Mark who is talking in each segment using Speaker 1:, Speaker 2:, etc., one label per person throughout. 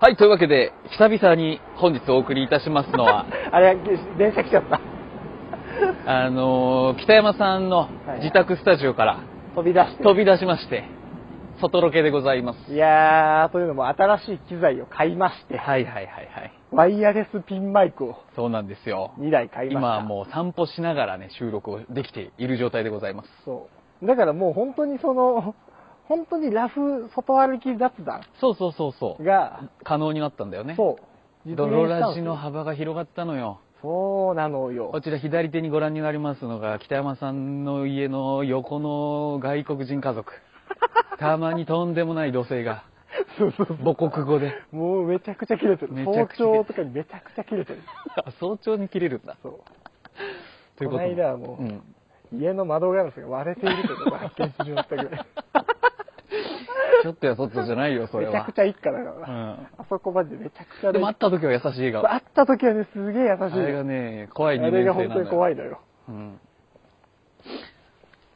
Speaker 1: はい、というわけで、久々に本日お送りいたしますのは、
Speaker 2: あれ、電車来ちゃった。
Speaker 1: あのー北山さんの
Speaker 2: はい
Speaker 1: 自宅スタジオから
Speaker 2: 飛び出して。
Speaker 1: 飛び出しまして、外ロケでございます。
Speaker 2: いやー、というのも新しい機材を買いまして、
Speaker 1: はいはいはいはい。
Speaker 2: ワイヤレスピンマイクを
Speaker 1: そうなんですよ。
Speaker 2: 2台買いました。
Speaker 1: 今はもう散歩しながらね、収録をできている状態でございます。
Speaker 2: そう。だからもう本当にその、本当にラフ外歩き雑談
Speaker 1: そうそうそうそう。
Speaker 2: が、
Speaker 1: 可能になったんだよね。
Speaker 2: そう。
Speaker 1: ドロラジ
Speaker 2: 実現したんです
Speaker 1: の
Speaker 2: よ
Speaker 1: 幅が広がったのよ。
Speaker 2: そうなのよ
Speaker 1: こ。ちら左手にご覧になりますのが、北山さんの家の横の外国人家族。たまにとんでもない土星が、
Speaker 2: そうそう そう
Speaker 1: 母国語で。
Speaker 2: もうめちゃくちゃ切れてる。
Speaker 1: めちゃ
Speaker 2: 早
Speaker 1: くちゃ切れてる
Speaker 2: 朝とかにめちゃくちゃ切れてる。
Speaker 1: あ早朝に切れるんだ。
Speaker 2: そう。
Speaker 1: ということ
Speaker 2: この間はもうん家の窓ガラスが割れているというの を発見しまったぐらい。
Speaker 1: ちょっとやそっとじゃないよ、 それ
Speaker 2: めちゃ
Speaker 1: は
Speaker 2: く。ちゃ一家だからな。あそこまでめちゃくち
Speaker 1: う
Speaker 2: ゃ
Speaker 1: ん。でも会った時は優しい笑顔。
Speaker 2: 会った時はね、すげえ優
Speaker 1: あ
Speaker 2: しい
Speaker 1: れ
Speaker 2: よ。
Speaker 1: がね、怖い
Speaker 2: あ
Speaker 1: 二
Speaker 2: れ
Speaker 1: 年
Speaker 2: が
Speaker 1: 生
Speaker 2: 本
Speaker 1: なの
Speaker 2: 当
Speaker 1: よ。
Speaker 2: に怖いのよ。
Speaker 1: うん。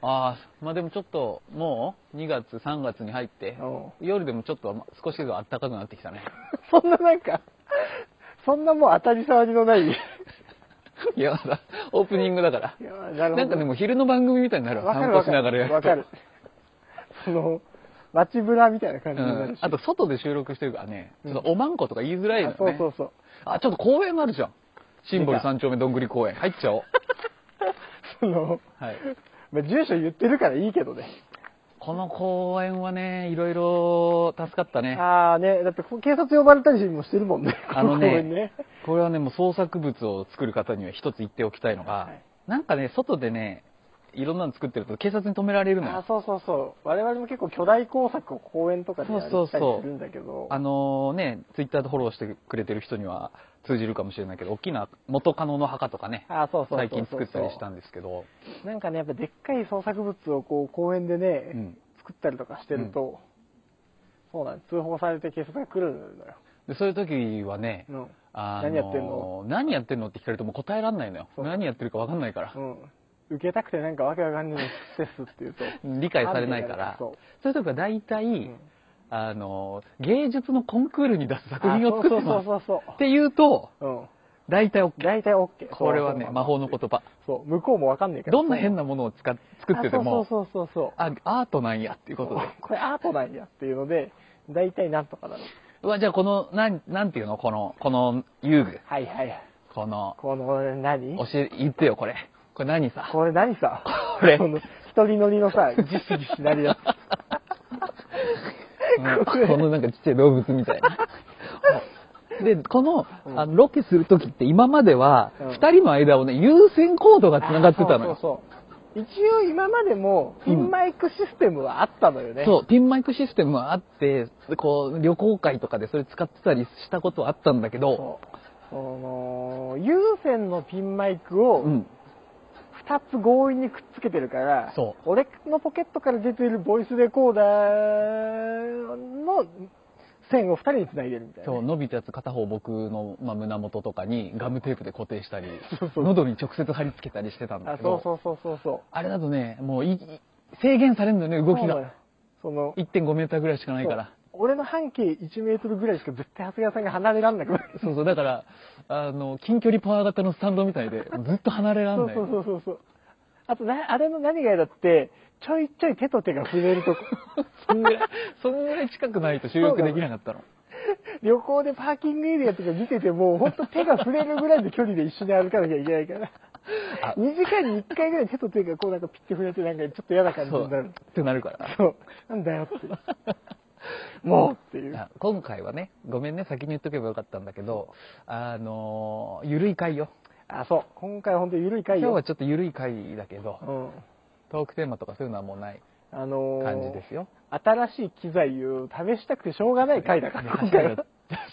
Speaker 1: ああ、まあでもちょっと、もう、2月、3月に入って、
Speaker 2: う
Speaker 1: 夜でもちょっと少しずつ暖かくなってきたね。
Speaker 2: そんななんか、そんなもう当たり障りのない。い
Speaker 1: いや、まだオープニングだから。
Speaker 2: やな
Speaker 1: なんかで
Speaker 2: ね、
Speaker 1: も昼の番組みたいになるわ。
Speaker 2: わか
Speaker 1: 散
Speaker 2: る
Speaker 1: 歩
Speaker 2: わ
Speaker 1: し
Speaker 2: か
Speaker 1: ながらや
Speaker 2: る。わ
Speaker 1: ると
Speaker 2: かる。その、街ぶらみたいな
Speaker 1: う
Speaker 2: 感じになる
Speaker 1: ん
Speaker 2: し。。
Speaker 1: あと、外で収録してるからね、ちょっとおまんことか言いづらいのよ
Speaker 2: あ
Speaker 1: ね。
Speaker 2: そうそうそう。
Speaker 1: あ、ちょっと公園があるじゃん。シンボル
Speaker 2: 出た
Speaker 1: 三丁目どんぐり公園。入っち ゃおう。
Speaker 2: その、
Speaker 1: はい。
Speaker 2: まあ、住所言ってるからいいけどね。
Speaker 1: この公園はね、いろいろ助かったね。
Speaker 2: ああね、だって警察呼ばれたりもしてるもんね。
Speaker 1: あの
Speaker 2: こ公
Speaker 1: ね
Speaker 2: 園ね
Speaker 1: これはね、もう創作物を作る方には一つ言っておきたいのが、
Speaker 2: はい
Speaker 1: なんかね、外でね、いろんなの作ってると警察に止められるの
Speaker 2: あ
Speaker 1: よ。
Speaker 2: そうそうそう。我々も結構巨大工作を公園とかでや
Speaker 1: そう
Speaker 2: っ
Speaker 1: そ
Speaker 2: た
Speaker 1: う
Speaker 2: り
Speaker 1: そう
Speaker 2: するんだけど。
Speaker 1: あのね、ツイッターでフォローしてくれてる人には通じるかもしれないけど、大きな元カノの墓とかね、
Speaker 2: あそうそうそうそ
Speaker 1: 最
Speaker 2: う
Speaker 1: 近作ったりしたんですけど、
Speaker 2: なんかね、やっぱでっかい創作物をこう公園でね、
Speaker 1: うん
Speaker 2: 作ったりとかしてると、そうなんです通報されて警察が来るのよ。
Speaker 1: でそういう時はね、
Speaker 2: うん。
Speaker 1: あ
Speaker 2: 何やってんの
Speaker 1: 何やってんのって聞かれても答えられないのよ。
Speaker 2: そう
Speaker 1: 何やってるか分かんないから。
Speaker 2: うん。受けたくてなんかわけわかんないですって言うと。
Speaker 1: 理解されないから。
Speaker 2: そ
Speaker 1: そういう時は大体、
Speaker 2: う。うん
Speaker 1: あの、芸術のコンクールに出す作品を作って
Speaker 2: あ
Speaker 1: ます。
Speaker 2: そうそうそう
Speaker 1: って言うと、
Speaker 2: そう。うん。
Speaker 1: 大体 OK。
Speaker 2: 大体 OK。
Speaker 1: これはね、
Speaker 2: そうそうそう
Speaker 1: 魔法の言葉。
Speaker 2: そう。向こうもわかんないから。
Speaker 1: どんな変なものを使っ作ってても、あ
Speaker 2: あそうそうそうそう
Speaker 1: アートなんやっていうこ
Speaker 2: そう。
Speaker 1: とで。
Speaker 2: これアートなんやっていうので、大体なんとかなる。
Speaker 1: うわ、じゃあこの、なん、なんていうのこの、この遊具。
Speaker 2: はいはい。
Speaker 1: この、
Speaker 2: この何
Speaker 1: 教え、言ってよ、これ。これ何さ。
Speaker 2: これ何さ
Speaker 1: これ
Speaker 2: この一人乗りのさ、ギシギシなるやつ。
Speaker 1: うん
Speaker 2: これ
Speaker 1: このなんかちっちゃい動物みたい な。で、この、
Speaker 2: うん
Speaker 1: あのロケするときって今までは
Speaker 2: うん、
Speaker 1: 二人の間をね、優先コードが繋がってたの
Speaker 2: あ
Speaker 1: よ。
Speaker 2: そうそうそう一応今までもピンマイクシステムはあったのよね、
Speaker 1: そう、ピンマイクシステムはあって、こう、旅行会とかでそれ使ってたりしたことはあったんだけど、
Speaker 2: そうその有線のピンマイク
Speaker 1: う
Speaker 2: を
Speaker 1: ん。
Speaker 2: 2つ強引にくっつけてるから、
Speaker 1: そう
Speaker 2: 俺のポケットから出ているボイスレコーダーの線を2人につないでるみたいな
Speaker 1: そう、
Speaker 2: ね、
Speaker 1: 伸びたやつ片方僕の、まあ、胸元とかにガムテープで固定したり
Speaker 2: そう、そう
Speaker 1: 喉に直接貼り付けたりしてたんだ
Speaker 2: あ
Speaker 1: け
Speaker 2: そう
Speaker 1: ど、
Speaker 2: そうそうそうそう
Speaker 1: あれだとね、もういい制限されるのよね、動き
Speaker 2: そうなの
Speaker 1: が
Speaker 2: よ。その
Speaker 1: 1.5メーターぐらいしかないから
Speaker 2: そう。俺の半径1メートルぐらいしか絶対長谷川さんが離れらんなくなる
Speaker 1: そうそう、だから、あの、近距離パワー型のスタンドみたいで、ずっと離れら
Speaker 2: そ
Speaker 1: ん
Speaker 2: う
Speaker 1: ない。
Speaker 2: そうそうそうそう。あとな、あれの何が嫌だって、ちょいちょい手と手が触 れるとこ。
Speaker 1: そんぐらい、そんぐらい近くないと収録できなかったの。
Speaker 2: 旅行でパーキングエリアとか見てても、ほんと手が触れるぐらいの距離で一緒に歩かなきゃいけないから。
Speaker 1: あ
Speaker 2: 2時間に1回ぐらい手と手がこうなんかピッて触れてなんかちょっと嫌な感じ
Speaker 1: そう、
Speaker 2: になる。
Speaker 1: ってなるから。
Speaker 2: そう。なんだよ って。もうっていう。
Speaker 1: あ今回はねごめんね先に言っとけばよかったんだけどあのーゆるい回よ
Speaker 2: あ、そう。今回ほんと緩い
Speaker 1: 今
Speaker 2: 回
Speaker 1: 日
Speaker 2: よ。
Speaker 1: はちょっとゆるい回だけど
Speaker 2: うん。
Speaker 1: トークテーマとかそういうのはもうない
Speaker 2: あのー
Speaker 1: 感じですよ
Speaker 2: 新しい機材を試したくてしょうがない回だから、
Speaker 1: はし
Speaker 2: 今
Speaker 1: ゃ
Speaker 2: 回
Speaker 1: い
Speaker 2: は
Speaker 1: じゃ。は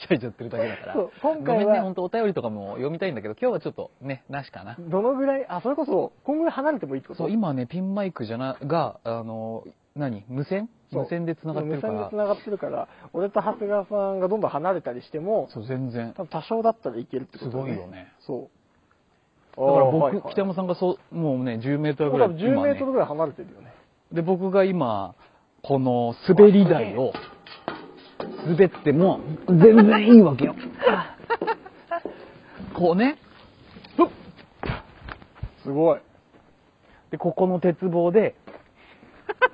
Speaker 1: しゃいじゃってるだけだから
Speaker 2: そう今回は
Speaker 1: ごめんね本当お便りとかも読みたいんだけど今日はちょっとねなしかな
Speaker 2: どのぐらい、あ、それこそ、今後離れてもいいってこと
Speaker 1: そう今ねピンマイクじゃながあのー何無線
Speaker 2: そう
Speaker 1: 無線でつながってるか
Speaker 2: 無線で
Speaker 1: ら
Speaker 2: 繋がってるから、俺と長谷川さんがどんどん離れたりしても、
Speaker 1: そう全然だか
Speaker 2: 多分多少だったらいけるってことだ
Speaker 1: すごいよね。
Speaker 2: そう。
Speaker 1: ら僕、
Speaker 2: あーはいはい
Speaker 1: 北山さんがそうもうね10メートル
Speaker 2: も
Speaker 1: ぐら
Speaker 2: う多
Speaker 1: い
Speaker 2: 分10メート
Speaker 1: 今ね
Speaker 2: ルぐらい離れてるよね。
Speaker 1: で僕が今この滑り台を
Speaker 3: 滑っても、全然いいわけ よ。こうね、
Speaker 2: すごい。
Speaker 3: で、ここの鉄棒で、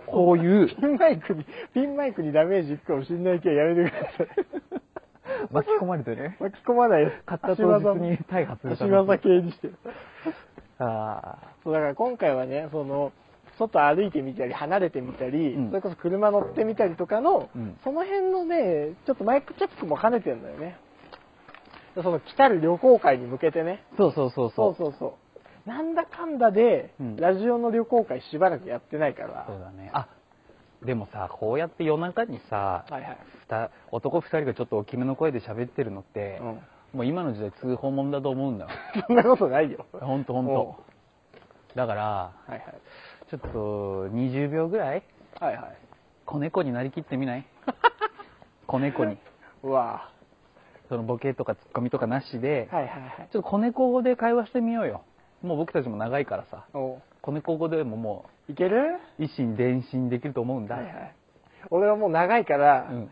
Speaker 3: こういう、
Speaker 2: ピンマイクに、ピンマイクにダメージいくかもしんないけどやめてください。
Speaker 3: 巻き込まれてね。
Speaker 2: 巻き込まないです。
Speaker 3: 買った当日に大破するた
Speaker 2: 足
Speaker 3: めに
Speaker 2: 技系にして。
Speaker 3: ああ。
Speaker 2: そう、だから今回はね、その、外歩いてみたり、離れてみたり、
Speaker 3: うん
Speaker 2: それこそ車乗ってみたりとかの、
Speaker 3: うん
Speaker 2: その辺のね、ちょっとマイクチェックも兼ねてんだよね。その来たる旅行会に向けてね。
Speaker 3: そうそうそう
Speaker 2: そ
Speaker 3: そうう。
Speaker 2: そうそう。なんだかんだで、
Speaker 3: うん
Speaker 2: ラジオの旅行会しばらくやってないから。
Speaker 1: そうだね。あ、でもさ、こうやって夜中にさ、
Speaker 2: はいはい。
Speaker 1: ふた男二人がちょっと大きめの声で喋ってるのって、
Speaker 2: うん。
Speaker 1: もう今の時代通報もんだと思うんだよ。
Speaker 2: そんなことないよ。
Speaker 1: ほんとほん
Speaker 2: お
Speaker 1: と。だから、
Speaker 2: はいはい。
Speaker 1: ちょっと20秒ぐらい、
Speaker 2: はいはい。
Speaker 1: 子猫になりきってみ ない子猫に。
Speaker 2: うわ
Speaker 1: そのボケとかツッコミとかなしで、
Speaker 2: ぁ。はいはいはい。
Speaker 1: ちょっと子猫語で会話してみようよ。もう僕たちも長いからさ、
Speaker 2: お
Speaker 1: 子猫語でもも
Speaker 2: いける
Speaker 1: う、一心伝心できると思うんだ。
Speaker 2: はいはい。俺はもう長いから、
Speaker 1: うん。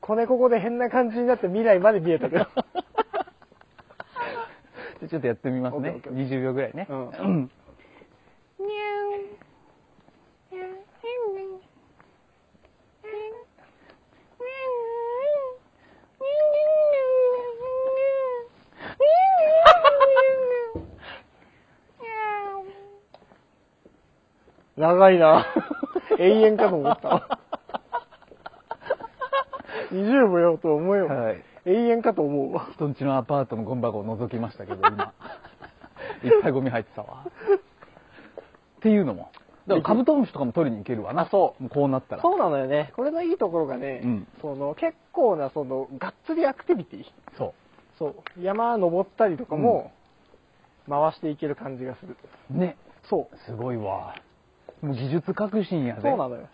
Speaker 2: こねここで変な感じになって未来まで見えた けど。
Speaker 1: じゃあちょっとやってみます
Speaker 2: オッ
Speaker 1: ね。
Speaker 2: ケーオッケ
Speaker 1: 20秒ぐらいね。
Speaker 2: うん
Speaker 1: うん。
Speaker 2: 長いな 永遠かと思った。20秒よと思えよ。
Speaker 1: はい。
Speaker 2: 永遠かと思うわ。
Speaker 1: 人んちのアパートのゴミ箱を覗きましたけど、 今。いっぱいゴミ入ってたわ。っていうのも。だからカブトムシとかも取りに行けるわな。そう。こうなったら。
Speaker 2: そうなのよね。これのいいところがね、
Speaker 1: うん
Speaker 2: その結構なそのがっつりアクティビティ。
Speaker 1: そ
Speaker 2: そう。山登ったりとかも、回していける感じがする。
Speaker 1: う。ね。
Speaker 2: そう。
Speaker 1: すごいわ。もう技術革新や
Speaker 2: そ
Speaker 1: で。
Speaker 2: うなのよ。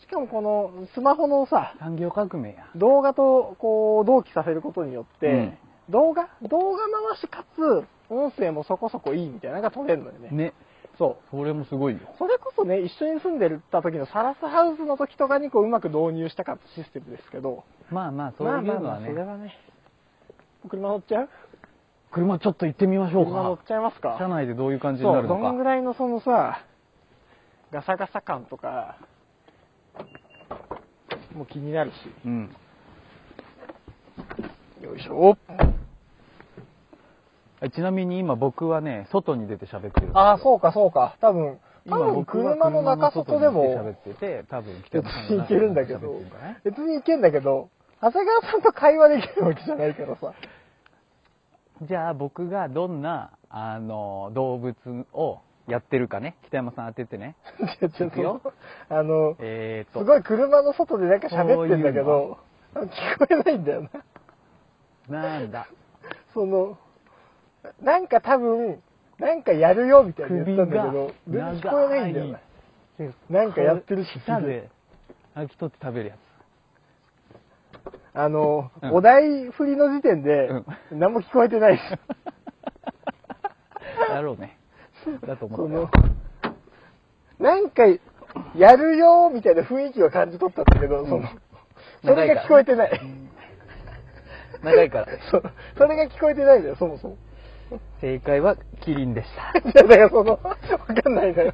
Speaker 2: しかもこのスマホのさ、
Speaker 1: 産業革命や。
Speaker 2: 動画とこう同期させることによって、
Speaker 1: うん
Speaker 2: 動画動画回しかつ音声もそこそこいいみたいなのが撮れるのよね
Speaker 1: ね。
Speaker 2: そう
Speaker 1: それもすごいよ。
Speaker 2: それこそね一緒に住んでた時のサラスハウスの時とかにこううまく導入したかったシステムですけど
Speaker 1: まあまあ、そういうの
Speaker 2: まあまあ
Speaker 1: は
Speaker 2: まあ
Speaker 1: ね
Speaker 2: そ。れはね車乗っちゃう
Speaker 1: 車ちょっと行ってみましょう
Speaker 2: 車乗っ
Speaker 1: か。
Speaker 2: ちゃいますか
Speaker 1: 車内でどういう感じに
Speaker 2: そ
Speaker 1: な
Speaker 2: う
Speaker 1: る
Speaker 2: ど
Speaker 1: の
Speaker 2: んぐ
Speaker 1: か。
Speaker 2: らいのそのさガサガサ感とかもう気になるし
Speaker 1: うん。
Speaker 2: よいしょ
Speaker 1: えちなみに今僕はね、外に出て喋ってる。
Speaker 2: ああ、そうか、そうか。多分、多
Speaker 1: 今
Speaker 2: 分
Speaker 1: 僕は
Speaker 2: 車の中外で
Speaker 1: 車の
Speaker 2: も、
Speaker 1: 外に出て喋ってて、多分
Speaker 2: 別
Speaker 1: 北田さん
Speaker 2: に
Speaker 1: が
Speaker 2: 行けるんだけど
Speaker 1: 喋ってるからね、
Speaker 2: 別に行けんだけど、長谷川さんと会話できるわけじゃないから さ。
Speaker 1: じゃあ僕がどんな、あの、動物をやってるかね、北山さん当ててね。
Speaker 2: ちょちょ
Speaker 1: 行くよ
Speaker 2: そのあの、
Speaker 1: えー
Speaker 2: す
Speaker 1: と、
Speaker 2: ごい車の外でなんか喋ってんだけど、聞こえないんだよな。
Speaker 1: なんだ、
Speaker 2: その、なんか多分、なんかやるよみたいな言ったんだけど、
Speaker 1: 首
Speaker 2: 全
Speaker 1: が
Speaker 2: 然聞こえないんだよな。なんかやってるし、
Speaker 1: 舌で、あき取って食べるや
Speaker 2: あの、
Speaker 1: うん
Speaker 2: お題振りの時点で、何も聞こえてないし。
Speaker 1: つ。だろうね。だと思
Speaker 2: そ
Speaker 1: ったよ
Speaker 2: の、なんか、やるよーみたいな雰囲気は感じ取ったんだけど、その、それが聞こえてない。
Speaker 1: 長いから。
Speaker 2: そうそれが聞こえてないんだよ、そもそも。
Speaker 1: 正解はキリンでした。
Speaker 2: いや、だからその、わかんない のよ。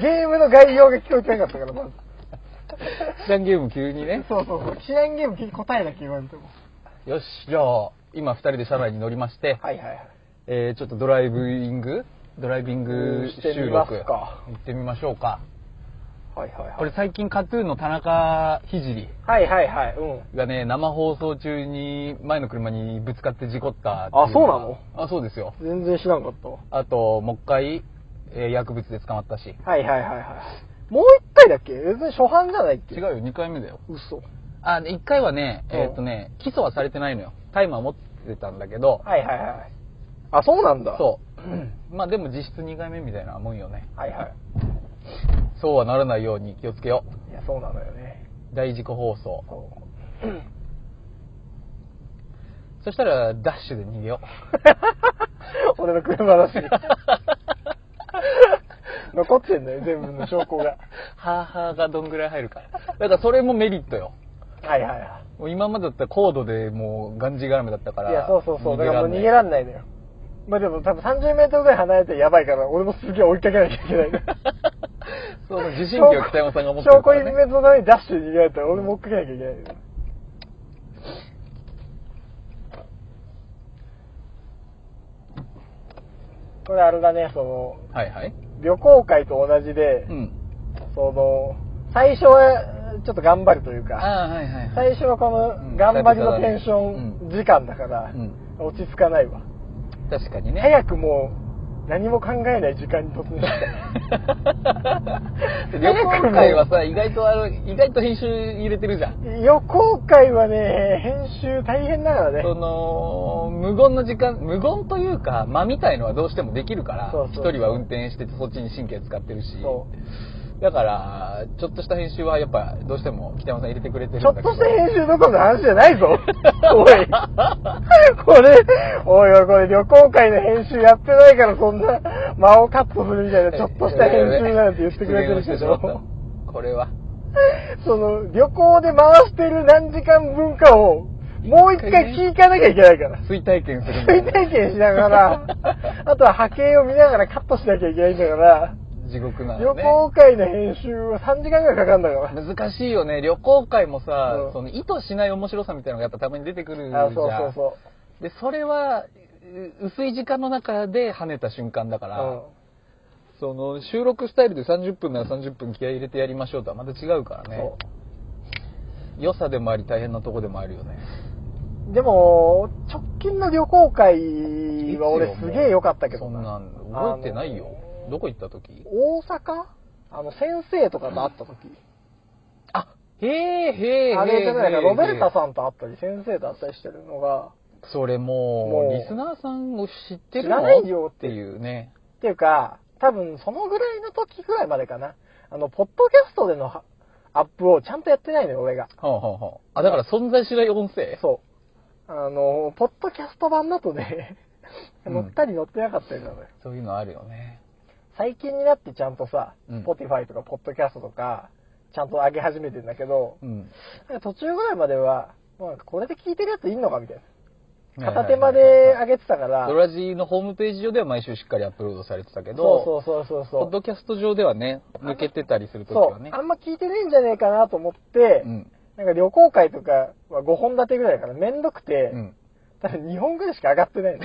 Speaker 2: ゲームの概要が聞こえてなかったから、まず。
Speaker 1: シャンゲーム急にね。
Speaker 2: そうそうそう。試合ゲーム聞いて答えなきゃ言われても。
Speaker 1: よし、じゃあ、今二人で車内に乗りまして、
Speaker 2: はいはいはい。
Speaker 1: えーちょっとドライブイングドライビング
Speaker 2: してみ
Speaker 1: 収
Speaker 2: ま
Speaker 1: 録
Speaker 2: すか
Speaker 1: 行ってみましょうか
Speaker 2: はいはいはい。
Speaker 1: これ最近カトゥーンの田中聖
Speaker 2: はいはいはい。うん。
Speaker 1: がね生放送中に前の車にぶつかって事故ったってい
Speaker 2: あそうなの
Speaker 1: あそうですよ
Speaker 2: 全然知らんかったわ。
Speaker 1: あともう一回、えー薬物で捕まったし
Speaker 2: はいはいはいはい。もう一回だっけ別に初版じゃないっけ
Speaker 1: 違うよ2回目だよ
Speaker 2: 嘘。
Speaker 1: あ1回はね
Speaker 2: うん
Speaker 1: えーっとね起訴はされてないのよ大麻持ってたんだけど
Speaker 2: はいはいはい。あ、そうなんだ。
Speaker 1: そうまあでも実質2回目みたいなもんよね
Speaker 2: はいはい。
Speaker 1: そうはならないように気をつけよう
Speaker 2: いや、そうなのよね。
Speaker 1: 大事故放送
Speaker 2: そう。
Speaker 1: そしたらダッシュで逃げよう
Speaker 2: 俺の車だし。残ってんのよ、全部の証拠が。
Speaker 1: ハーハーがどんぐらい入るか。だからそれもメリットよ。
Speaker 2: はいはいは
Speaker 1: もう今までだったらコードでもうがんじがらめだったから。
Speaker 2: い。いや、そうそうそう。だからもう
Speaker 1: な
Speaker 2: 逃げ
Speaker 1: い
Speaker 2: らんないのよ。まあでも多分30メートルぐらい離れてやばいから、俺もすげえ追いかけなきゃいけない。
Speaker 1: そうそう、受信機を北山さんが持って
Speaker 2: 証
Speaker 1: るか
Speaker 2: 拠
Speaker 1: ら、
Speaker 2: 隠
Speaker 1: ね。
Speaker 2: 滅のためにダッシュで逃げられたら俺も追っかけなきゃいけないのよ。これあれだね、その、
Speaker 1: はいはい。
Speaker 2: 旅行会と同じで
Speaker 1: う、ん。
Speaker 2: その、最初はちょっと頑張るというか、
Speaker 1: ああ、はいはいはい。
Speaker 2: 最初はこ
Speaker 1: うん
Speaker 2: の頑張りのテンシ
Speaker 1: うん
Speaker 2: ョン時間だから
Speaker 1: う、ん。
Speaker 2: 落ち着かないわ。
Speaker 1: 確かにね。
Speaker 2: 早くもう何も考えない時間に突入したい
Speaker 1: 旅行会はさ、意外とあの、意外と編集入れてるじゃん。
Speaker 2: 旅行会はね編集大変だからね
Speaker 1: その、無言の時間、無言というか、間みたいのはどうしてもできるから
Speaker 2: そう、そう
Speaker 1: 一人は運転してて、そっちに神経使ってるし、
Speaker 2: そう
Speaker 1: だから、ちょっとした編集はやっぱ、どうしても北山さん入れてくれてるん
Speaker 2: ちょ
Speaker 1: だけ
Speaker 2: っ
Speaker 1: ど。
Speaker 2: とした編集どころの話じゃないぞおいこれおいおいこれ旅行会の編集やってないからそんな間をカットするみたいなちょっとした編集なんて言って くれてる
Speaker 1: 失言をして
Speaker 2: け
Speaker 1: しま
Speaker 2: ど
Speaker 1: ったこれは。
Speaker 2: その旅行で回してる何時間分かをもう一回聞かなきゃいけないから
Speaker 1: 追体験するんだ
Speaker 2: 追
Speaker 1: よね
Speaker 2: 体験しながら、あとは波形を見ながらカットしなきゃいけないんだから、
Speaker 1: 地獄な
Speaker 2: 旅
Speaker 1: のね。
Speaker 2: 行会の編集は3時間ぐらいかかるんだから。
Speaker 1: 難しいよね。旅行会もさ、
Speaker 2: うん
Speaker 1: その意図しない面白さみたいなのがやっぱたまに出てくるじゃん。
Speaker 2: あそうそうそ
Speaker 1: で、それは、う薄い時間の中で跳ねた瞬間だから、
Speaker 2: う。
Speaker 1: その収録スタイルで30分なら30分気合い入れてやりましょうとはまた違うからね
Speaker 2: そ。
Speaker 1: 良さでもあり大変なとこでもあるよね。
Speaker 2: うん、でも、直近の旅行会は俺すげえ良かったけど
Speaker 1: そんなん覚えてないよ。どこ行った時
Speaker 2: 大阪あの、先生とかと会った時。
Speaker 1: あ、へえへえ
Speaker 2: あれじゃないか、ロベルタ
Speaker 1: ん。
Speaker 2: さんと会ったり、先生と会ったりしてるのが、
Speaker 1: それも
Speaker 2: も
Speaker 1: う、
Speaker 2: う
Speaker 1: リスナーさんを知ってる
Speaker 2: 知
Speaker 1: の
Speaker 2: らないよ
Speaker 1: っていうね。
Speaker 2: っていうか、多分そのぐらいの時ぐらいまでかな。あの、ポッドキャストでのはアップをちゃんとやってないのよ、俺が。
Speaker 1: はあ、はあはあ、あ、だから存在しない音声。
Speaker 2: そう。あの、ポッドキャスト版だとね、
Speaker 1: うん
Speaker 2: 乗ったり乗ってなかったりなのよ。
Speaker 1: そういうのあるよね。
Speaker 2: 最近になってちゃんとさ、
Speaker 1: うん
Speaker 2: Spotify とかポッドキャストとか、ちゃんと上げ始めてんだけど、
Speaker 1: うん。
Speaker 2: なんか途中ぐらいまでは、まあ、これで聞いてるやついんのかみたいな。片
Speaker 1: はいはいはいはい
Speaker 2: 手間で上げてたから、
Speaker 1: ドラジのホームページ上では毎週しっかりアップロードされてたけど、
Speaker 2: そうそうそうそう
Speaker 1: ポッ
Speaker 2: そう。
Speaker 1: ドキャスト上ではね、抜けてたりするとき
Speaker 2: そ
Speaker 1: はね
Speaker 2: う、あ。んま聞いてねえんじゃねえかなと思って、
Speaker 1: うん。
Speaker 2: なんか旅行会とかは5本立てぐらいだからめんどくて、
Speaker 1: うん。
Speaker 2: 多分2本ぐらいしか上がっ てないの。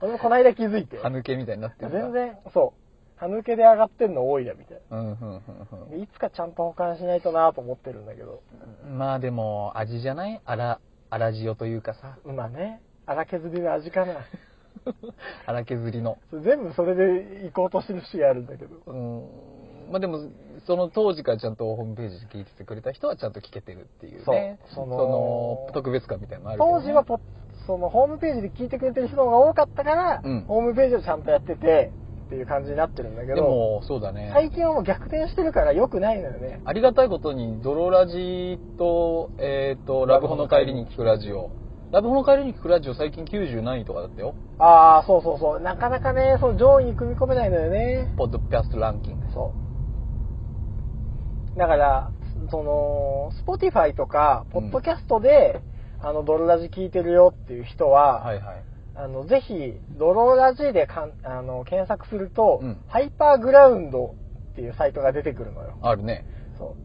Speaker 2: 俺もこの間気づいて。
Speaker 1: 歯抜けみたいになってるから
Speaker 2: 全。然そう歯抜けで上がってんの多いなみたい
Speaker 1: うん、うん、うん
Speaker 2: な、いつかちゃんと保管しないとなと思ってるんだけど
Speaker 1: うん。まあでも、味じゃない荒、荒塩というかさ、
Speaker 2: まあね荒削りの味かな
Speaker 1: 荒削りの。
Speaker 2: それ全部それで行こうとしてる節があるんだけど
Speaker 1: うん。まあでも、その当時からちゃんとホームページで聞いててくれた人はちゃんと聞けてるっていうね。
Speaker 2: そうその
Speaker 1: の特別感みたいなのあるけど
Speaker 2: 当
Speaker 1: ね
Speaker 2: 時はポッそのホームページで聞いてくれてる人の方が多かったから、
Speaker 1: うん
Speaker 2: ホームページをちゃんとやっててっていう感じになってるんだけ
Speaker 1: で
Speaker 2: ど
Speaker 1: も、そうだね。
Speaker 2: 最近はもう逆転してるから良くないのよね
Speaker 1: ありがたいことに、ドロラジと、えっ、と、ラブホの帰りに聞くラジオ。ラブホの帰りに聞くラジオ最近90何位とかだったよ。
Speaker 2: ああそうそうそうなかなかねその上位に組み込めないのよね
Speaker 1: ポッドキャストランキング。
Speaker 2: そう。だから、その、Spotify とか、ポッドキャストで、あの、ドロラジ聞いてるよっていう人は、
Speaker 1: はいはい。
Speaker 2: あの、ぜひ、ドロラジでかんあの検索すると、
Speaker 1: うん
Speaker 2: ハイパーグラウンドっていうサイトが出てくるのよ。
Speaker 1: あるね。
Speaker 2: そ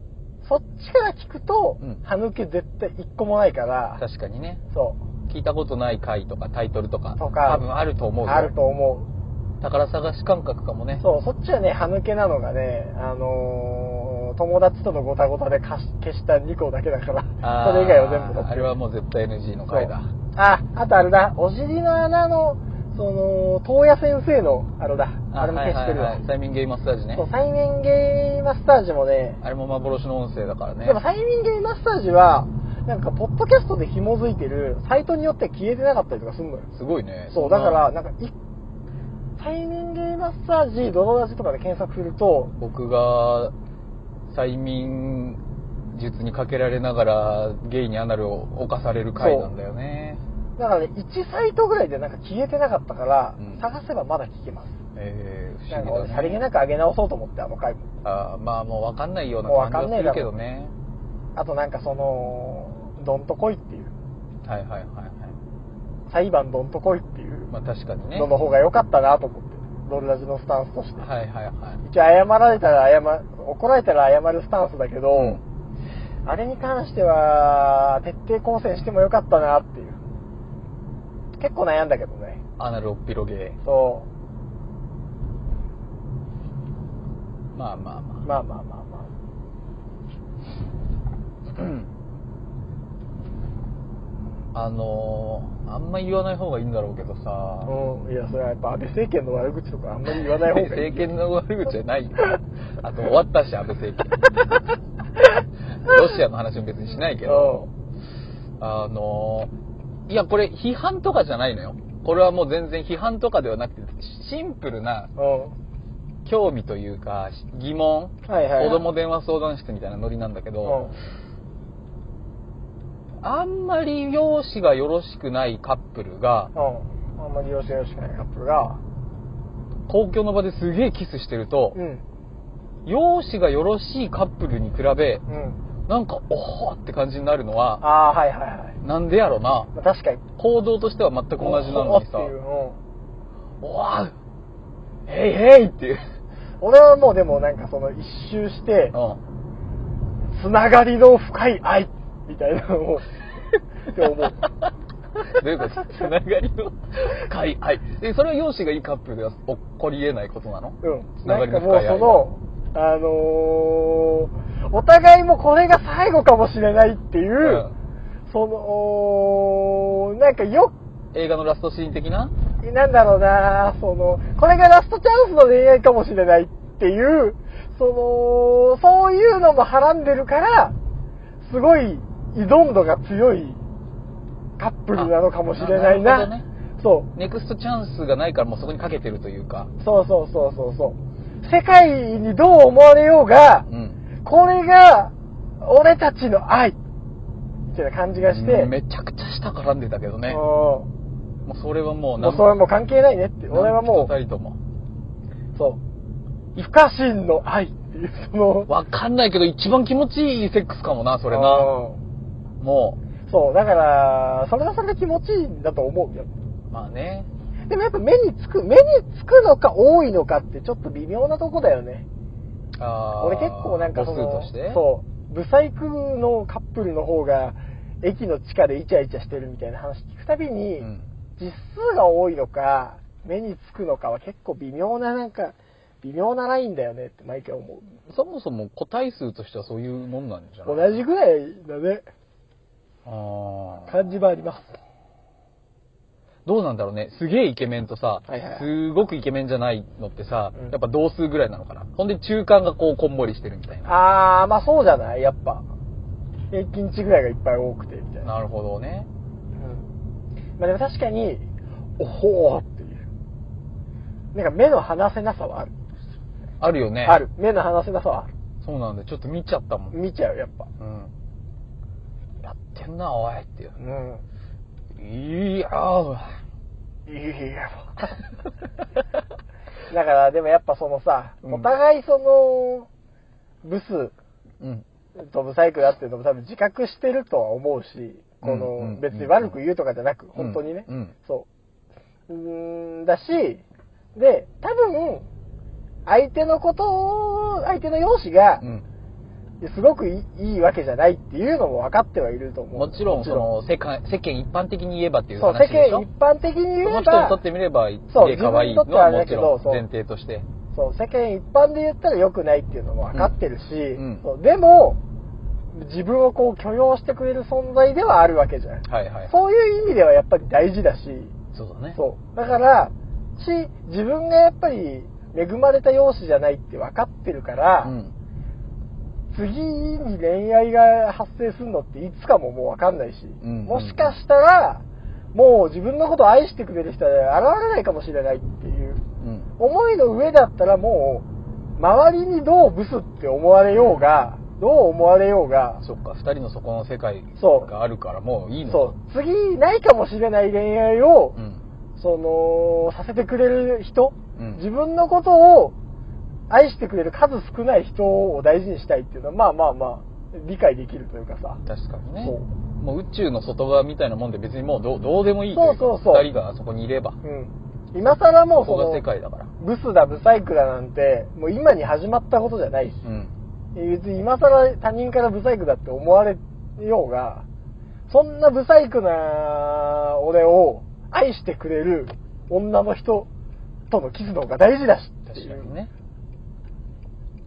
Speaker 2: う。そっちから聞くと、
Speaker 1: うん
Speaker 2: 歯抜け絶対一個もないから、
Speaker 1: 確かにね。
Speaker 2: そ
Speaker 1: 聞いたことない回とかタイトルとか、
Speaker 2: とか
Speaker 1: 多分あると思
Speaker 2: う、
Speaker 1: うよ
Speaker 2: あると思
Speaker 1: 宝探し感覚かもね
Speaker 2: う。。そう、そっちはね、歯抜けなのがね、あのー友達とのごたごたで貸し消した2個だけだから、
Speaker 1: あー
Speaker 2: それ以外は全部取ってる
Speaker 1: あれはもう絶対 NG の回だ。
Speaker 2: あ、あとあれだ、お尻の穴の、その、東野先生の、あれだ、あれも消してるわ。
Speaker 1: はいはいはい催眠ゲイマッサージね
Speaker 2: そう、。催眠ゲイマッサージもね、
Speaker 1: あれも幻の音声だからね
Speaker 2: で。も催眠ゲイマッサージは、なんか、ポッドキャストで紐づいてる、サイトによって消えてなかったりとかするのよ。
Speaker 1: すごいね。
Speaker 2: そう、
Speaker 1: んな
Speaker 2: だから、、なんか、い催眠ゲイマッサージ、ドロラジとかで検索すると、
Speaker 1: 僕が催眠術にかけられながらゲイにアナルを犯される回なんだよね
Speaker 2: だからね、1サイトぐらいでなんか消えてなかったから、
Speaker 1: うん
Speaker 2: 探せばまだ聞けます。
Speaker 1: えー、不
Speaker 2: なんか
Speaker 1: 思議
Speaker 2: 俺
Speaker 1: だ
Speaker 2: さりげ
Speaker 1: ね。
Speaker 2: なく上げ直そうと思って、あの回も。
Speaker 1: あーまあもうわかんないような
Speaker 2: もうわか
Speaker 1: 感
Speaker 2: ん
Speaker 1: じは
Speaker 2: ねえ
Speaker 1: す
Speaker 2: だ
Speaker 1: る
Speaker 2: ろ
Speaker 1: けどね。
Speaker 2: あとなんかその、どんと来いっていう、
Speaker 1: はいはいはいはい。
Speaker 2: 裁判どんと来いっていう
Speaker 1: まあ確かにね。
Speaker 2: のの方が良かったなと思って、ドルラジのスタンスとして。
Speaker 1: はいはいはい。
Speaker 2: 一応謝られたら謝、怒られたら謝るスタンスだけど、あれに関しては、徹底抗戦してもよかったなっていう。結構悩んだけどね。
Speaker 1: アナルおっぴろげ。
Speaker 2: そ
Speaker 1: まあまあま
Speaker 2: う。まあまあまあま
Speaker 1: あ。あのー、あんま言わない方がいいんだろうけどさ
Speaker 2: あ。、うん。いや、それはやっぱ安倍政権の悪口とかあんまり言わない方がいい。
Speaker 1: 政権の悪口じゃないよ。あと終わったし、安倍政権。 ロシアの話も別にしないけど、あのー、いや、これ批判とかじゃないのよ。これはもう全然批判とかではなくて、シンプルな
Speaker 2: うん。
Speaker 1: 興味というか、疑問、
Speaker 2: はいはいはい
Speaker 1: 子供電話相談室みたいなノリなんだけど、あんまり容姿がよろしくないカップルが、
Speaker 2: うん。うん。あんまりよしよしないカップルが、
Speaker 1: 公共の場ですげえキスしてると
Speaker 2: う、ん。
Speaker 1: 容姿がよろしいカップルに比べ、
Speaker 2: うん。
Speaker 1: なんか、おーって感じになるのは、
Speaker 2: ああー、はいはいはい。
Speaker 1: なんでやろな。
Speaker 2: まあ、確かに。
Speaker 1: 行動としては全く同じなのにさ
Speaker 2: おーってい、ううん
Speaker 1: おわへいへいっていう。
Speaker 2: 俺はもうでもなんかその一周して、
Speaker 1: う
Speaker 2: つながりの深い愛みたいなのを、って思う。
Speaker 1: ん。どういうことつ ながりの深い愛。え、それは容姿がいいカップルでは起こり得ないことなの
Speaker 2: うん。
Speaker 1: つな
Speaker 2: な
Speaker 1: が
Speaker 2: ん
Speaker 1: り
Speaker 2: か
Speaker 1: の
Speaker 2: もう
Speaker 1: 深い愛。
Speaker 2: その、あのーお互いもこれが最後かもしれないっていう、
Speaker 1: うん
Speaker 2: その、なんかよ
Speaker 1: 映画のラストシーン的な
Speaker 2: なんだろうなその、これがラストチャンスの恋愛かもしれないっていう、その、そういうのもはらんでるから、すごい依存度が強いカップルなのかもしれないな。
Speaker 1: あなるほ
Speaker 2: そう。
Speaker 1: ネクストチャンスがないからもうそこにかけてるというか。
Speaker 2: そうそうそうそうそう。世界にどう思われようが、
Speaker 1: うん。
Speaker 2: これが俺たちの愛みたいな感じがして、
Speaker 1: めちゃくちゃ下絡んでたけど
Speaker 2: うん
Speaker 1: ね。
Speaker 2: も
Speaker 1: もうそれはもう
Speaker 2: うそれもう関係ないねって、俺はも
Speaker 1: 二人とも。
Speaker 2: う、そう、不可侵の愛っていう、その、
Speaker 1: わかんないけど一番気持ちいいセックスかもな、それな。
Speaker 2: うん
Speaker 1: も
Speaker 2: そう、だから、それはそれで気持ちいいんだと思うよ。
Speaker 1: う、まあね。
Speaker 2: でもやっぱ目につく、目につくのか多いのかってちょっと微妙なとこだよね。
Speaker 1: あー
Speaker 2: 俺結構なんかその
Speaker 1: 母数として
Speaker 2: そうブサイクのカップルの方が駅の地下でイチャイチャしてるみたいな話聞くたびに、
Speaker 1: うん
Speaker 2: 実数が多いのか目につくのかは結構微妙ななんか微妙なラインだよねって毎回思う
Speaker 1: そもそも個体数としてはそういうもんなんじゃない
Speaker 2: 同じぐらいだね
Speaker 1: あー
Speaker 2: 感じはあります
Speaker 1: どうなんだろうね。すげえイケメンとさ、
Speaker 2: はいはい
Speaker 1: すごくイケメンじゃないのってさ、
Speaker 2: うん
Speaker 1: やっぱ同数ぐらいなのかな。ほんで中間がこうこんもりしてるみたいな。
Speaker 2: あーまあそうじゃないやっぱ平均値ぐらいがいっぱい多くてみたいな
Speaker 1: なるほどね。
Speaker 2: うんまあでも確かに、おほーっていう。なんか目の離せなさはある。
Speaker 1: あるよね。
Speaker 2: ある。。目の離せなさはある。
Speaker 1: そうなんだよ。ちょっと見ちゃったもん。
Speaker 2: 見ちゃう、やっぱ。
Speaker 1: うん。やってんな、おいっていう
Speaker 2: う。ん。
Speaker 1: いや ー。
Speaker 2: いいや だから、でもやっぱそのさ、
Speaker 1: うん
Speaker 2: お互いその、ブス
Speaker 1: うん。
Speaker 2: とブサイクだっていうのも多分自覚してるとは思うし、この、
Speaker 1: うんうんうん
Speaker 2: 別に悪く言うとかじゃなく、本当にね。
Speaker 1: うんうん
Speaker 2: そう。うーん、だし、で、多分、相手のことを、相手の容姿が
Speaker 1: う、ん。
Speaker 2: すごくいいいいわけじゃないっていうのも分かってはいると思う。
Speaker 1: もちろん、その、世界、世間一般的に言えばっていう
Speaker 2: そう、
Speaker 1: 話
Speaker 2: 世
Speaker 1: でし
Speaker 2: 間
Speaker 1: ょ
Speaker 2: 一般的に
Speaker 1: そ
Speaker 2: 言
Speaker 1: の人
Speaker 2: え
Speaker 1: にと
Speaker 2: ば
Speaker 1: っ、てみれば、い
Speaker 2: そう
Speaker 1: い可愛いのはもちろん前提として。
Speaker 2: そう、世間一般で言ったら良くないっていうのも分かってるし、
Speaker 1: んうん
Speaker 2: そうでも、自分をこう許容してくれる存在ではあるわけじゃん。
Speaker 1: はいはい。
Speaker 2: そういう意味ではやっぱり大事だし、
Speaker 1: そうだね。
Speaker 2: そう。だから、し、自分がやっぱり恵まれた容姿じゃないって分かってるから、
Speaker 1: うん。
Speaker 2: 次に恋愛が発生するのっていつかももうわかんないし、
Speaker 1: うん
Speaker 2: もしかしたら、もう自分のことを愛してくれる人は現れないかもしれないっていう
Speaker 1: うん。
Speaker 2: 思いの上だったらもう、周りにどうブスって思われようが、どう思われようが、
Speaker 1: そっか、二人のそこの世界
Speaker 2: そう
Speaker 1: があるから、もういいのか
Speaker 2: そう、次ないかもしれない恋愛を、
Speaker 1: うん。
Speaker 2: その、させてくれる人
Speaker 1: うん
Speaker 2: 自分のことを愛してくれる数少ない人を大事にしたいっていうのは、まあまあまあ、理解できるというかさ。
Speaker 1: 確かにね
Speaker 2: そう
Speaker 1: もう宇宙の外側みたいなもんで別にもうどうどうでもいいというか
Speaker 2: そうそうそう
Speaker 1: 二人があそこにいれば
Speaker 2: うん。今更も
Speaker 1: そうこ
Speaker 2: そ
Speaker 1: が
Speaker 2: の、
Speaker 1: 世界だから
Speaker 2: ブスだ、ブサイクだなんて、もう今に始まったことじゃないし、
Speaker 1: うん
Speaker 2: 別に今更他人からブサイクだって思われようが、そんなブサイクな俺を愛してくれる女の人とのキスの方が大事だしってい
Speaker 1: 確
Speaker 2: う
Speaker 1: かにね、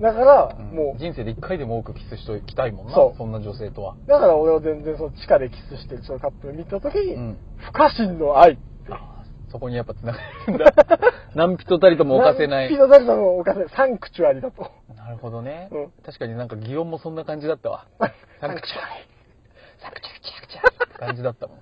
Speaker 2: だから、
Speaker 1: うん
Speaker 2: もう、
Speaker 1: 人生で一回でも多くキスしときたいもんな
Speaker 2: そ
Speaker 1: そうそんな女性とは
Speaker 2: だから俺は全然その地下でキスしてるそのカップル見た時に、
Speaker 1: うん
Speaker 2: 不可侵の愛って。
Speaker 1: あーそこにやっぱつながってんだ 何人たりとも置かせない
Speaker 2: ピノダルタも置かせない。サンクチュアリだと。
Speaker 1: なるほどね、
Speaker 2: うん
Speaker 1: 確かになんか擬音もそんな感じだった わサンクチュアリサンクチュアリサンクチュアリって感じだったもん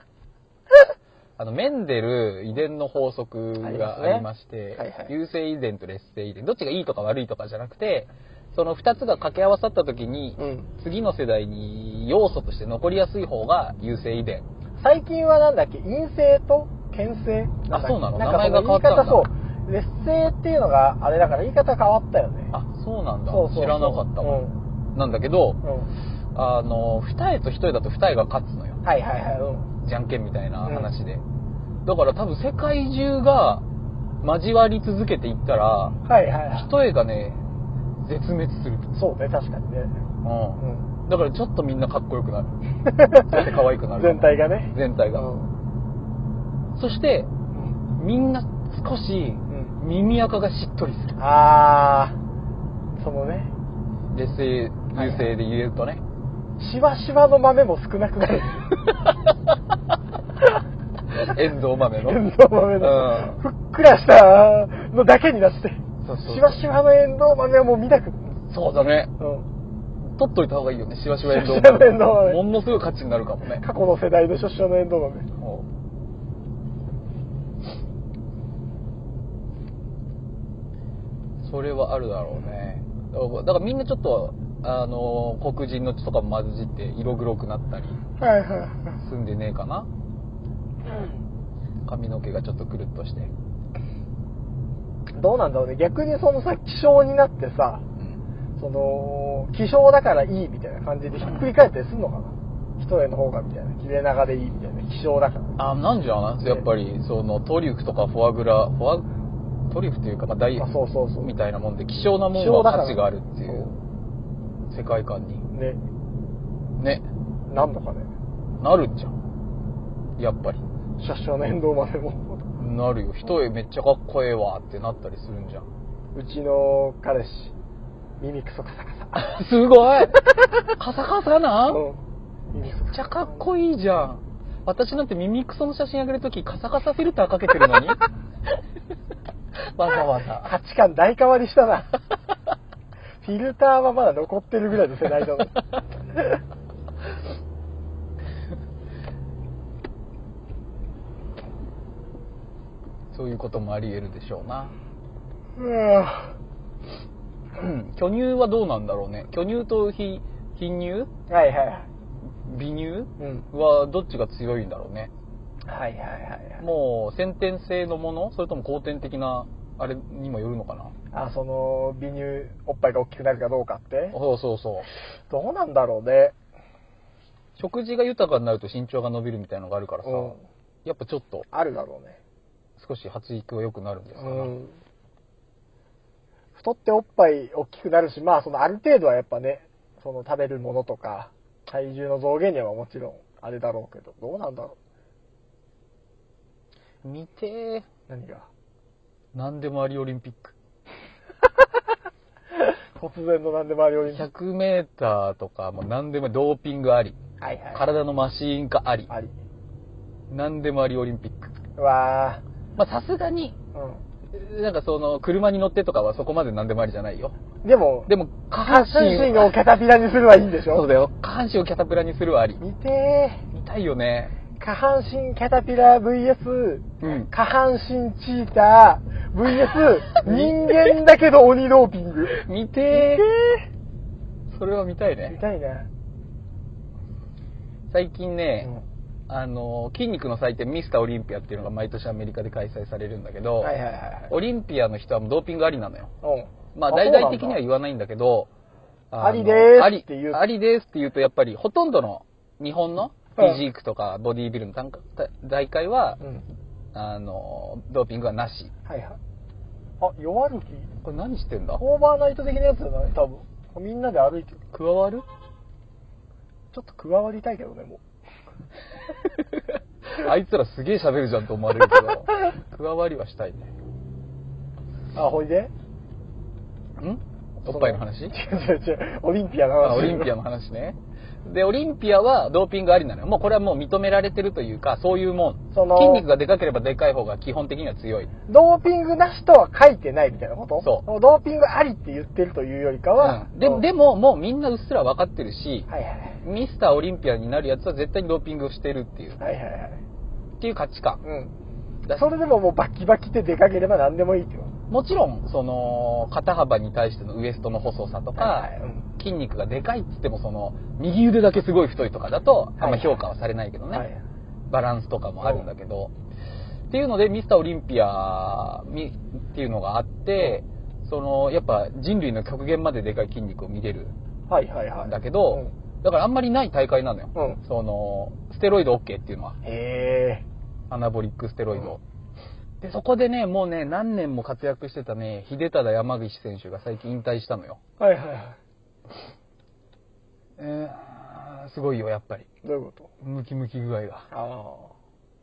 Speaker 1: あのメンデル遺伝の法則がありまして
Speaker 2: ありますねはいはい
Speaker 1: 優性遺伝と劣性遺伝どっちがいいとか悪いとかじゃなくてその2つが掛け合わさった時に、
Speaker 2: うん
Speaker 1: 次の世代に要素として残りやすい方が優性遺伝
Speaker 2: 最近はなんだっけ陰性と牽制
Speaker 1: あそうなの
Speaker 2: んかそ
Speaker 1: 名前が変わったんだ
Speaker 2: 言い方そう劣勢っていうのがあれだから言い方変わったよね
Speaker 1: あそうなんだ
Speaker 2: そうそうそう
Speaker 1: 知らなかったわ、なんだけどあの二重と一重だと二重が勝つのよ
Speaker 2: うんはいはいはいうん
Speaker 1: じゃんけんみたいな話で、だから多分世界中が交わり続けていったら
Speaker 2: はいはいはい
Speaker 1: 一重がね絶滅する、
Speaker 2: そうね確かにね
Speaker 1: う
Speaker 2: うん
Speaker 1: ん、だからちょっとみんなかっこよくなるそして可愛くなる
Speaker 2: 全体がね
Speaker 1: 全体が、
Speaker 2: うん
Speaker 1: そしてみんな少し
Speaker 2: ん
Speaker 1: 耳垢がしっとりする
Speaker 2: あーそのね
Speaker 1: 劣勢優勢で言える とね、
Speaker 2: しわしわの豆も少な くなる
Speaker 1: 遠藤豆の
Speaker 2: エンドウ豆の
Speaker 1: うん
Speaker 2: ふっくらしたのだけになって
Speaker 1: そうそう
Speaker 2: しわしわのエンドウ豆はもう見なくなる
Speaker 1: そうだね
Speaker 2: うん
Speaker 1: 取っといた方がいいよねしわしわ遠藤
Speaker 2: しわしわ遠藤豆
Speaker 1: ものすごい価値になるかもね
Speaker 2: 過去の世代の初々のエンドウ豆
Speaker 1: それはあるだろうねだからだからみんなちょっとあの黒人の血とかも混じって色黒くなったり
Speaker 2: はいはいはい
Speaker 1: すんでねえかな髪の毛がちょっとくるっとして、
Speaker 2: どうなんだろうね逆にそのさ気象になってさ
Speaker 1: うん
Speaker 2: その気象だからいいみたいな感じでひっくり返ったりするのかな一重の方がみたいな切れ長でいいみたいな気象だから
Speaker 1: あなんじゃないやっぱりそのトリュフとかフォアグラフォアトリュフというか、まあ、ダイエ
Speaker 2: あそうそうそう
Speaker 1: みたいなもんで希少なも
Speaker 2: 希少
Speaker 1: の
Speaker 2: だ
Speaker 1: は
Speaker 2: から
Speaker 1: 価値があるっていう世界観に
Speaker 2: ね
Speaker 1: ね
Speaker 2: なんのかね
Speaker 1: なるんじゃんやっぱり
Speaker 2: シャッシャの遠藤豆も
Speaker 1: なるよ一重めっちゃかっこええわってなったりするんじゃん
Speaker 2: うちの彼氏耳クソカサカサ
Speaker 1: すごい カサカサな
Speaker 2: うんん
Speaker 1: め
Speaker 2: 耳クソ
Speaker 1: っ
Speaker 2: カ
Speaker 1: ち
Speaker 2: サ
Speaker 1: ゃ
Speaker 2: カサ
Speaker 1: かっこいいじゃん私なんて耳クソの写真あげるときカサカサフィルターかけてるの にわざわざ
Speaker 2: 価値観大変わりした なフィルターはまだ残ってるぐらいの世代だも ん
Speaker 1: そういうこともあり得るでしょうな
Speaker 2: うわ
Speaker 1: うん巨乳はどうなんだろうね巨乳と非貧乳
Speaker 2: ぁはいはいはい
Speaker 1: 美乳
Speaker 2: うん
Speaker 1: はどっちが強いんだろうね
Speaker 2: はいはいはいはい
Speaker 1: もう先天性のものそれとも後天的なあれにもよるのかな
Speaker 2: あその美乳おっぱいが大きくなるかどうかって
Speaker 1: そうそうそう
Speaker 2: どうなんだろうね
Speaker 1: 食事が豊かになると身長が伸びるみたいなのがあるからさ、
Speaker 2: うん
Speaker 1: やっぱちょっと
Speaker 2: あるだろうね
Speaker 1: 少し発育は良くなるんですか
Speaker 2: う
Speaker 1: ら、
Speaker 2: ん太っておっぱい大きくなるしまあそのある程度はやっぱねその食べるものとか体重の増減にはもちろんあれだろうけどどうなんだろ
Speaker 1: 見て
Speaker 2: う何が
Speaker 1: ーなんでもありオリンピック
Speaker 2: 突然の何でもありオリンピック
Speaker 1: 100m とかも何でもドーピングあり
Speaker 2: はいはい
Speaker 1: 体のマシーン化あり
Speaker 2: あり
Speaker 1: 何でもありオリンピック
Speaker 2: うわ
Speaker 1: まあさすがに
Speaker 2: ー
Speaker 1: なんかその車に乗ってとかはそこまで何でもありじゃないよ
Speaker 2: うんでも
Speaker 1: でも下
Speaker 2: 下
Speaker 1: 半
Speaker 2: 半
Speaker 1: 身
Speaker 2: 身をキャタピラにするはいいんでしょ
Speaker 1: そうだよ下半身をキャタプラにするはあり
Speaker 2: 見て
Speaker 1: 見たいよね
Speaker 2: ー下半身キャタピラ VS
Speaker 1: うん
Speaker 2: 下半身チーター VS 人間だけど鬼ローピング。
Speaker 1: 見
Speaker 2: え
Speaker 1: てーそれは見たい
Speaker 2: ー見
Speaker 1: ね
Speaker 2: たいな。
Speaker 1: 最近ね、
Speaker 2: う
Speaker 1: あの、筋肉の祭典ミスターオリンピアっていうのが毎年アメリカで開催されるんだけど、
Speaker 2: はいはいはいはい。
Speaker 1: オリンピアの人はもうドーピングありなのよ。
Speaker 2: うん。
Speaker 1: まあ、
Speaker 2: そうな
Speaker 1: 大
Speaker 2: んだ
Speaker 1: 々的には言わないんだけど、の
Speaker 2: ありです
Speaker 1: あり
Speaker 2: って言う
Speaker 1: ありですって言うと、やっぱりほとんどの日本のフ
Speaker 2: うん
Speaker 1: ィジークとかボディービルの単価大会は、
Speaker 2: うん。
Speaker 1: あの、ドーピングはなし。
Speaker 2: はいはい。あ、弱歩き
Speaker 1: これ何してんだ
Speaker 2: オーバーナイト的なやつじゃない多分。みんなで歩いてる。
Speaker 1: 加わる
Speaker 2: ちょっと加わりたいけどね、も
Speaker 1: あいつらすげえ喋るじゃんと思われるけど、加わりはしたいね。
Speaker 2: う。あ、ほいで
Speaker 1: んおっぱいの話
Speaker 2: 違う違う違う。オリンピアの
Speaker 1: あ
Speaker 2: 話。
Speaker 1: オリンピアの話ね。で、オリンピアはドーピングありなのよ。もうこれはもう認められてるというか、そういうもん。
Speaker 2: その
Speaker 1: 筋肉がでかければでかい方が基本的には強い。
Speaker 2: ドーピングなしとは書いてないみたいなこと。
Speaker 1: そう
Speaker 2: ドーピングありって言ってるというよりかは、
Speaker 1: うんで
Speaker 2: うん
Speaker 1: でも、もうみんなうっすら分かってるし、
Speaker 2: はいはい
Speaker 1: ミスターオリンピアになるやつは絶対にドーピングをしてるっていう、
Speaker 2: はい。はいはいはい。
Speaker 1: っていう価値観
Speaker 2: うん。
Speaker 1: だし
Speaker 2: それでももうバキバキって出かければ何でもいいってこと。
Speaker 1: もちろん、その、肩幅に対してのウエストの細さとか、
Speaker 2: はいはいうん
Speaker 1: 筋肉がでかいって言っても、その、右腕だけすごい太いとかだと、あんま評価はされないけどね。
Speaker 2: はいはい
Speaker 1: バランスとかもあるんだけど、っていうのでミスターオリンピアみっていうのがあって、そのやっぱ人類の極限まででかい筋肉を見れる
Speaker 2: はいはいは
Speaker 1: ん
Speaker 2: い。
Speaker 1: だけど、だからあんまりない大会なのよ、
Speaker 2: うん
Speaker 1: そのステロイド OK っていうのは
Speaker 2: うん。へ
Speaker 1: アナボリックステロイド、でそこでねもうね何年も活躍してたね秀忠山岸選手が最近引退したのよ、
Speaker 2: ー。はいはいは
Speaker 1: えーすごいよやっぱり
Speaker 2: い。どういうこと
Speaker 1: ムキムキ具合が
Speaker 2: ああ。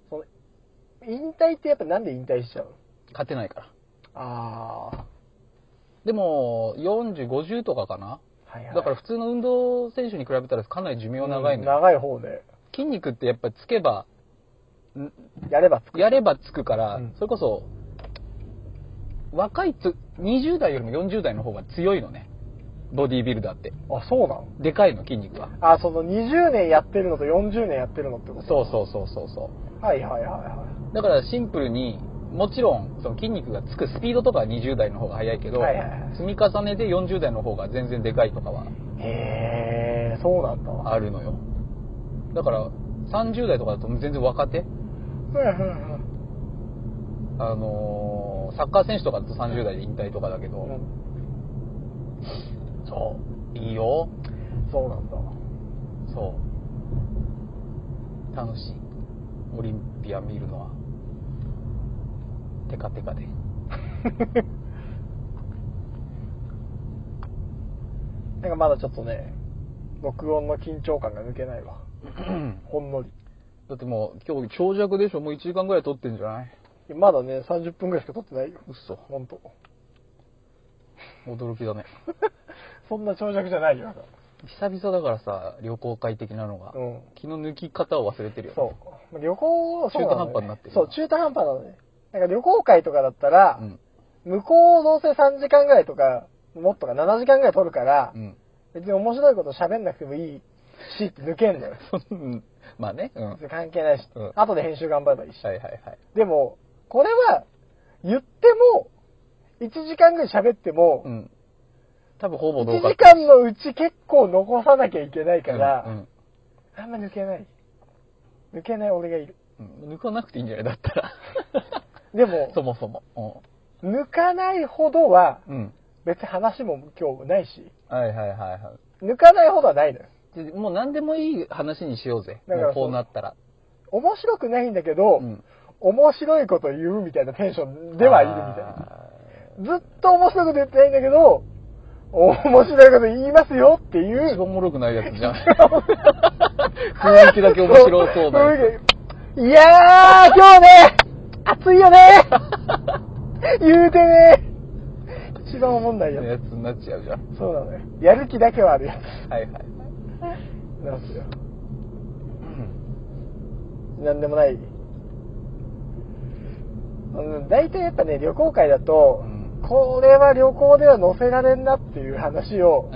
Speaker 2: その、引退ってやっぱなんで引退しちゃうの
Speaker 1: 勝てないから
Speaker 2: ああ。
Speaker 1: でも4050とかかな
Speaker 2: はいはい。
Speaker 1: だから普通の運動選手に比べたらかなり寿命長いの
Speaker 2: うん
Speaker 1: よ、
Speaker 2: 長い方で。
Speaker 1: 筋肉ってやっぱりつけばん
Speaker 2: やればつく。
Speaker 1: やればつくから、
Speaker 2: うん
Speaker 1: それこそ若いつ20代よりも40代の方が強いのねボディービルダーって
Speaker 2: あ、そうなの
Speaker 1: でかいの筋肉は
Speaker 2: あ、その20年やってるのと40年やってるのってこと
Speaker 1: そうそうそうそうそう
Speaker 2: はいはいはいは
Speaker 1: だからシンプルにもちろんその筋肉がつくスピードとかは20代の方が速いけど、
Speaker 2: はいはいはい。
Speaker 1: 積み重ねで40代の方が全然でかいとかはい
Speaker 2: へえ、そうなんだわ。
Speaker 1: あるのよだから30代とかだと全然若手
Speaker 2: うんうん
Speaker 1: あのーサッカー選手とかだと30代で引退とかだけど、
Speaker 2: うんうん。
Speaker 1: そういいよ
Speaker 2: そうなんだわ。
Speaker 1: そう楽しいオリンピア見るのはテカテカ で
Speaker 2: なんかまだちょっとね、録音の緊張感が抜けないわ。ほんのり。
Speaker 1: だってもう今日長尺でしょもう1時間ぐらい撮ってんじゃない
Speaker 2: まだね、30分ぐらいしか撮ってないよ。
Speaker 1: 嘘
Speaker 2: ほんと。
Speaker 1: 驚きだね
Speaker 2: そんな長尺じゃないよ。
Speaker 1: 久々だからさ旅行会的なのが、
Speaker 2: うん
Speaker 1: 気の抜き方を忘れてるよね、
Speaker 2: そう。旅行、そうなの
Speaker 1: 中途半
Speaker 2: よ
Speaker 1: 端になってる
Speaker 2: そう、中途半端なのね。なんか旅行会とかだったら、
Speaker 1: ん
Speaker 2: 向こうどうせ3時間ぐらいとか、もっとか7時間ぐらい取るから、
Speaker 1: うん
Speaker 2: 別に面白いこと喋んなくてもいいし、抜けんのよ。
Speaker 1: そんまあねうんはい
Speaker 2: 別に関係ないし、
Speaker 1: うん
Speaker 2: 後で編集頑張ればいいし。
Speaker 1: はいはい
Speaker 2: でも、これは、言っても、1時間ぐらい喋っても、
Speaker 1: うん多分ほぼ
Speaker 2: 1
Speaker 1: 同化
Speaker 2: 時間のうち結構残さなきゃいけないから、
Speaker 1: うんうん
Speaker 2: あんま抜けない。抜けない俺がいる。
Speaker 1: うん抜かなくていいんじゃないだった ら
Speaker 2: でも、
Speaker 1: そもそも
Speaker 2: 抜かないほどは、
Speaker 1: うん、うん、
Speaker 2: 別に話も今日ないし、
Speaker 1: はいはいはいは
Speaker 2: 抜かないほどはないのよ。
Speaker 1: いでもう何でもいい話にしようぜ
Speaker 2: だから
Speaker 1: もうこうなったら
Speaker 2: 面白くないんだけど、
Speaker 1: うん
Speaker 2: 面白いこと言うみたいなテンションではいるみたいな。ずっと面白いこと言ってないんだけど、面白いこと言いますよってい
Speaker 1: あー一
Speaker 2: う。
Speaker 1: 番おもろくないやつじゃ ん雰囲気だけ面白そうなや
Speaker 2: 雰囲気いやー、今日ね、暑い よね言うてね一番おもんない
Speaker 1: つ
Speaker 2: や
Speaker 1: のやつになっちゃうじゃん
Speaker 2: つ。そうなのよ。やる気だけはあるや
Speaker 1: はいはい、
Speaker 2: つ。なんですよ。
Speaker 1: うん
Speaker 2: なんでもない。うん、大体やっぱね、旅行会だと、
Speaker 1: うん
Speaker 2: これは旅行では載せられんなっていう話を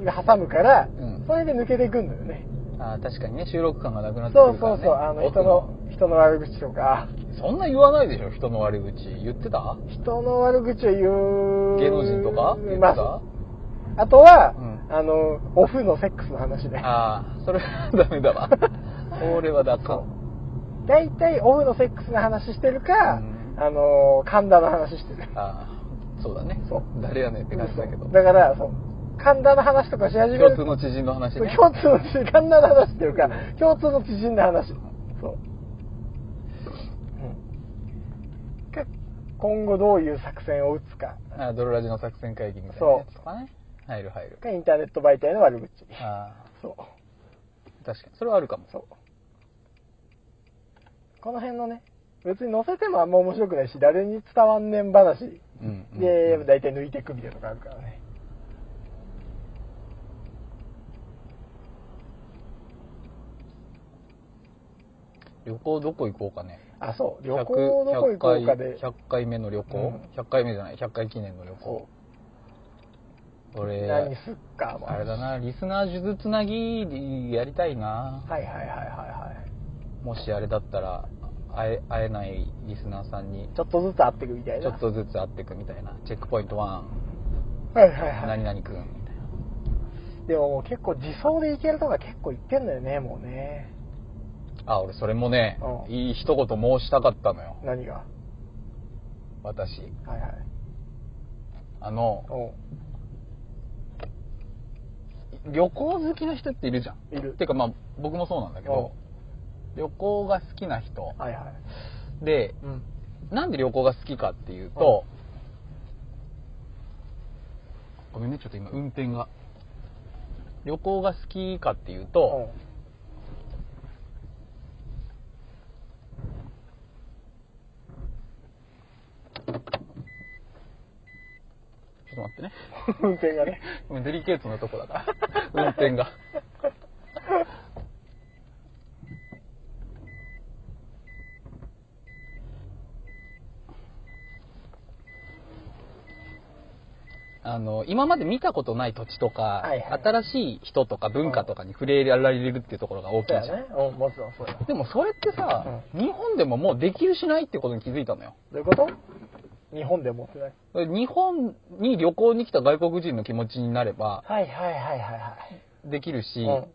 Speaker 1: うん
Speaker 2: 挟むから、
Speaker 1: うん
Speaker 2: それで抜けていくんだよね。
Speaker 1: ああ確かにね収録感がなくなってく
Speaker 2: そ
Speaker 1: るか
Speaker 2: うそ
Speaker 1: ら、
Speaker 2: う
Speaker 1: ね、
Speaker 2: そう、あの
Speaker 1: 奥
Speaker 2: 人の、人の悪口とか、
Speaker 1: そんな言わないでしょ人の悪口言ってた
Speaker 2: 人の悪口を言う。
Speaker 1: 芸能人とか言って
Speaker 2: ま
Speaker 1: た、
Speaker 2: あ、あとは、
Speaker 1: うん
Speaker 2: あの、オフのセックスの話ね。
Speaker 1: ああそれはダメだわこれはだか
Speaker 2: そ大体オフのセックスの話してるか、
Speaker 1: うん
Speaker 2: あのー神田の話してる
Speaker 1: ああそうだね
Speaker 2: そう
Speaker 1: 誰やねんって感じだけど
Speaker 2: だからそう神田の話とかし始め
Speaker 1: 共
Speaker 2: る
Speaker 1: 通の知人の話ね
Speaker 2: 共通の知人神田の話っていうか共通の知人の話そう、うん、か今後どういう作戦を打つか
Speaker 1: あドロラジの作戦会議みたいなやつとかね入る入る
Speaker 2: かインターネット媒体の悪口
Speaker 1: ああ
Speaker 2: そう
Speaker 1: 確かにそれはあるかも
Speaker 2: そうこの辺のね別に載せてもあんま面白くないし誰に伝わんねん話
Speaker 1: うんうん
Speaker 2: で、
Speaker 1: うん
Speaker 2: 大体抜いていくみたいなのがあるからね。
Speaker 1: 旅行どこ行こうかね
Speaker 2: あ、そう。旅
Speaker 1: 100
Speaker 2: 行どこ行こうかで
Speaker 1: 100。回 ,100 回目の旅行、
Speaker 2: うん
Speaker 1: 100回目じゃない100回記念の旅
Speaker 2: そ
Speaker 1: 行
Speaker 2: う。何
Speaker 1: 俺
Speaker 2: すっか、もう
Speaker 1: あれだ。なリスナー数珠つなぎやりたいな
Speaker 2: はいはいはいはいはい。
Speaker 1: もしあれだったら会え会えないリスナーさんに
Speaker 2: ちょっとずつ会っていくみたい
Speaker 1: ちょ
Speaker 2: な。
Speaker 1: っとずつ会っていくみたいなチェックポイント1
Speaker 2: はいはいは
Speaker 1: 何
Speaker 2: い。
Speaker 1: 々くんみたいな
Speaker 2: でももう結構自走で行けるとか結構行ってんだよね、もうね。
Speaker 1: あ俺それもね、
Speaker 2: うん
Speaker 1: いい一言申したかったのよ
Speaker 2: 何が。
Speaker 1: 私
Speaker 2: はいはい。
Speaker 1: あの
Speaker 2: おう
Speaker 1: 旅行好きな人っているじゃん
Speaker 2: いる
Speaker 1: てかまあ僕もそうなんだけど旅行が好きな人
Speaker 2: はいはい。
Speaker 1: で
Speaker 2: うん。
Speaker 1: なんで旅行が好きかっていうと、ごめんね、ちょっと今、運転が。旅行が好きかっていうと、ちょっと待ってね。
Speaker 2: 運転 がね。
Speaker 1: 今デリケートなとこだから、 運転が。あの今まで見たことない土地とか、
Speaker 2: はいはい
Speaker 1: 新しい人とか文化とかに触れられるっていうところが大きい
Speaker 2: そ
Speaker 1: じ
Speaker 2: う
Speaker 1: ゃん、
Speaker 2: やね。うん、もちろんそうや。
Speaker 1: でもそれってさ、日本でももうできるしないってことに気づいたのよ
Speaker 2: どういうこと日本で持ってない。
Speaker 1: 日本に旅行に来た外国人の気持ちになれば
Speaker 2: はいはいはいはい
Speaker 1: できるし、
Speaker 2: はい。うん。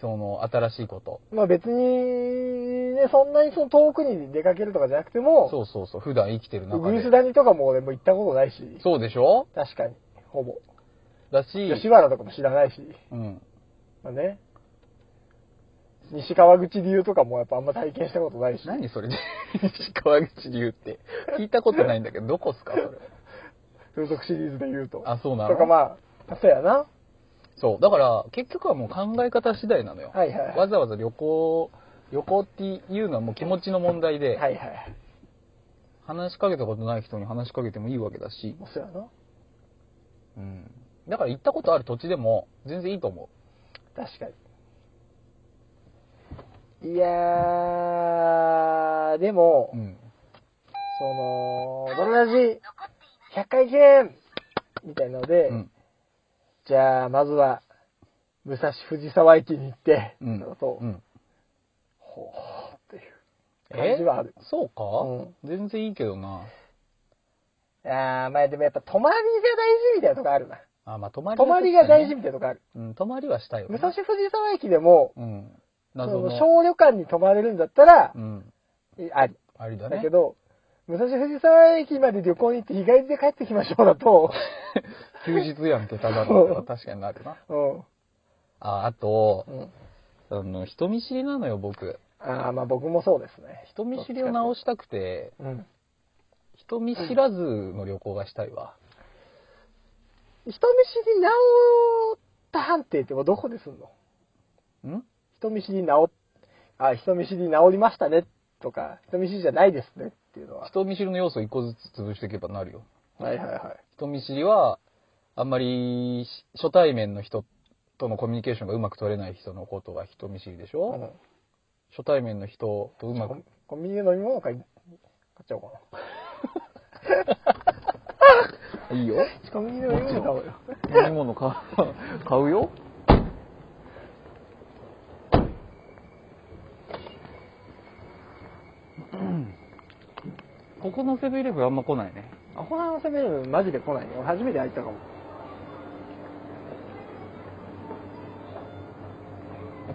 Speaker 1: その新しいこと
Speaker 2: まあ別に、ね、そんなにその遠くに出かけるとかじゃなくても、
Speaker 1: そうそうそう普段生きてる
Speaker 2: ウ
Speaker 1: 中
Speaker 2: グイ
Speaker 1: で
Speaker 2: ス谷とかも俺も行ったことないし、
Speaker 1: そうでしょ
Speaker 2: 確かに、ほぼ。
Speaker 1: だし、
Speaker 2: 吉原とかも知らないし、
Speaker 1: うん、
Speaker 2: まあね。西川口流とかもやっぱあんま体験したことないし、
Speaker 1: 何それ 西川口流って聞いたことないんだけどどこっすかそれ
Speaker 2: 風俗シリーズで言うと。
Speaker 1: あそうなの
Speaker 2: とかまあ、そうやな。
Speaker 1: そうだから結局はもう考え方次第なのよ、
Speaker 2: はいはい
Speaker 1: わざわざ旅行旅行っていうのはもう気持ちの問題で、
Speaker 2: はいはい。
Speaker 1: 話しかけたことない人に話しかけてもいいわけだし、
Speaker 2: もうそうやな。
Speaker 1: うん、だから行ったことある土地でも全然いいと思
Speaker 2: 確かに。いやー、でも、
Speaker 1: う、うん、
Speaker 2: その、ドロラジ100回記念みたいなので、
Speaker 1: うん
Speaker 2: じゃあ、まずは、武蔵藤沢駅に行って、
Speaker 1: うん
Speaker 2: そう、
Speaker 1: うん
Speaker 2: ほーっていう感
Speaker 1: え
Speaker 2: じはある。
Speaker 1: そうか、
Speaker 2: う
Speaker 1: 全然いいけどな
Speaker 2: あー、まあでもやっぱ泊まりが大事みたいなとこあるな。
Speaker 1: あまあ泊まりは
Speaker 2: 泊まりが大事みたいなとこある。
Speaker 1: うん、泊まりはしたいよ、
Speaker 2: 武
Speaker 1: ね。
Speaker 2: 蔵藤沢駅でも、
Speaker 1: うん。
Speaker 2: そ
Speaker 1: 謎の。
Speaker 2: の小旅館に泊まれるんだったら
Speaker 1: う、ん。
Speaker 2: あり。
Speaker 1: ありだね。
Speaker 2: だけど、武蔵藤沢駅まで旅行に行って日帰りで帰ってきましょうだ と、
Speaker 1: 休日やんけ、ただ
Speaker 2: そ
Speaker 1: の。
Speaker 2: う
Speaker 1: 確かになるな。
Speaker 2: うん。
Speaker 1: あ、あと、
Speaker 2: うん、
Speaker 1: あの、人見知りなのよ、僕。
Speaker 2: あー、まあ僕もそうですね。
Speaker 1: 人見知りを直したくて、
Speaker 2: うん。
Speaker 1: 人見知らずの旅行がしたいわ。
Speaker 2: 人見知り治った判定ってもうどこですんの
Speaker 1: ん
Speaker 2: 人見知り治っあ人見知り治りましたねとか人見知りじゃないですねっていうのは
Speaker 1: 人見知りの要素を一個ずつ潰していけばなるよ。
Speaker 2: はいはいはい
Speaker 1: 人見知りは、あんまりし初対面の人とのコミュニケーションがうまく取れない人のことが人見知りでしょ、
Speaker 2: うん
Speaker 1: 初対面の人とうま
Speaker 2: コ
Speaker 1: く
Speaker 2: ン。コンビニで飲み物買い買っちゃおうか
Speaker 1: いいよ。
Speaker 2: なコンビニで飲み物買おうよ
Speaker 1: 飲み物買う 買うよここのセブンイレブンあんま来ないね
Speaker 2: アホなの攻めるマジで来ないね俺初めて入ったかも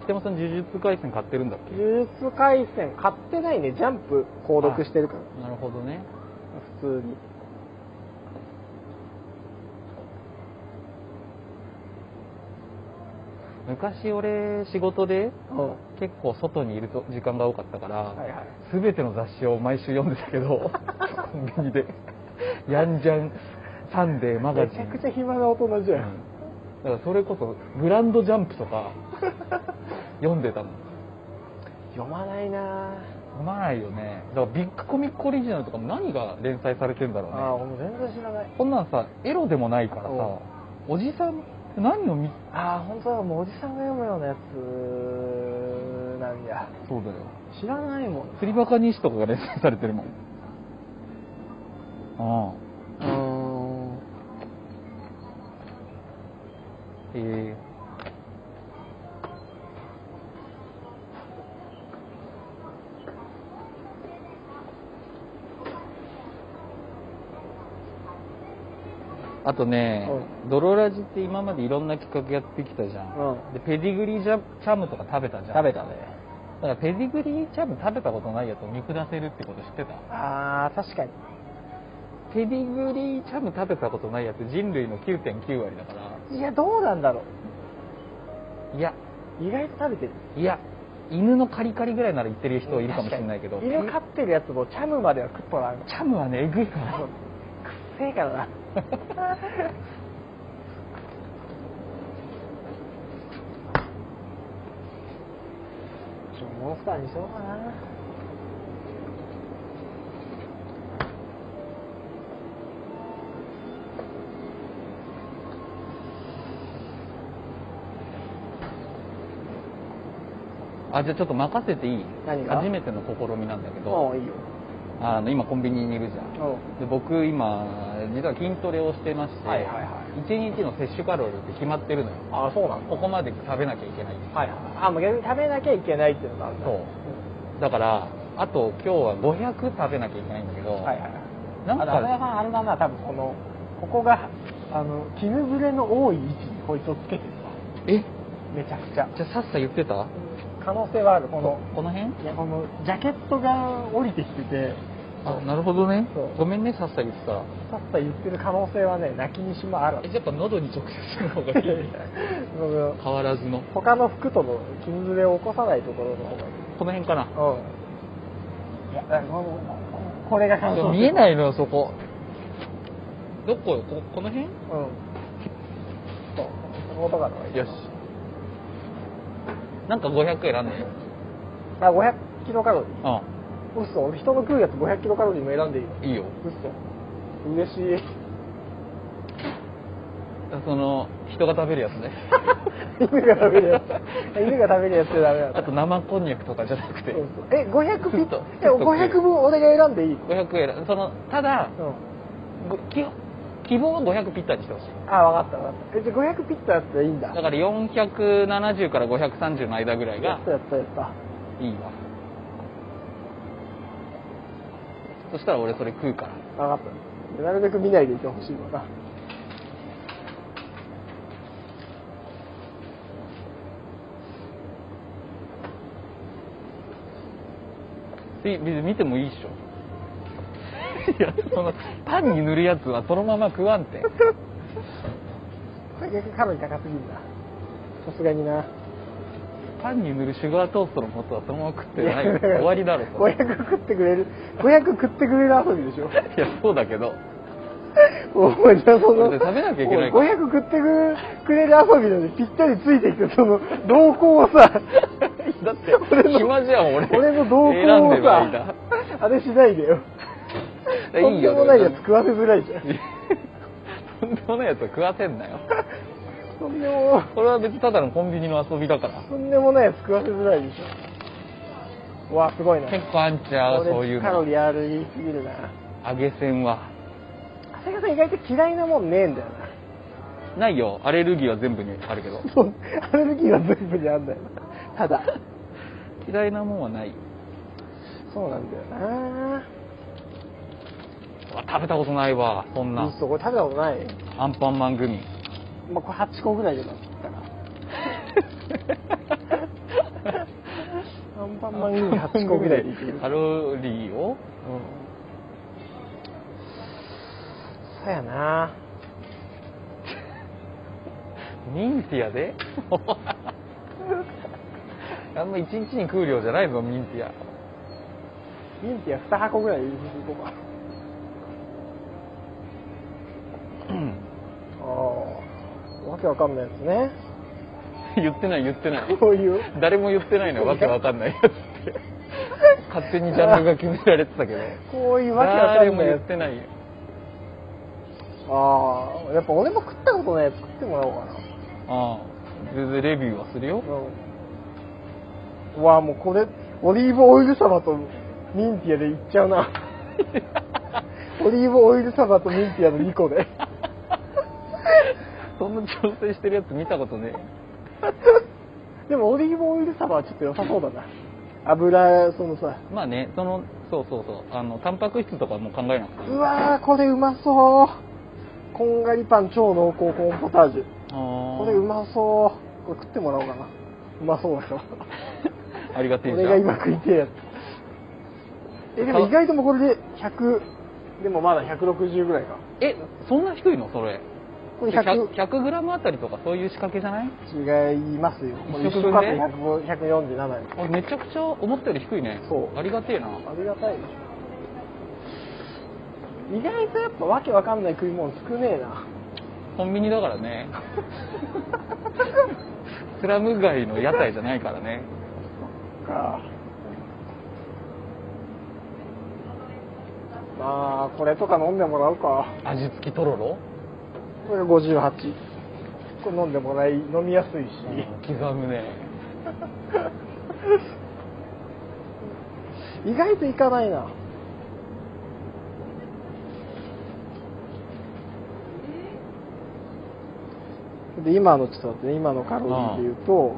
Speaker 1: 北山さん呪術廻戦買ってるんだっけ
Speaker 2: 呪術廻戦買ってないねジャンプ購読してるから、
Speaker 1: なるほどね
Speaker 2: 普通に
Speaker 1: 昔俺仕事で
Speaker 2: うんは
Speaker 1: 結構外にいると時間が多かったから、
Speaker 2: いはい
Speaker 1: 全ての雑誌を毎週読んでたけど コンビニで「ヤンジャン」「サンデー」「マガ
Speaker 2: め
Speaker 1: ジ
Speaker 2: ち
Speaker 1: ン」
Speaker 2: ゃくちゃ暇な大人じゃん、
Speaker 1: うんだからそれこそ「グランドジャンプ」とか 読んでたもん
Speaker 2: 読まないな
Speaker 1: 読まないよねだからビッグコミックオリジナルとかも何が連載されてんだろうね
Speaker 2: ああ俺も全然知らない
Speaker 1: こんなんさエロでもないからさ
Speaker 2: うん
Speaker 1: おじさん何を見
Speaker 2: ああ本当だもうおじさんが読むようなやつなんや
Speaker 1: そうだよ
Speaker 2: 知らないもん
Speaker 1: 釣りバカ西とかが連載されてるもんああ
Speaker 2: うーん
Speaker 1: へえあとね、ドロラジって今までいろんな企画やってきたじゃん。
Speaker 2: うん
Speaker 1: で、ペディグリージャチャムとか食べたじゃん。
Speaker 2: 食べたね
Speaker 1: だからペディグリーチャム食べたことないやつを見下せるってこと知ってた
Speaker 2: ああ確かに
Speaker 1: ペディグリーチャム食べたことないやつ人類の9.9割だから。
Speaker 2: いやどうなんだろ
Speaker 1: いや、
Speaker 2: う意外と食べてる
Speaker 1: いや、犬のカリカリぐらいなら言ってる人いるかもしれないけど、
Speaker 2: 確かに犬飼ってるやつもチャムまでは食っとらんく
Speaker 1: チャムはね、えぐいか
Speaker 2: っ
Speaker 1: ら。
Speaker 2: せえ からなちょモンスターにしようかな
Speaker 1: あ、じゃあちょっと任せていい
Speaker 2: 何が
Speaker 1: 初めての試みなんだけど、
Speaker 2: もういいよ
Speaker 1: あの、今コンビニにいるじゃん。
Speaker 2: う
Speaker 1: で僕今、実は筋トレをしてまして、
Speaker 2: はいはいはい
Speaker 1: 1日の摂取カロリーって決まってるのよ。
Speaker 2: んああそうなんだ
Speaker 1: ここまで食べなきゃいけない。
Speaker 2: はいはいあもう逆に食べなきゃいけないっていうのがあるんだ
Speaker 1: そうだから、あと今日は500食べなきゃいけないんだけど、
Speaker 2: はいはいはい
Speaker 1: なんか
Speaker 2: あ中山さんあれだな多分このここがあの絹ぶれの多い位置にこいつをつけてるわ
Speaker 1: え
Speaker 2: めちゃくちゃ
Speaker 1: じゃあさっさ言ってた
Speaker 2: 可能性はあるこの
Speaker 1: この辺
Speaker 2: いやこのジャケットが降りてきてて
Speaker 1: あ、なるほどね
Speaker 2: そう。
Speaker 1: ごめんね、さっさ言ってたら。
Speaker 2: さっさ言ってる可能性はね泣きにしもある
Speaker 1: えやっぱ喉に直接の方がいい
Speaker 2: その
Speaker 1: 変わらずの
Speaker 2: 他の服との金ずれを起こさないところの方がいい
Speaker 1: この辺かな
Speaker 2: うんいやだからこのこれが感想
Speaker 1: 見えないいのよそこどこよここの辺
Speaker 2: うんそうこことかの方がいい
Speaker 1: よしなんか500選んで
Speaker 2: あ500キロカロリー
Speaker 1: あ
Speaker 2: 嘘俺人の食うやつ500キロカロリーも選んでいいの
Speaker 1: あいいよ
Speaker 2: 嘘嬉しい
Speaker 1: その人が食べるや つね
Speaker 2: 犬が食べるやつ犬が食べるやつじゃダメだ
Speaker 1: あと生こんにゃくとかじゃなくて
Speaker 2: そうそうえ500
Speaker 1: ず
Speaker 2: ピッ
Speaker 1: っと
Speaker 2: え500分お願い選んでいい
Speaker 1: 500選そのただ
Speaker 2: うん
Speaker 1: ご希希望は500ピッタにしてほしい
Speaker 2: あ分かった分かったえじゃあ500ピッタやったらいいんだ
Speaker 1: だから470から530の間ぐらい
Speaker 2: や
Speaker 1: が
Speaker 2: ったやったやった
Speaker 1: いいわそしたら俺それ食うから
Speaker 2: 分かったなるべく見ないでいてほしいわな
Speaker 1: え別に見てもいいっしょ いやそのパンに塗るやつはそのまま食わんて
Speaker 2: これ逆にカロリー高すぎるなさすがにな
Speaker 1: パンに塗るシュガートーストのことはそのまま食って
Speaker 2: い
Speaker 1: ない
Speaker 2: や
Speaker 1: 終わりだろそれ
Speaker 2: 500食ってくれる500食ってくれる遊びでしょ
Speaker 1: いやそうだけど
Speaker 2: お前じゃあその
Speaker 1: だって食べなきゃいけないから
Speaker 2: 500食ってくれる遊びなんでぴったりついてきてその動向をさ
Speaker 1: だって暇じゃん俺
Speaker 2: 俺の動向
Speaker 1: 選んで
Speaker 2: を
Speaker 1: る
Speaker 2: さ
Speaker 1: 間
Speaker 2: あれしないでよ
Speaker 1: いや
Speaker 2: とんでもないやつ食わせづらいじゃん
Speaker 1: いやとんでもないやつは食わせんなよ
Speaker 2: とんでも
Speaker 1: これは別にただのコンビニの遊びだから
Speaker 2: とんでもないやつ食わせづらいでしょうわすごいな
Speaker 1: 結構あんちゃう
Speaker 2: 俺
Speaker 1: そういう
Speaker 2: カロ
Speaker 1: の
Speaker 2: リーある言いすぎるな
Speaker 1: 揚げせんは
Speaker 2: 長谷川さん意外と嫌いなもんねえんだよな
Speaker 1: な いよアレルギーは全部にあるけど
Speaker 2: そうアレルギーは全部にあんだよなただ
Speaker 1: 嫌いなもんはないよ
Speaker 2: そうなんだよな
Speaker 1: うわ食べたことないわそんな
Speaker 2: 嘘これ食べたことない、
Speaker 1: アンパンマングミ
Speaker 2: まあ、これ8個ぐらいでなったら3万8個ぐらいでいける。
Speaker 1: カロリーを
Speaker 2: うんそうやな
Speaker 1: ミンティアで あんま一日に食う量じゃないぞミンティア
Speaker 2: ミンティア2箱ぐらい入れていこうか。ああ、わけわかんないですね。
Speaker 1: 言ってない言ってない
Speaker 2: こういう。
Speaker 1: 誰も言ってないのわけわかんないやつって勝手にジャンルが決められてたけど
Speaker 2: こういうわけわか
Speaker 1: 誰
Speaker 2: ん
Speaker 1: も
Speaker 2: ない
Speaker 1: 言
Speaker 2: や
Speaker 1: ってないよ
Speaker 2: つ。ああ、やっぱ俺も食ったことないやつ食ってもらおうかな。
Speaker 1: ああ全然レビューはするよ
Speaker 2: うん。うわあ、もうこれ、オリーブオイルサバとミンティアでいっちゃう な。オリーブオイルサバとミンティアの2個で。
Speaker 1: そんな調整してるやつ見たことね
Speaker 2: でもオリーブオイルサバはちょっと良さそうだな。油、そのさ、
Speaker 1: えまあねそのそうそうそうあのタンパク質とかも考えなくていいう
Speaker 2: わーこれうまそうこんがりパン超濃厚コーンポタージュこ
Speaker 1: こ
Speaker 2: れうまそうこれ食ってもらおうかなうまそうだよ
Speaker 1: ありがてえじ
Speaker 2: 俺
Speaker 1: ゃ
Speaker 2: が
Speaker 1: ん
Speaker 2: 今食いてえやつえでも意外ともうこれで100でもまだ160ぐらいか
Speaker 1: えそんな低いのそれ
Speaker 2: これ100
Speaker 1: 100, 100グラムあたりとかそういう仕掛けじゃない
Speaker 2: 違いますよこれ
Speaker 1: 一
Speaker 2: 一
Speaker 1: 食
Speaker 2: 緒
Speaker 1: 分
Speaker 2: かっ
Speaker 1: で
Speaker 2: て147円
Speaker 1: あめちゃくちゃ思ったより低いね
Speaker 2: そう
Speaker 1: ありがてえな
Speaker 2: ありがたいでしょ意外とやっぱわけわかんない食い物少ねえな
Speaker 1: コンビニだからねスラム街の屋台じゃないからね
Speaker 2: かまあこれとか飲んでもらうか
Speaker 1: 味付きとろろ、
Speaker 2: これ58これ飲んでもらい飲みやすいし
Speaker 1: 刻むね
Speaker 2: 意外といかないなで今のちょっと待ってね今のカロリーで言うと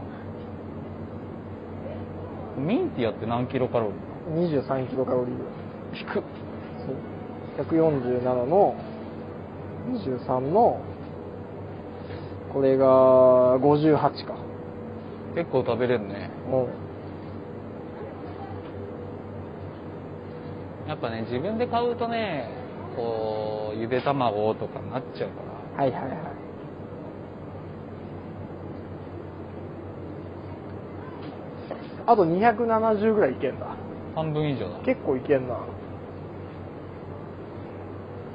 Speaker 1: ミンティアって何キロカロリー
Speaker 2: 23キロカロリーぐらい
Speaker 1: 低っ
Speaker 2: そう147の23のこれが58か
Speaker 1: 結構食べれるね
Speaker 2: う
Speaker 1: やっぱね自分で買うとねこうゆで卵とかなっちゃうから
Speaker 2: んはいはいはいあと270ぐらいいけんだ
Speaker 1: 半分以上 だ
Speaker 2: 結構いけんな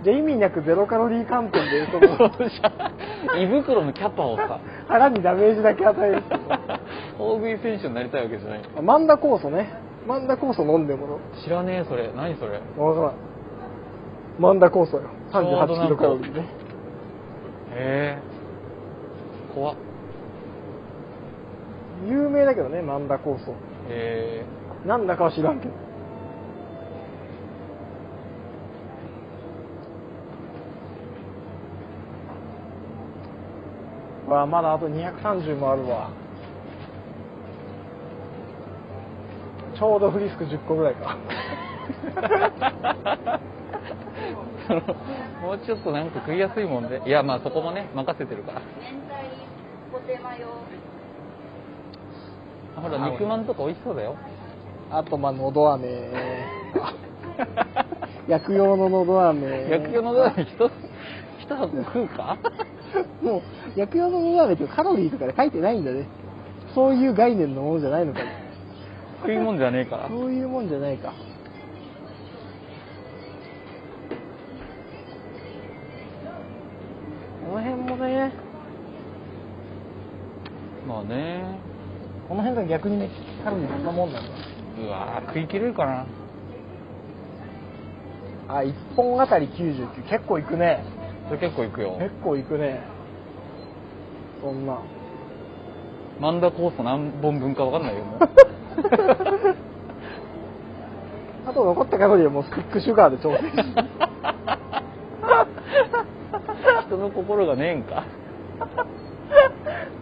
Speaker 2: じゃあ意味なくゼロカロリー観点でそ の
Speaker 1: 胃袋のキャパをさ
Speaker 2: 腹にダメージだけ与える
Speaker 1: 大食い選手になりたいわけじゃない
Speaker 2: あマンダ酵素ねマンダ酵素飲んでもらおう
Speaker 1: 知らねえそれ何それ
Speaker 2: わからんマンダ酵素よ
Speaker 1: ょうど
Speaker 2: 38
Speaker 1: なんか
Speaker 2: キロカロリーね
Speaker 1: へえ怖っ
Speaker 2: 有名だけどねマンダ酵素
Speaker 1: へえ
Speaker 2: なんだかは知らんけどわあまだあと230もあるわちょうどフリスク10個ぐらいか
Speaker 1: そのもうちょっとなんか食いやすいもんでいやまあそこもね任せてるから
Speaker 4: 明太ポテマヨ
Speaker 1: ほら肉まんとか美味しそうだよ
Speaker 2: あとまあのど飴 薬用ののど飴
Speaker 1: 薬用のどらに一つ一箱食うか
Speaker 2: もう薬用ののど飴ってカロリーとかで書いてないんだねそういう概念のものじゃないのかね
Speaker 1: 食いもんじゃねえから
Speaker 2: そういうもんじゃないか。この辺もね、
Speaker 1: まあね
Speaker 2: この辺が逆にね、カロリー高もんなんだ。
Speaker 1: うわー食い切れるかな
Speaker 2: あ、1本あたり99。結構いくね。
Speaker 1: それ結構いくよ
Speaker 2: 結構いくね。そん な。
Speaker 1: マンダ酵素何本分か分かんないよもう
Speaker 2: あと残ったカロリーはもうスティックシュガーで調整して。
Speaker 1: 人の心がねえんか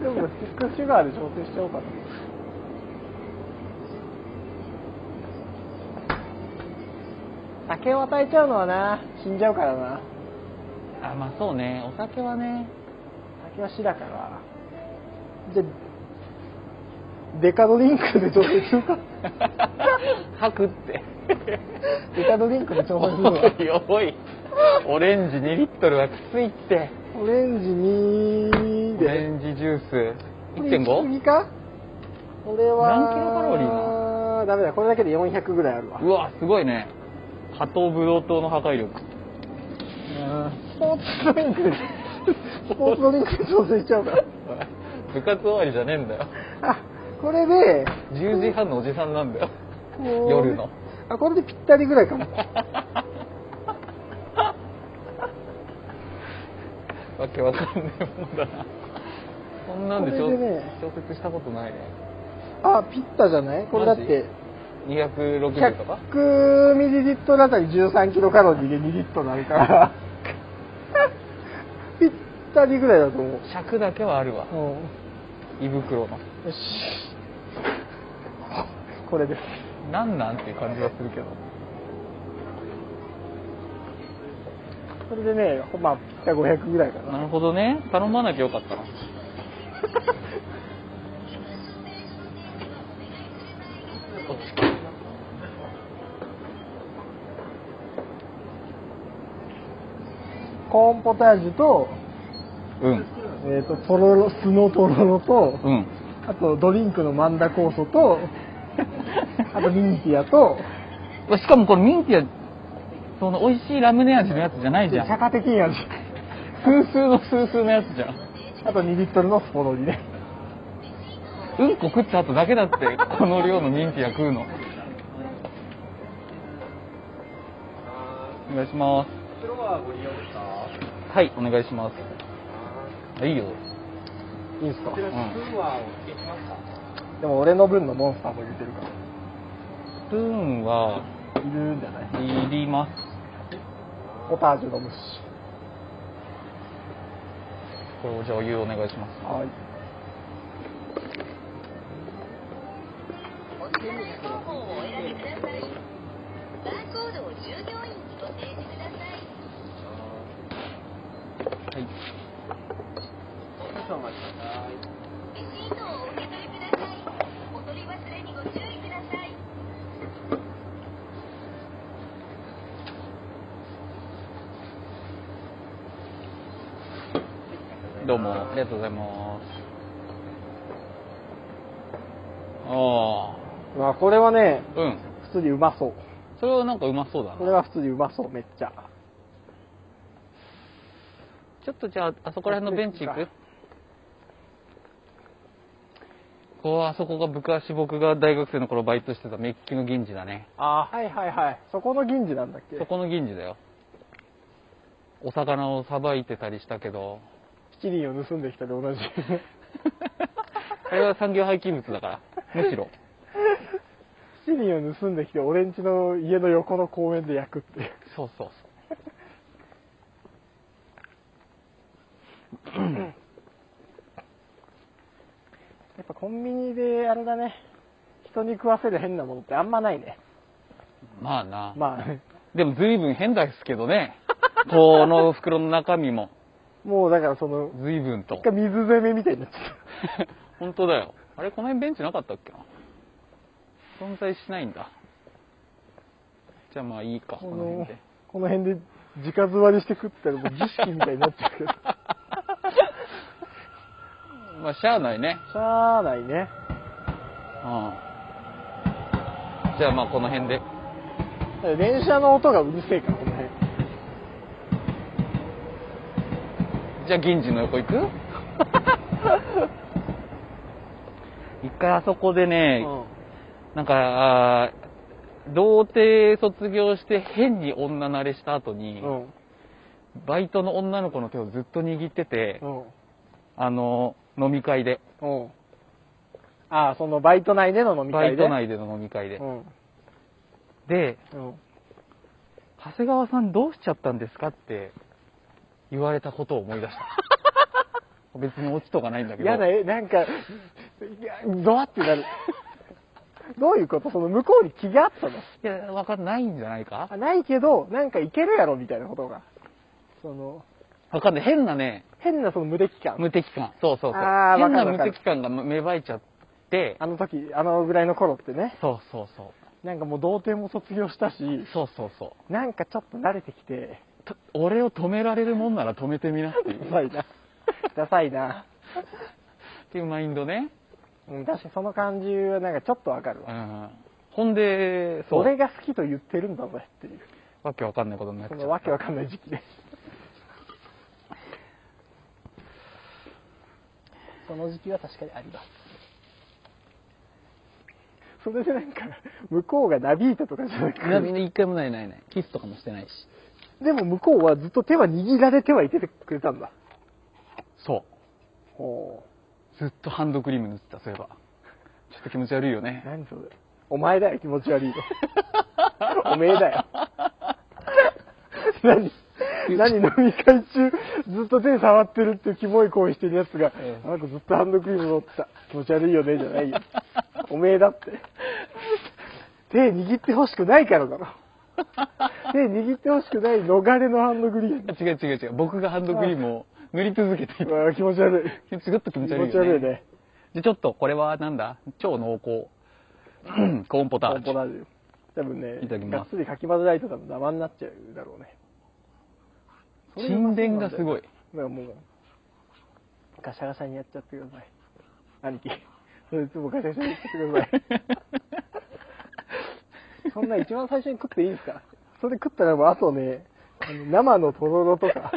Speaker 2: でもスティックシュガーで調整しちゃおうかな。酒を与えちゃうのはな、死んじゃうからな。
Speaker 1: あまあそうねお酒はね
Speaker 2: 酒は死だから。じゃあ、デカドリンクで調整するか。
Speaker 1: 吐くって
Speaker 2: デカドリンクで調整するわ。
Speaker 1: おいおいオレンジ2リットルはきついって
Speaker 2: オレンジ2
Speaker 1: オレ
Speaker 2: で。
Speaker 1: ンジジュース
Speaker 2: これ
Speaker 1: 1.5?
Speaker 2: 一かこれは。
Speaker 1: 何キロカロリー
Speaker 2: なダメだ、これだけで400ぐらいあるわ。
Speaker 1: うわすごいね波頭ブドウ糖の破壊力
Speaker 2: スポーツドリンクで、スポーツドリンクで調整しちゃうから。
Speaker 1: 部活終わりじゃねえんだよ
Speaker 2: あ、これで、
Speaker 1: 10時半のおじさんなんだよ
Speaker 2: こう
Speaker 1: 夜の。
Speaker 2: あ、これでぴったりぐらいか
Speaker 1: わ
Speaker 2: も。
Speaker 1: けわかんねえもんだなこんなんで調
Speaker 2: これでね
Speaker 1: 調節したことないね
Speaker 2: あ、ぴったじゃないこれだって、
Speaker 1: 260とか
Speaker 2: 100ミリリットルあたり13キロカロリーで2リットルあるから、 ぴったりぐらいだと思う。
Speaker 1: 尺だけはあるわ
Speaker 2: うん
Speaker 1: 胃袋の
Speaker 2: よし。 これです。
Speaker 1: なんなんっていう感じはするけど
Speaker 2: これでね、まあ、ぴったり500ぐらいかな。
Speaker 1: なるほどね頼まなきゃよかったな
Speaker 2: コーンポタージュと、
Speaker 1: うん
Speaker 2: えっ、と、とろろ、酢のとろろと、
Speaker 1: うん
Speaker 2: あと、ドリンクのマンダ酵素 と、あと、ミンティアと、
Speaker 1: しかもこれミンティアその美味しいラムネ味のやつじゃないじ
Speaker 2: シ
Speaker 1: ゃん
Speaker 2: ャカテキン味。
Speaker 1: スースーのスースーのやつじゃん
Speaker 2: あと2リットルのスポロリね。
Speaker 1: うんこ食った後だけだってこの量のミンティア食うのお願いしますはいお願いしますあいいよ、
Speaker 2: いいんすか
Speaker 1: うん、
Speaker 2: でも俺の分のモンスターも入れてるから。
Speaker 1: スプーンはい
Speaker 2: るんじゃない
Speaker 1: いります
Speaker 2: ポタージュの蒸し。
Speaker 1: これをじゃあお湯お願いします
Speaker 2: はい。
Speaker 4: お勧め方法をお選びくださいバーコードを従業員にご提示ください
Speaker 1: はい
Speaker 4: レシートをお受け取りくださいお取り忘れにご注意ください
Speaker 1: どうもありがとうございますあ
Speaker 2: まあ、これはね、
Speaker 1: あうん
Speaker 2: 普通にうまそう。
Speaker 1: それはなんかうまそうだな
Speaker 2: これは普通にうまそう、めっちゃ。
Speaker 1: ちょっとじゃあ、あそこら辺のベンチ行くこう、あそこが昔僕が大学生の頃バイトしてたメッキの銀次だね。
Speaker 2: あはいはいはい。そこの銀次なんだっけ
Speaker 1: そこの銀次だよ。お魚をさばいてたりしたけど、
Speaker 2: 七輪を盗んできたで同じ。
Speaker 1: あれは産業廃棄物だから、 むしろ。
Speaker 2: 七輪を盗んできて、俺んちの家の横の公園で焼くっていう。
Speaker 1: そうそう
Speaker 2: やっぱコンビニであれだね。人に食わせる変なものってあんまないね。
Speaker 1: そう。まあな。
Speaker 2: まあ、
Speaker 1: でも随分変ですけどね。 この袋の中身も
Speaker 2: もうだからその、
Speaker 1: 随分と
Speaker 2: 一。回水攻めみたいになっちゃっ
Speaker 1: 本当だよ。あれ、この辺ベンチなかったっけな存在しないんだ。じゃあまあいいか、
Speaker 2: た。
Speaker 1: この
Speaker 2: こ
Speaker 1: 辺
Speaker 2: の
Speaker 1: で。、
Speaker 2: この辺で直座りして食ったらもう儀式みたいになっちゃう けど。
Speaker 1: まあしゃあないね。
Speaker 2: しゃーないね。
Speaker 1: うん。じゃあまあこの辺で。
Speaker 2: 電車の音がうるせえから、この辺。
Speaker 1: じゃあ銀次の横 行く一回あそこでね、なんか、あー童貞卒業して変に女慣れした後に、
Speaker 2: うん。うん。
Speaker 1: バイトの女の子の手をずっと握ってて、
Speaker 2: うん。
Speaker 1: あの、飲み会で。
Speaker 2: うん。ああ、そのバイト内での飲み
Speaker 1: バ
Speaker 2: 会
Speaker 1: イ
Speaker 2: で。
Speaker 1: ト内での飲み会で
Speaker 2: う。ん。
Speaker 1: で、
Speaker 2: うん。
Speaker 1: 長谷川さんどうしちゃったんですかって言われたことを思い出 した。別に落ちとかないんだけど。
Speaker 2: やだ、え、なんか、いやゾワってなる。 どういうことその向こうに気があったの
Speaker 1: いや、わかんないんじゃないか
Speaker 2: あないけど、なんかいけるやろみたいなことが。その、
Speaker 1: わかんない。変なね、
Speaker 2: 変なその無敵感。
Speaker 1: 無敵感。そうそうそう。
Speaker 2: あー
Speaker 1: 変
Speaker 2: わか
Speaker 1: な
Speaker 2: るわ
Speaker 1: 無
Speaker 2: かる
Speaker 1: 敵感が芽生えちゃって、
Speaker 2: あの時、あのぐらいの頃ってね、
Speaker 1: そうそうそ
Speaker 2: なんかもう童貞も卒業したし、
Speaker 1: う。そうそうそ
Speaker 2: なんかちょっと慣れてきて、
Speaker 1: う。と俺を止められるもんなら止めてみなっていう。
Speaker 2: ダサいな。 ダサいな。
Speaker 1: っていうマインドね。
Speaker 2: うん、確かにその感じはなんかちょっとわかる
Speaker 1: う
Speaker 2: わ。
Speaker 1: ん。ほんで、そう。
Speaker 2: 俺が好きと言ってるんだぜっていう、
Speaker 1: わけわかんないことになっち
Speaker 2: そ
Speaker 1: ゃっ
Speaker 2: の
Speaker 1: た。
Speaker 2: わけわかんない時期です。その時期は確かにあります。それでなんか、向こうがなびいたとかじゃなく
Speaker 1: なみん
Speaker 2: て、
Speaker 1: な一回もないないない。キスとかもしてないし。
Speaker 2: でも向こうはずっと手は握られてはいててくれたんだ。
Speaker 1: そ
Speaker 2: お
Speaker 1: う。ずっとハンドクリーム塗ってた、そういえば。ちょっと気持ち悪いよね。
Speaker 2: 何それ。お前だよ、気持ち悪 いの。おめえだよ。何何飲み会中、ずっと手触ってるっていうキモい行為してるやつが、
Speaker 1: ええ
Speaker 2: あの子ずっとハンドクリーム乗ってた。気持ち悪いよね、じゃないよ。おめえだって。手握ってほしくないからだ ろ。手握ってほしくない逃れのハンドクリーム。
Speaker 1: 違う違う違う。僕がハンドクリームを塗り続けていた
Speaker 2: うわ気持ち悪い。
Speaker 1: ちょっと気
Speaker 2: 気
Speaker 1: 持
Speaker 2: 持
Speaker 1: ち
Speaker 2: ち
Speaker 1: 悪いよね。
Speaker 2: 悪いよね。
Speaker 1: で、ちょっと、これはなんだ超濃厚。うんコーンポタ
Speaker 2: コ
Speaker 1: ー
Speaker 2: ン
Speaker 1: ジ
Speaker 2: ポ
Speaker 1: ュ。
Speaker 2: ラージュ多分ね、
Speaker 1: いただき
Speaker 2: が
Speaker 1: ま
Speaker 2: っ
Speaker 1: す
Speaker 2: つりかき混ぜないと多分生になっちゃうだろうね。
Speaker 1: 沈殿がすごい。
Speaker 2: だからもう、ガシャガシャにやっちゃってください。兄貴。そいつもガシャガシャにやっちゃってください。そんな一番最初に食っていいですかそれ食ったらもうあとね、あの生のとろろ とか、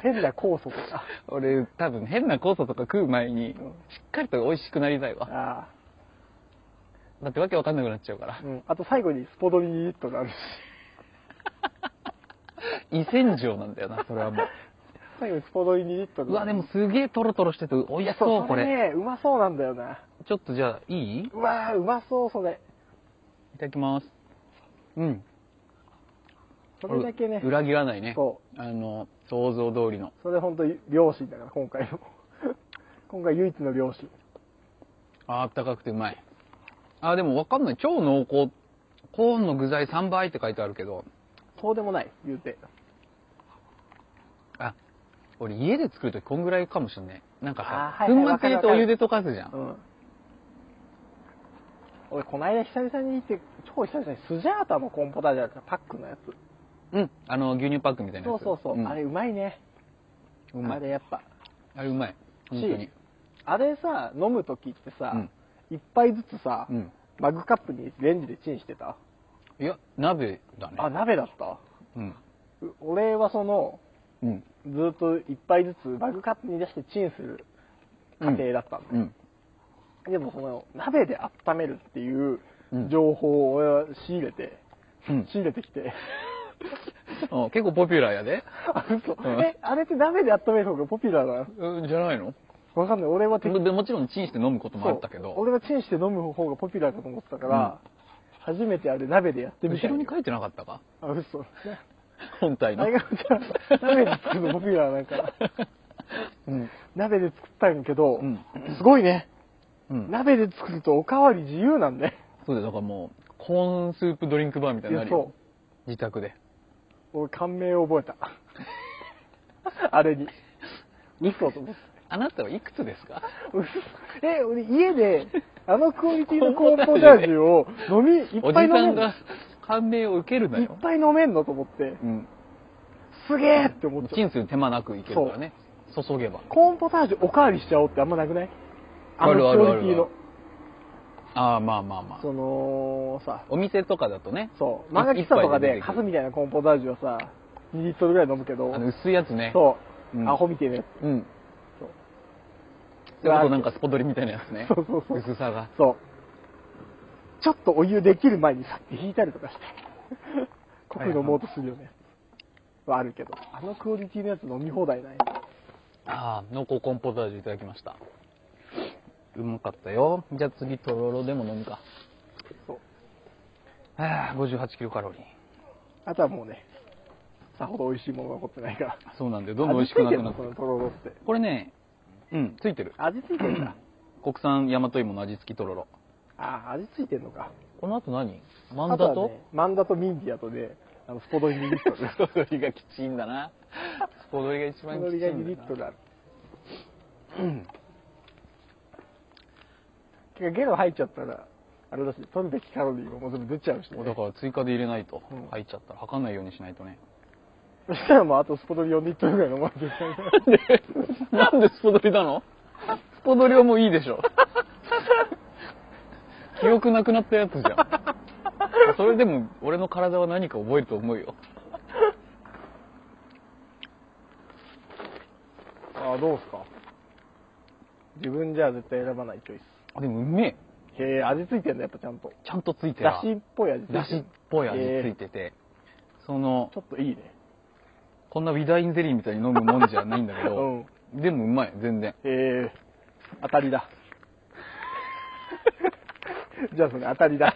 Speaker 2: 変な酵素とか。
Speaker 1: 俺、多分変な酵素とか食う前に、しっかりと美味しくなりたいわ。
Speaker 2: あ
Speaker 1: だってわけわかんなくなっちゃうから
Speaker 2: あ。。うん。あと最後にスポドリとかあるし。
Speaker 1: 異洗浄なんだよな、それはもう。
Speaker 2: 最後にスポドリ2リットル
Speaker 1: うわ、でもすげえトロトロしてて、美味しそう、これ。
Speaker 2: ね、うまそうなんだよな。
Speaker 1: ちょっとじゃあ、いいいう
Speaker 2: わーうまそう、それ。
Speaker 1: ただきます。うん。
Speaker 2: それだけね
Speaker 1: う、裏切らないね。。
Speaker 2: そう
Speaker 1: あの、想像通りの。
Speaker 2: それ本当に両親だから、今回の。 今回唯一の両親。
Speaker 1: あったかくてうまい。あ、でもわかんない。超濃厚。コーンの具材3倍って書いてあるけど、
Speaker 2: そうでもない、言うて。
Speaker 1: あ、俺家で作るときこんぐらいかもしんない。なんか
Speaker 2: あ
Speaker 1: さ、
Speaker 2: ーはいはい
Speaker 1: 粉末入れてお湯で溶かすじゃ。
Speaker 2: うんん。俺、こないだ久々に行って、超久々にスジャータのコンポタジャーかパックのやつ。
Speaker 1: うん。あの、牛乳パックみたいな
Speaker 2: そ
Speaker 1: や
Speaker 2: う
Speaker 1: つ。
Speaker 2: そうそう。
Speaker 1: ん
Speaker 2: あれ、うまいね。
Speaker 1: うま
Speaker 2: あれ、
Speaker 1: い。
Speaker 2: やっぱ。
Speaker 1: あれうまい。本当に
Speaker 2: し。あれさ、飲むときってさ、
Speaker 1: うん
Speaker 2: 一杯ずつさ、
Speaker 1: うん。
Speaker 2: マグカップにレンジでチンしてた。
Speaker 1: いや、鍋だね。
Speaker 2: あ、鍋だった。
Speaker 1: うん。
Speaker 2: う俺はその、
Speaker 1: うん。
Speaker 2: ずーっと一杯ずつマグカップに出してチンする過程だったの。
Speaker 1: うん。
Speaker 2: でもその鍋で温めるっていう
Speaker 1: うん
Speaker 2: 情報を俺は仕入れて、
Speaker 1: うん
Speaker 2: 仕入れてきて、
Speaker 1: あ結構ポピュラーやで。
Speaker 2: あ、 嘘
Speaker 1: うん
Speaker 2: え、あれって鍋で温める方がポピュラーなの
Speaker 1: うんじゃないの
Speaker 2: わかんない。俺は適当
Speaker 1: でもちろんチンして飲むこともあったけど、
Speaker 2: 俺はチンして飲む方がポピュラーかと思ってたから、初めてあれ鍋でやってみた
Speaker 1: 後
Speaker 2: い。
Speaker 1: ろに書いてなかったか
Speaker 2: あ、嘘。
Speaker 1: 本体の
Speaker 2: あ。れが、じゃあ鍋で作るのポピュラーなんか、
Speaker 1: うん。
Speaker 2: 鍋で作ったんやけど、
Speaker 1: うん
Speaker 2: すごいね。
Speaker 1: うん。
Speaker 2: 鍋で作るとおかわり自由なんで。
Speaker 1: そうだよ、だからもう、コーンスープドリンクバーみたいになる
Speaker 2: いや
Speaker 1: よ
Speaker 2: そ。
Speaker 1: 自宅で。
Speaker 2: 俺感銘を覚えた。 あれに。嘘と思って。
Speaker 1: あなたはいくつですか
Speaker 2: え、俺家で、あのクオリティのコーンポジャージュを飲み、い
Speaker 1: お
Speaker 2: っ
Speaker 1: じ
Speaker 2: ぱい飲
Speaker 1: さ
Speaker 2: め
Speaker 1: ん
Speaker 2: んの
Speaker 1: が感銘を受けるない
Speaker 2: っ
Speaker 1: よ。
Speaker 2: ぱい飲めんのと思って、
Speaker 1: うん。
Speaker 2: すげえって思っ
Speaker 1: チ
Speaker 2: ちゃう。
Speaker 1: ンする手間なくいけるからね。注げば。
Speaker 2: コーンポタージュおかわりしちゃおうってあんまなくないあ
Speaker 1: ある
Speaker 2: の
Speaker 1: あ
Speaker 2: ク
Speaker 1: る
Speaker 2: オ
Speaker 1: ある
Speaker 2: リティの。
Speaker 1: ああ、まあまあまあ。
Speaker 2: そのさ、
Speaker 1: お店とかだとね、
Speaker 2: そう、漫画喫茶とか
Speaker 1: 一杯で出てくる
Speaker 2: でカスみたいなコーンポタージュはさ、2リットルぐらい飲むけど
Speaker 1: あ、の薄いやつね。
Speaker 2: そう、
Speaker 1: うん
Speaker 2: アホみてえなやつ。
Speaker 1: う。うん。
Speaker 2: そう
Speaker 1: それこそなんかスポドリみたいなやつね。
Speaker 2: そうそうそう
Speaker 1: 薄さが。
Speaker 2: そう。ちょっとお湯できる前にさって引いたりと かして、濃く飲もうとするよね。はあるけど、あのクオリティのやつ飲み放題ない。
Speaker 1: ああ、濃厚コーンポタージュいただきました。うまかったよ。じゃあ次、とろろでも飲むか。
Speaker 2: そう。
Speaker 1: ああ、58キロカロリー。
Speaker 2: あとはもうね、さほど美味しいもの残ってないから。
Speaker 1: そうなんだよ。どんどん美味しくなくなって
Speaker 2: 味付いてん
Speaker 1: る
Speaker 2: のそのとろろって。
Speaker 1: これね、うん、ついてる。
Speaker 2: 味付いてんだ。
Speaker 1: 国産大和芋の味付きとろろ。
Speaker 2: ああ、味付いてんのか。
Speaker 1: この後何マン
Speaker 2: あ
Speaker 1: ダ
Speaker 2: とは
Speaker 1: と
Speaker 2: ね、マンダとミンディアとで、あのスポドリ2リットル。
Speaker 1: スポドリがきちいんだな。スポドリが一
Speaker 2: スポ
Speaker 1: 番き
Speaker 2: ド
Speaker 1: ちい
Speaker 2: リ
Speaker 1: ん
Speaker 2: が
Speaker 1: だ
Speaker 2: 2リッ
Speaker 1: な
Speaker 2: トルある。てかゲロ吐いちゃったら、あれだし、取るべきカロリーももう全部出ちゃうし、ね。
Speaker 1: もうだから追加で入れないと
Speaker 2: うん。
Speaker 1: 入っちゃったら、測んないようにしないと ね。
Speaker 2: そしたらもうあとスポドリ4リットルぐらい飲まなきゃいけな
Speaker 1: な
Speaker 2: い。
Speaker 1: んで、なんでスポドリなのスポドリはもういいでし ょ。記憶なくなったやつじゃん。それでも俺の体は何か覚えると思うよ。
Speaker 2: ああ、どうっすか自分じゃ絶対選ばないチョイス。
Speaker 1: あでもうめえ。
Speaker 2: へえ、味ついてんだ、やっぱちゃんと。
Speaker 1: ちゃんとついてる
Speaker 2: だしっぽい味ついてる
Speaker 1: だしっぽい味ついてて、その
Speaker 2: ちょっといいね。
Speaker 1: こんなウィダインゼリーみたいに飲むもんじゃないんだけど、でもうまい全然
Speaker 2: へえ、当たりだ。 じゃあそれ当たりだ。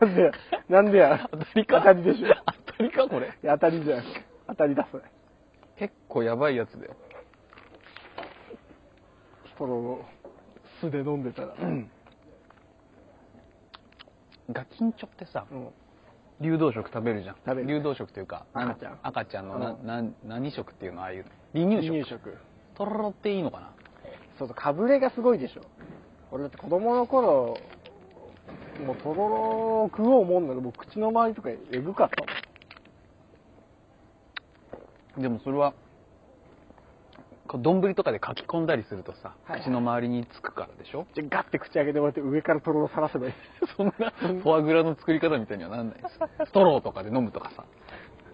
Speaker 2: なんでや、なんでや。
Speaker 1: 当たりか
Speaker 2: 当たりでしょ。い
Speaker 1: 当たりかこれ
Speaker 2: や当たりじゃん。当たりだ、それ。
Speaker 1: 結構やばいやつだよ
Speaker 2: その、酢で飲んでたら。うん。
Speaker 1: ガキンチョってさ流動食食べるじゃん
Speaker 2: 食べる
Speaker 1: 流動食というかなん
Speaker 2: 赤ちゃん
Speaker 1: 赤ちゃんのな、
Speaker 2: うん
Speaker 1: なん何食っていうのああいう離乳食
Speaker 2: 離乳食。
Speaker 1: とろろっていいのかな
Speaker 2: そうそう、かぶれがすごいでしょ。俺だって子供の頃、もうとろろを食おうもんなら、もう口の周りとかえぐかったもん。
Speaker 1: でもそれはこう丼とかでかき込んだりするとさ、
Speaker 2: はいはい
Speaker 1: 口の周りにつくからでし ょ
Speaker 2: じゃあガッて口開けてもらって上からとろろさらせばいい。
Speaker 1: そんなフォアグラの作り方みたいにはなんない ですストローとかで飲むとかさ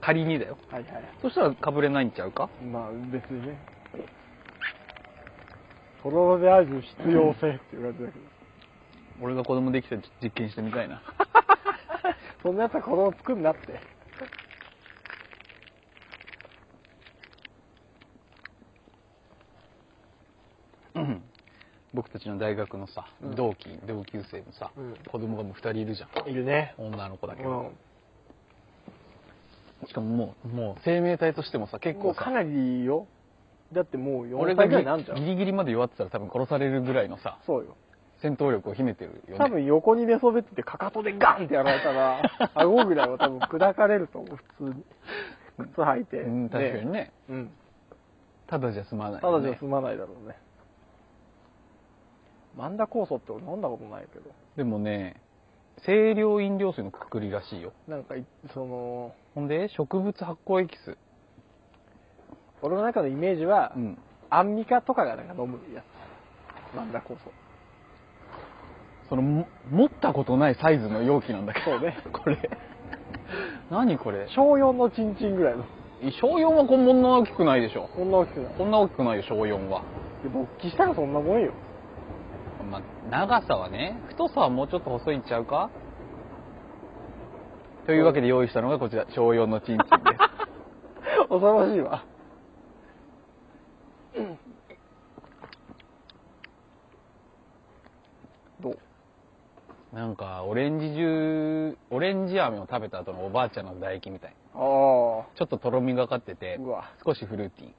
Speaker 1: 仮にだよ
Speaker 2: はいはい。
Speaker 1: そしたらかぶれないんちゃうか
Speaker 2: まあ別にね。とろろである必要性っていう感じだけど。
Speaker 1: 俺が子供できたらちょっと実験してみたいな
Speaker 2: そんなやつは子供作んなって。
Speaker 1: うん僕たちの大学のさ
Speaker 2: うん
Speaker 1: 同期、同級生のさ、
Speaker 2: うん
Speaker 1: 子供がもう2人いるじゃん
Speaker 2: いるね。
Speaker 1: 女の子だけ
Speaker 2: う
Speaker 1: ど、
Speaker 2: ん。
Speaker 1: しかももうもう生命体としてもさ結
Speaker 2: も
Speaker 1: 構
Speaker 2: うか
Speaker 1: さ
Speaker 2: なりいいよ。だってもう
Speaker 1: 俺
Speaker 2: 4
Speaker 1: が
Speaker 2: 歳
Speaker 1: ギ
Speaker 2: ぐらいになんじゃ
Speaker 1: ギ
Speaker 2: ん。
Speaker 1: リギリまで弱ってたら多分殺されるぐらいのさ
Speaker 2: そうよ。
Speaker 1: 戦闘力を秘めてるよね
Speaker 2: 多分横に寝そべっててかかとでガンってやられ たら、顎ぐらいは多分砕かれると思う、普通に。靴履いて。
Speaker 1: うん、確かにね。
Speaker 2: うん。
Speaker 1: ただじゃ済まない、ね。
Speaker 2: ただじゃ済まないだろうね。マンダ酵素って俺飲んだことないけど。
Speaker 1: でもね、清涼飲料水のくくりらしいよ。
Speaker 2: なんかい、その、
Speaker 1: ほんで、植物発酵エキス。
Speaker 2: 俺の中のイメージは、
Speaker 1: うん。
Speaker 2: アンミカとかがなんか飲むやつ。マンダ酵素。
Speaker 1: その、も持ったことないサイズの容器なんだけど。
Speaker 2: そうね
Speaker 1: これ。何これ
Speaker 2: 小4のチンチンぐらいの。
Speaker 1: 小4はこんな大きくないでしょ。
Speaker 2: こんな大きくない。
Speaker 1: こんな大きくないよ、小4は。
Speaker 2: で、勃起したらそんなもんよ。
Speaker 1: まあ、長さはね、太さはもうちょっと細いんちゃうかというわけで用意したのがこちら、小4のチンチンです。
Speaker 2: 恐ろしいわ。どう
Speaker 1: なんか、オレンジジューオレンジ飴を食べた後のおばあちゃんの唾液みたい。
Speaker 2: あ
Speaker 1: ちょっととろみがかって
Speaker 2: あ。
Speaker 1: て
Speaker 2: う、わ。
Speaker 1: 少しフルーティー。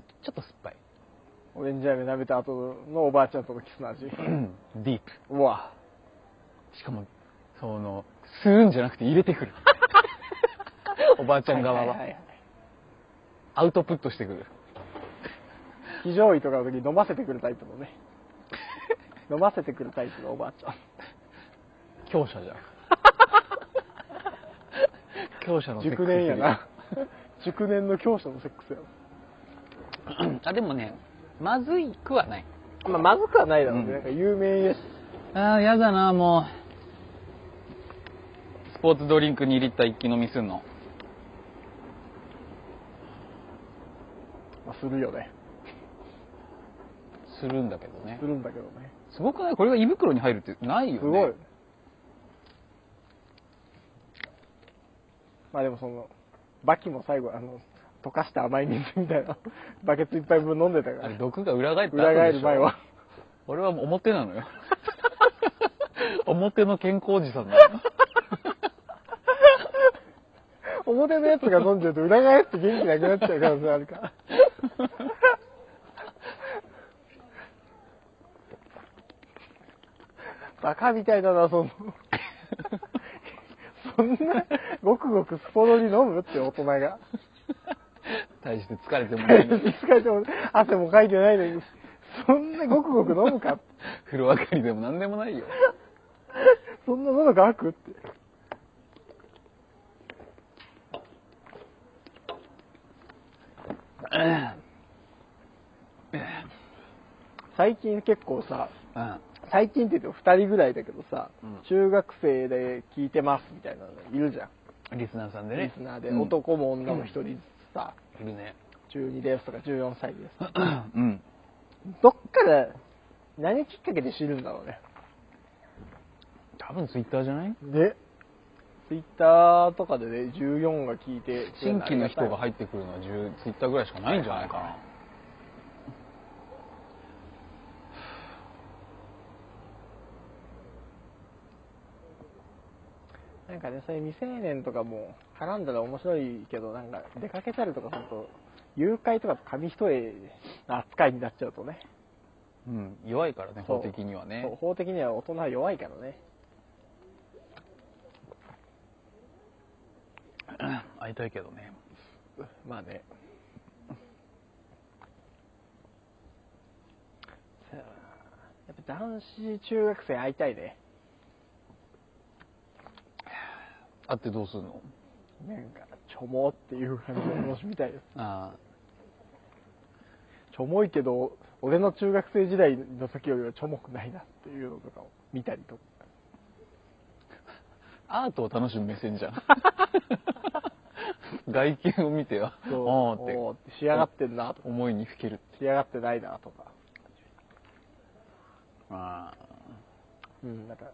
Speaker 1: で、ちょっと酸っぱい。
Speaker 2: オレンジ飴舐めた後のおばあちゃんとのキスの味。
Speaker 1: うんディープ。
Speaker 2: うわ。
Speaker 1: しかも、その、吸うんじゃなくて入れて くる。おばあちゃん側
Speaker 2: いい
Speaker 1: は。
Speaker 2: い
Speaker 1: アウトプットしてくる。
Speaker 2: 非常位とかの時に飲ませてくるタイプ のね。飲ませてくるタイプのおばあちゃん。
Speaker 1: 強者じゃん。強者のセック
Speaker 2: 熟
Speaker 1: ス
Speaker 2: 年や な。熟年の教師のセックスや
Speaker 1: あ、でもね、まずいくはない。
Speaker 2: な。まあ、まずくはないだろうね。
Speaker 1: うん
Speaker 2: なんか有名です。
Speaker 1: あーやだなもうスポーツドリンク2リッター一気飲みすんの
Speaker 2: まあ、するよね。
Speaker 1: するんだけどね
Speaker 2: するんだけどね。
Speaker 1: すごくないこれが胃袋に入るってないよね
Speaker 2: すごい。まあでもその、バキも最後、あの、溶かした甘い水みたいな、 バケツ一杯分飲んでたか
Speaker 1: あれ
Speaker 2: ら、
Speaker 1: 毒が裏返った後
Speaker 2: 裏
Speaker 1: でしょ
Speaker 2: 返る前は。
Speaker 1: 俺はもう表なのよ 表の健康おじさんなの
Speaker 2: 表のやつが飲んじゃうと裏返って元気なくなっちゃう可能性あ るから。バカみたいだ な、その。そんな、ごくごくスポドリ飲むって大人が。
Speaker 1: 大して疲れてもないのに
Speaker 2: 疲れても、汗もかいてないのに、そんなごくごく飲むか。
Speaker 1: 風呂上がりでも何でも ないよ。
Speaker 2: そんな喉が開くって。最近結構さ、
Speaker 1: うん。
Speaker 2: 最近って言っても2人ぐらいだけどさ、
Speaker 1: うん
Speaker 2: 中学生で聞いてますみたいなのいるじゃん。
Speaker 1: リスナーさんでね。
Speaker 2: リスナーで、
Speaker 1: うん
Speaker 2: 男も女も1人ずつさ、
Speaker 1: いるね。
Speaker 2: 12ですとか14歳ですとか。
Speaker 1: うん。
Speaker 2: どっから、何きっかけで知るんだろうね。
Speaker 1: 多分ツイッターじゃない
Speaker 2: で、ツイッターとかでね、14が聞いて、
Speaker 1: 新規の人が入ってくるのは10ツイッターぐらいしかないんじゃないかな。
Speaker 2: なんかね、そういう未成年とかも、絡んだら面白いけど、なんか、出かけたりとかすると、誘拐とかと紙一重な扱いになっちゃうとね。
Speaker 1: うん。弱いからね、
Speaker 2: そう
Speaker 1: 法的にはね
Speaker 2: そう。法的には大人は弱いからね。
Speaker 1: 会いたいけどね。
Speaker 2: まあね。さあやっぱ男子中学生会いたいね。
Speaker 1: 会ってどうすんの
Speaker 2: なんか、ちょもっていう感じの楽しみたいです。
Speaker 1: あ
Speaker 2: ちょもいけど、俺の中学生時代の時よりはちょもくないなっていうのとかを見たりとか。
Speaker 1: あ。アートを楽しむ目線じ ゃん。外見を見ては、おーって。
Speaker 2: おーって仕上がってんなとか、
Speaker 1: 思いにふける。
Speaker 2: 仕上がってないなとか。
Speaker 1: あ
Speaker 2: うん、なんか、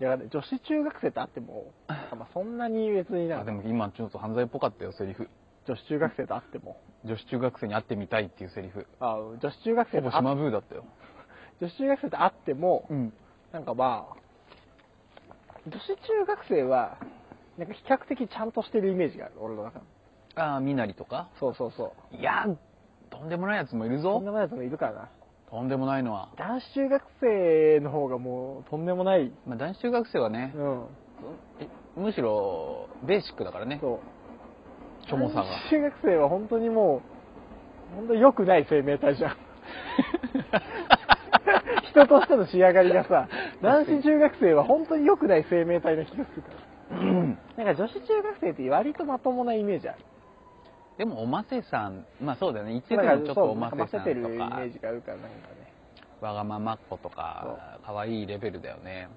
Speaker 2: いや、女子中学生と会っても、なんかまあそんなに別に
Speaker 1: ー
Speaker 2: な
Speaker 1: あ。
Speaker 2: ん
Speaker 1: で
Speaker 2: か、
Speaker 1: も今ちょっと犯罪っぽかったよ、セリフ。
Speaker 2: 女子中学生と会っても、
Speaker 1: 女子中学生に会ってみたいっていうセリフ。
Speaker 2: あ女子中学
Speaker 1: ほぼ
Speaker 2: 生と会っ
Speaker 1: 島ブーだったよ。
Speaker 2: 女子中学生と会っても、
Speaker 1: ん。
Speaker 2: なんかまあ、女子中学生は、なんか比較的ちゃんとしてるイメージがある、俺の中で。
Speaker 1: ああ、みなりとか
Speaker 2: そうそうそう。
Speaker 1: いやー、とんでもないやつもいる
Speaker 2: と
Speaker 1: ぞ
Speaker 2: んで。もないやつもいるからな。
Speaker 1: とんでもないのは。
Speaker 2: 男子中学生の方がもうとんでもない。
Speaker 1: まあ、男子中学生はね
Speaker 2: う、ん。
Speaker 1: えむしろベーシックだからね、
Speaker 2: そう。
Speaker 1: チョモさんが。
Speaker 2: 男子中学生は本当にもう、本当に良くない生命 体じゃん。人としての仕上がりがさ、男子中学生は本当に良くない生命体の気がするから。なんか女子中学生って割とまともなイメージある。
Speaker 1: でも、おませさん、まあそうだよね、一部のちょっとおませさん
Speaker 2: てるイメ
Speaker 1: とか
Speaker 2: ー、ジがあるから、なんかね。
Speaker 1: わがままっ子とか、可愛いレベルだよね。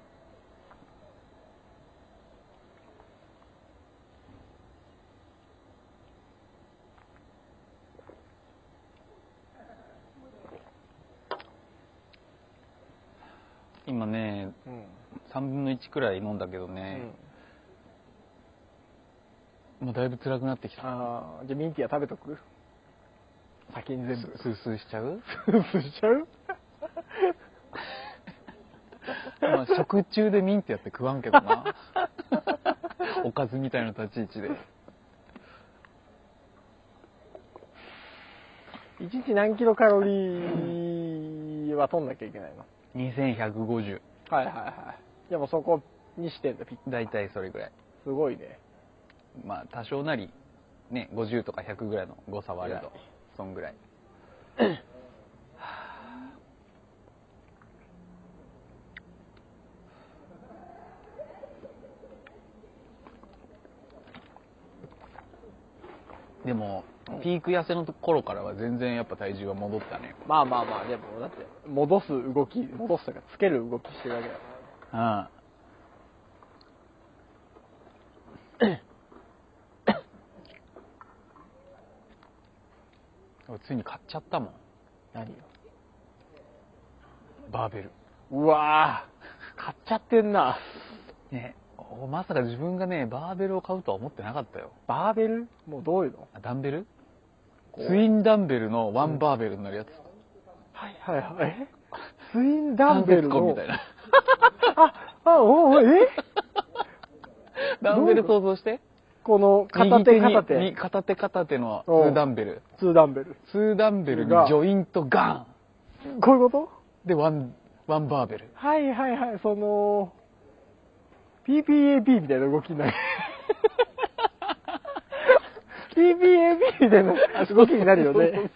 Speaker 1: 今ね、
Speaker 2: うん。
Speaker 1: 3分の1くらい飲んだけどね、もうだいぶ辛くなってきた。
Speaker 2: ああ、じゃあミンティア食べとく 先に全部。
Speaker 1: スースーしちゃう
Speaker 2: しちゃう
Speaker 1: まあ食中でミンってやって食わんけどな。 おかずみたいな立ち位置で。
Speaker 2: 一日何キロカロリーは取んなきゃいけないの
Speaker 1: 2150。
Speaker 2: はいはいはい。でもそこにしてんだ、ピッ
Speaker 1: だいたいそれぐらい。
Speaker 2: すごいね。
Speaker 1: まあ多少なり、ね、50とか100ぐらいの誤差はあれ
Speaker 2: 偉い
Speaker 1: ど、そんぐらい。でも、ピーク痩せの頃からは全然やっぱ体重は戻ったね。
Speaker 2: まあまあまあ、でもだって、戻す動き、戻すというか、つける動きしてるわけだから。
Speaker 1: うん。俺ついに買っちゃったもん。
Speaker 2: 何よ。
Speaker 1: バーベル。
Speaker 2: うわぁ、買っちゃってんな。
Speaker 1: ねおまさか自分がね、バーベルを買うとは思ってなかったよ。
Speaker 2: バーベルもうどういうの
Speaker 1: あダンベルツインダンベルのワンバーベルになるやつ。
Speaker 2: はいはいはい。えツインダンベル
Speaker 1: 三
Speaker 2: の。
Speaker 1: 節棍みたいな。
Speaker 2: あ、あ、おお、え
Speaker 1: ダンベル想像して。
Speaker 2: この片手
Speaker 1: 右
Speaker 2: 片
Speaker 1: に右
Speaker 2: 手、
Speaker 1: 片手片手のツ
Speaker 2: おう
Speaker 1: ーダンベル。
Speaker 2: ツーダンベル。
Speaker 1: ツーダンベルにジョイントガ
Speaker 2: こういうこと
Speaker 1: ンでワン、ワンバーベル。
Speaker 2: はいはいはい、その、PPAP みたいな動き になる。PPAP みたいな動きになるよね。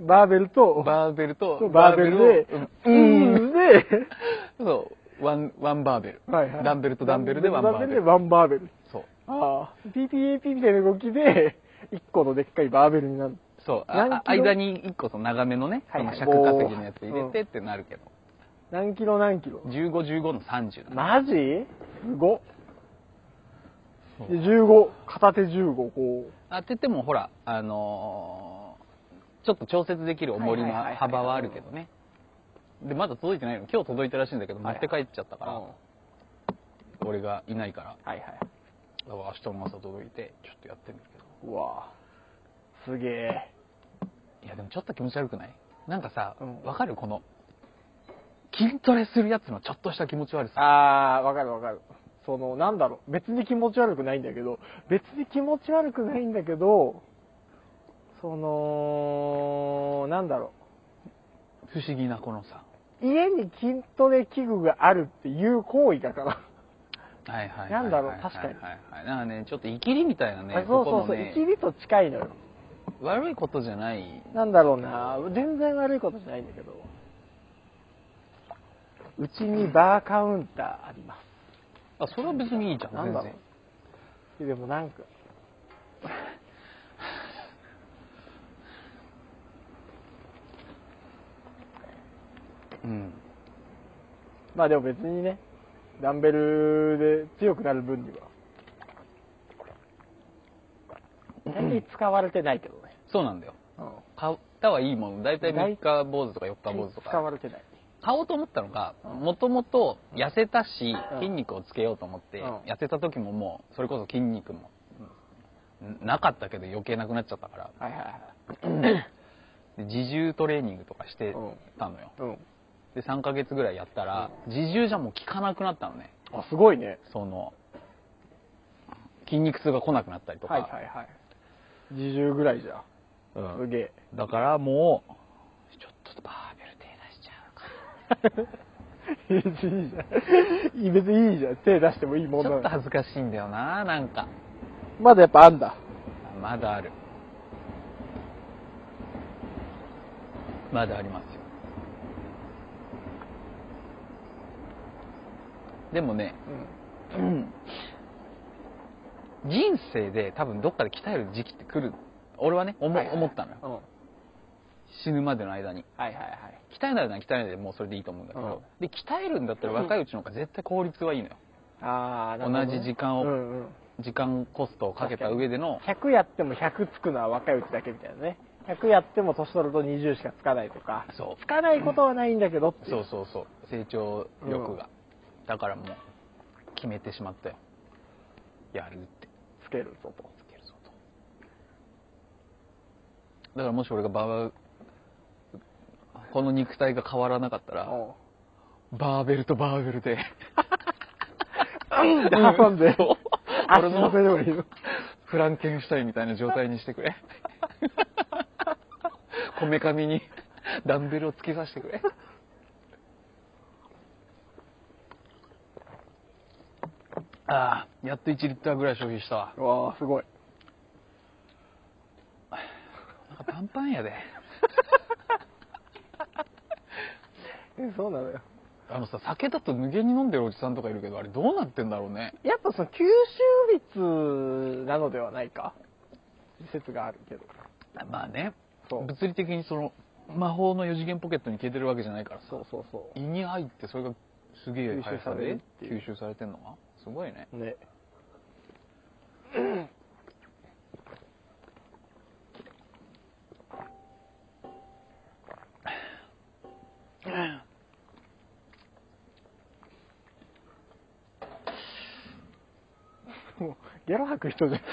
Speaker 2: バーベルと、
Speaker 1: バーベルと、
Speaker 2: バーベルで
Speaker 1: バー、
Speaker 2: う
Speaker 1: ベルを
Speaker 2: ん、で、
Speaker 1: うんそう、ワン、ワンバーベル。
Speaker 2: はいはい。
Speaker 1: ダンベルとダンベルでワンバーベル。
Speaker 2: ダンベルでワンバーベル。
Speaker 1: そう。
Speaker 2: ああ、PPAP みたいな動きで、一個のでっかいバーベルになる。
Speaker 1: そう。ああ
Speaker 2: 何キロ
Speaker 1: 間に一個その長めのね、
Speaker 2: は
Speaker 1: はいい
Speaker 2: はい
Speaker 1: 尺稼ぎのやつ入れてってなるけど。
Speaker 2: 何キロ何キロ
Speaker 1: 15、15の30だね。
Speaker 2: マジすごっ
Speaker 1: そう
Speaker 2: で15、片手15、こ
Speaker 1: あって言ってもほら、あのーちょっと調節できる重りの幅はあるけどね。で、まだ届いてないの。今日届いたらしいんだけど、持って帰っちゃった
Speaker 2: う。
Speaker 1: から、俺がいないから。
Speaker 2: はいはい。
Speaker 1: だから明日の朝届いて、ちょっとやってみるけど。
Speaker 2: うわぁすげえ。
Speaker 1: いやでもちょっと気持ち悪くないなんかさ
Speaker 2: うん、
Speaker 1: わかるこの、筋トレするやつのちょっとした気持ち悪さ。
Speaker 2: あー、わかるわかる。その、なんだろう、別に気持ち悪くないんだけど、別に気持ち悪くないんだけど、その、なんだろ
Speaker 1: 不思議なこのさ。
Speaker 2: う、家に筋トレ器具があるっていう行為だから。
Speaker 1: はいはいはいはい。
Speaker 2: なんだろう確かに
Speaker 1: はいはいはい。なんかね、ちょっと生きりみたいなね、
Speaker 2: あそうそ
Speaker 1: こ
Speaker 2: うそ
Speaker 1: こ
Speaker 2: う、
Speaker 1: もね
Speaker 2: 生きりと近いのよ。
Speaker 1: 悪いことじゃない。
Speaker 2: なんだろうな、全然悪いことじゃないんだけど。うちにバーカウンターありま
Speaker 1: あ、それは別にいいじゃん、
Speaker 2: す。なん
Speaker 1: 全
Speaker 2: だろ
Speaker 1: 然。
Speaker 2: う。でもなんか、
Speaker 1: うん。
Speaker 2: まあでも別にね、ダンベルで強くなる分には。最近使われてないけどね。
Speaker 1: そうなんだよ。
Speaker 2: うん。
Speaker 1: 買ったはいいもの。だいたい3日坊主とか4日坊主と
Speaker 2: 使わ
Speaker 1: か。
Speaker 2: れてない。
Speaker 1: 買おうと思ったのが、
Speaker 2: うん
Speaker 1: もともと痩せたし
Speaker 2: うん、
Speaker 1: 筋肉をつけようと思って、
Speaker 2: うん
Speaker 1: 痩せた時ももう、それこそ筋肉も、んなかったけど余計なくなっちゃったから。
Speaker 2: はいはいはい。
Speaker 1: で自重トレーニングとかしてたのよ、
Speaker 2: うん。
Speaker 1: で3ヶ月ぐらいやったら自重じゃもう効かなくなったのね
Speaker 2: あ、すごいね。
Speaker 1: その筋肉痛が来なくなったりとか、
Speaker 2: はいはいはい。自重ぐらいじゃ。
Speaker 1: う
Speaker 2: す
Speaker 1: ん
Speaker 2: げえ。
Speaker 1: だからもうちょっとバーベル手出しちゃうか
Speaker 2: 別にいいじゃん。別にいいじゃん。手出してもいいもん
Speaker 1: ち
Speaker 2: な
Speaker 1: ょ
Speaker 2: の
Speaker 1: っと恥ずかしいんだよななんか
Speaker 2: まだやっぱあんだ。
Speaker 1: まだあるまだありますよでもね人生で多分どっかで鍛える時期って来る俺はね思,、
Speaker 2: はいはい
Speaker 1: 思ったのよ
Speaker 2: うん。
Speaker 1: 死ぬまでの間に
Speaker 2: はいはいはい。
Speaker 1: 鍛えないなら鍛えないでもうそれでいいと思うんだけど、で鍛えるんだったら若いうちの方が絶対効率はいいのよ
Speaker 2: あ
Speaker 1: 同
Speaker 2: ー、
Speaker 1: じ時間を
Speaker 2: うんうん。
Speaker 1: 時間コストをかけた上での
Speaker 2: 100やっても100つくのは若いうちだけみたいなね。100やっても年取ると20しかつかないとか。
Speaker 1: そ
Speaker 2: つかないことはないんだけどって
Speaker 1: う
Speaker 2: い
Speaker 1: そうそうそう成長力が、だからもう決めてしまったよやるって
Speaker 2: つけるぞと。
Speaker 1: つけるぞとだからもし俺がバーこの肉体が変わらなかったら、
Speaker 2: うん
Speaker 1: バーベルとバーベルで。
Speaker 2: うん挟んで
Speaker 1: そう
Speaker 2: 足
Speaker 1: 俺
Speaker 2: 乗
Speaker 1: の
Speaker 2: せればいいの。
Speaker 1: フランケンシュタインみたいな状態にして くれ。こめかみにダンベルをつけさせてくれ。ああ、やっと1リッターぐらい消費したわ。
Speaker 2: うわー、すごい。
Speaker 1: なんかパンパンやで。
Speaker 2: えそうなのよ。
Speaker 1: あのさ、酒だと無限に飲んでるおじさんとかいるけど、あれどうなってんだろうね。
Speaker 2: やっぱその吸収率なのではないか。説があるけど。
Speaker 1: まあね、
Speaker 2: そう
Speaker 1: 物理的にその、魔法の4次元ポケットに消えてるわけじゃないからさ。
Speaker 2: そうそうそ
Speaker 1: 胃に入ってそれがすげえ
Speaker 2: 吸収
Speaker 1: 速
Speaker 2: さ
Speaker 1: さ
Speaker 2: れる
Speaker 1: で
Speaker 2: っていう
Speaker 1: 吸収されてんのがすごいね
Speaker 2: う。ね。もうゲロ吐く人じゃん。
Speaker 1: ち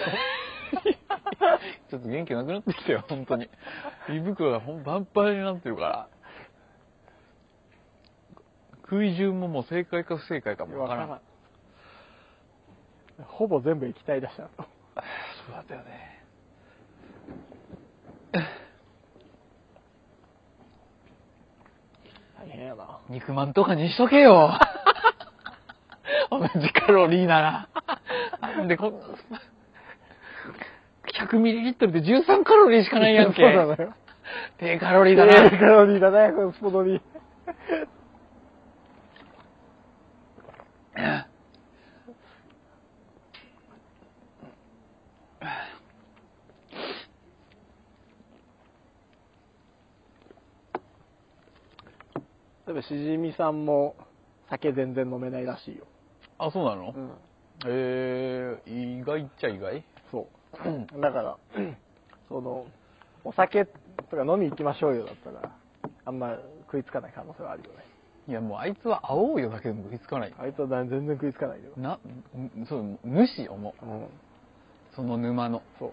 Speaker 1: ょっと元気なくなってきたよ本当に胃袋がほんパンパンになってるから食い順ももう正解か不正解かもわからん
Speaker 2: わからんほぼ全部液体出したの。
Speaker 1: そうだったよね
Speaker 2: 大変やな。
Speaker 1: 肉まんとかにしとけよ同じカロリーならなんでこんな100ミリリットルで13カロリーしかないやん け
Speaker 2: そうなのよ。
Speaker 5: 低カロリーだ
Speaker 2: ええカ
Speaker 5: な。
Speaker 2: ロリーだね、このスポドリ。例えば、しじみさんも酒全然飲めないらしいよ。
Speaker 1: あ、そうなの
Speaker 2: うん。
Speaker 1: えー、意外っちゃ意外
Speaker 2: そう。だから、その、お酒とか飲み行きましょうよだったら、あんま食いつかない可能性はあるよね。
Speaker 1: いや、もうあいつは会おうよだけでも食いつかない。
Speaker 2: あいつは全然食いつかないよ。
Speaker 1: な、んそう、無視よ、もう。
Speaker 2: うん。
Speaker 1: その沼の。
Speaker 2: そう。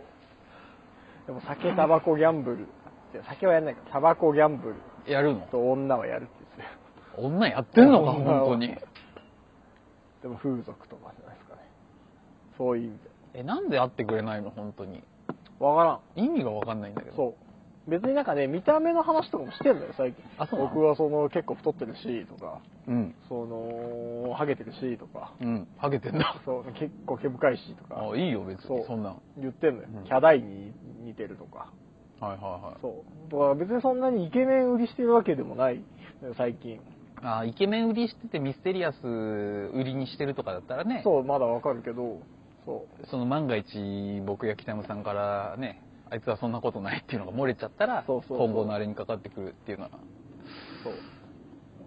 Speaker 2: でも酒、タバコ、ギャンブル。いや酒はやんないから、タバコ、ギャンブル
Speaker 1: やるの
Speaker 2: と女はやるって言ってたよ
Speaker 1: 女やってんのか、
Speaker 2: 女は
Speaker 1: 本当に。
Speaker 2: でも風俗とかじゃないですかね。そういう意味で。
Speaker 1: え、なんで会ってくれないの、本当に。
Speaker 2: わからん。
Speaker 1: 意味がわかんないんだけど。
Speaker 2: そう。別になんかね、見た目の話とかもしてんだよ、最近。
Speaker 1: あそうなの
Speaker 2: 僕はその、結構太ってるし、とか、
Speaker 1: うん。
Speaker 2: その、ハゲてるし、とか、
Speaker 1: うん。ハゲてんだ。
Speaker 2: そう、結構毛深いし、とか。
Speaker 1: あ、いいよ、別
Speaker 2: そ
Speaker 1: に。
Speaker 2: う
Speaker 1: そんなん。
Speaker 2: 言ってんのよ、
Speaker 1: うん
Speaker 2: キャダイに似てるとか
Speaker 1: はいはいはい。
Speaker 2: そうだから別にそんなにイケメン売りしてるわけでもない最近
Speaker 1: あイケメン売りしててミステリアス売りにしてるとかだったらね
Speaker 2: そうまだわかるけどそ
Speaker 1: その万が一僕や北山さんからねあいつはそんなことないっていうのが漏れちゃったら
Speaker 2: そうそうそう
Speaker 1: 今後のあれにかかってくるっていうのは
Speaker 2: う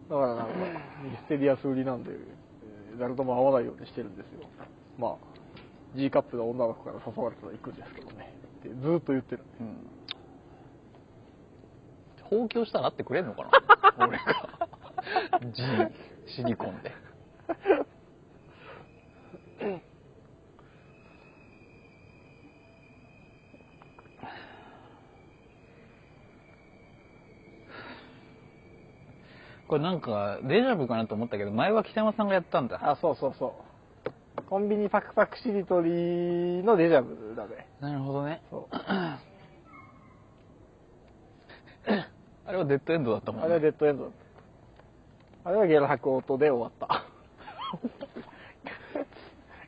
Speaker 2: そうだからなんかミステリアス売りなんでえー誰とも会わないようにしてるんですよまあ G カップの女の子から誘われたら行くんですけどねってずーっと言ってる
Speaker 1: うん放棄したら会ってくれんのか な俺が G シリコンでこれなんかデジャブかなと思ったけど前は北山さんがやったんだ
Speaker 2: あそうそうそうコンビニパクパクしりとりのデジャブだね
Speaker 1: なるほどね
Speaker 2: そう
Speaker 1: あれはデッドエンドだったもん
Speaker 2: あれは
Speaker 1: ね
Speaker 2: デッドエンドだった。あれはゲラ吐く音で 終わった。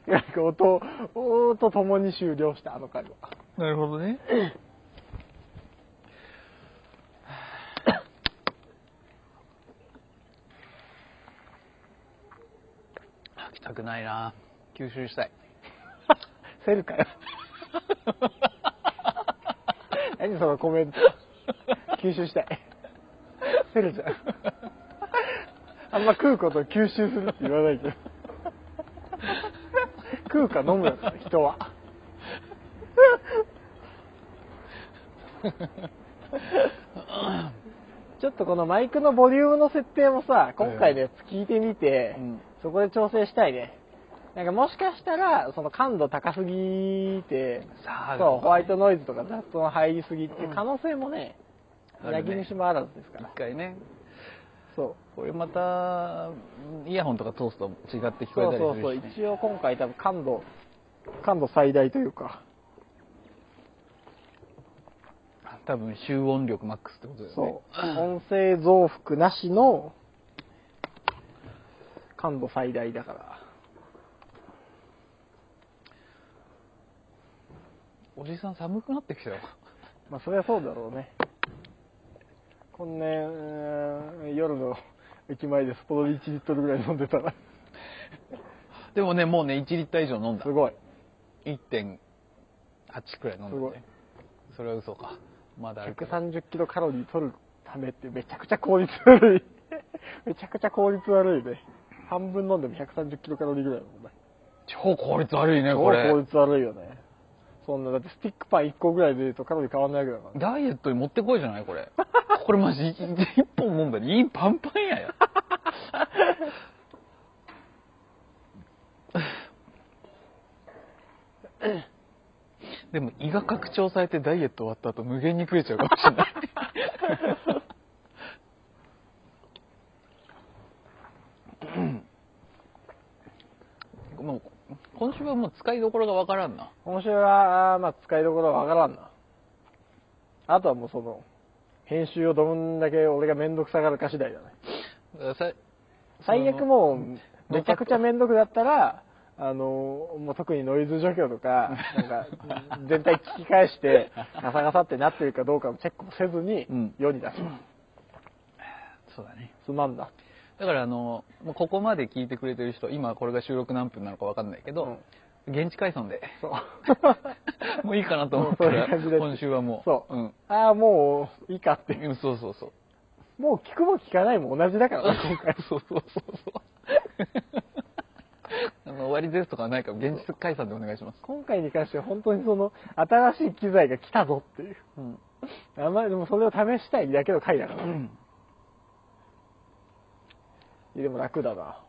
Speaker 2: ゲラ吐く音をと共に終了した、あの回は。
Speaker 1: なるほどね 吐きたくないな吸収したい
Speaker 2: セル かよ。何そのコメント。吸収したい。セルじゃん。あんま食うことを吸収するって言わないけど。食うか飲むだから、人は。ちょっとこのマイクのボリュームの設定もさ、今回のやつ聞いてみて、
Speaker 1: うん
Speaker 2: そこで調整したいね。なんかもしかしたら、その感度高すぎて、
Speaker 1: さあ
Speaker 2: そう、ホワイトノイズとか雑音入りすぎっていう可能性もね、
Speaker 1: うん
Speaker 2: なぎにしもあらずですから。
Speaker 1: 一回ね
Speaker 2: そう。
Speaker 1: これまたイヤホンとか通すと違って聞こ
Speaker 2: そ
Speaker 1: え
Speaker 2: う
Speaker 1: た
Speaker 2: そうそう、
Speaker 1: りするし、ね、
Speaker 2: 一応今回多分感度、感度最大というか、
Speaker 1: 多分集音力マックスってことだよね
Speaker 2: そう、音声増幅なしの感度最大だから。
Speaker 1: おじさん寒くなってきたよ
Speaker 2: まあそりゃそうだろうね。今年、うーん夜の駅前でスポドリ1リットルぐらい飲んでたら、
Speaker 1: でもねもうね1リッター以上飲んだ
Speaker 2: すごい。
Speaker 1: 1.8くらい飲ん
Speaker 2: すご
Speaker 1: だ
Speaker 2: い
Speaker 1: ねそれは嘘かまだあるけど
Speaker 2: 130キロカロリー取るためってめちゃくちゃ効率悪い。 めちゃくちゃ効率悪いね。半分飲んでも130キロカロリーぐらいだもんね。
Speaker 1: 超効率悪いね
Speaker 2: 超
Speaker 1: これ
Speaker 2: 効率悪いよね。そんな、だってスティックパン1個ぐらいでとカロリー変わんないわけだからね。
Speaker 1: ダイエットに持ってこいじゃないこれ これマジ一一本飲んだらいいパンパンやよでも胃が拡張されてダイエット終わった後無限に食えちゃうかもしれないうん もう今週はもう使いどころがわからんな
Speaker 2: 今週は、あーまあ使いどころはわからんな。あとはもうその、編集をどんだけ俺がめんどくさがるか次第だね。
Speaker 1: さ
Speaker 2: 最悪もう、めちゃくちゃめんどくだったら、ああの、もう特にノイズ除去とか、なんか、全体聞き返 して、ガサガサってなってるかどうかのチェックもせずに
Speaker 1: うん、
Speaker 2: 世に出します。
Speaker 1: そうだね。
Speaker 2: すまんな。
Speaker 1: だからあの、もうここまで聞いてくれてる人、今これが収録何分なのかわかんないけど、現地解散で、
Speaker 2: そう。
Speaker 1: もういいかなと思っ
Speaker 2: そ
Speaker 1: た
Speaker 2: ういう
Speaker 1: ら、
Speaker 2: 感じです
Speaker 1: 今週はもう。
Speaker 2: そう
Speaker 1: うん。
Speaker 2: ああ、もう、いいかって。
Speaker 1: うんそうそうそう。
Speaker 2: もう聞くも聞かないも同じ だからね、今回。
Speaker 1: そうそうそうそう。 あの終わりですとかはないから、現実解散でお願いします。
Speaker 2: 今回に関しては本当にその、新しい機材が来たぞっていう。
Speaker 1: うん。
Speaker 2: あんまりでもそれを試したいだけの回だから。いやでも楽だな。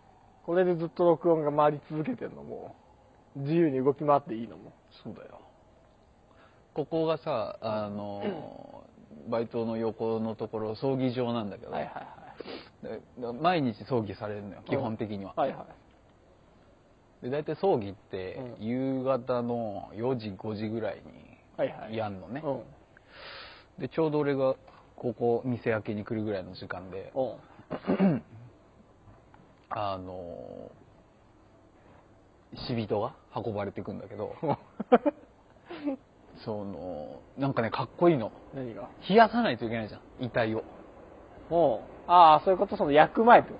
Speaker 2: これでずっと録音が回り続けてるのも、自由に動き回っていいのも。
Speaker 1: そうだよ。ここがさ、あの、バイトの横のところ、葬儀場なんだけど、
Speaker 2: はいはいはい。
Speaker 1: で毎日葬儀されるのよ、基本的には。
Speaker 2: はいはい。
Speaker 1: で大体葬儀って、
Speaker 2: う
Speaker 1: 夕方の4時、5時ぐらい
Speaker 2: はいはい。
Speaker 1: にやんのね
Speaker 2: う。ん。うん。
Speaker 1: で、ちょうど俺が、ここ、店開けに来るぐらいの時間で、あの死人が運ばれていくんだけ どそのなんかねかっこいいの
Speaker 2: 何が
Speaker 1: 冷やさないといけないじゃん遺体を
Speaker 2: うん。ああ、そういうこと、その焼く前ってこ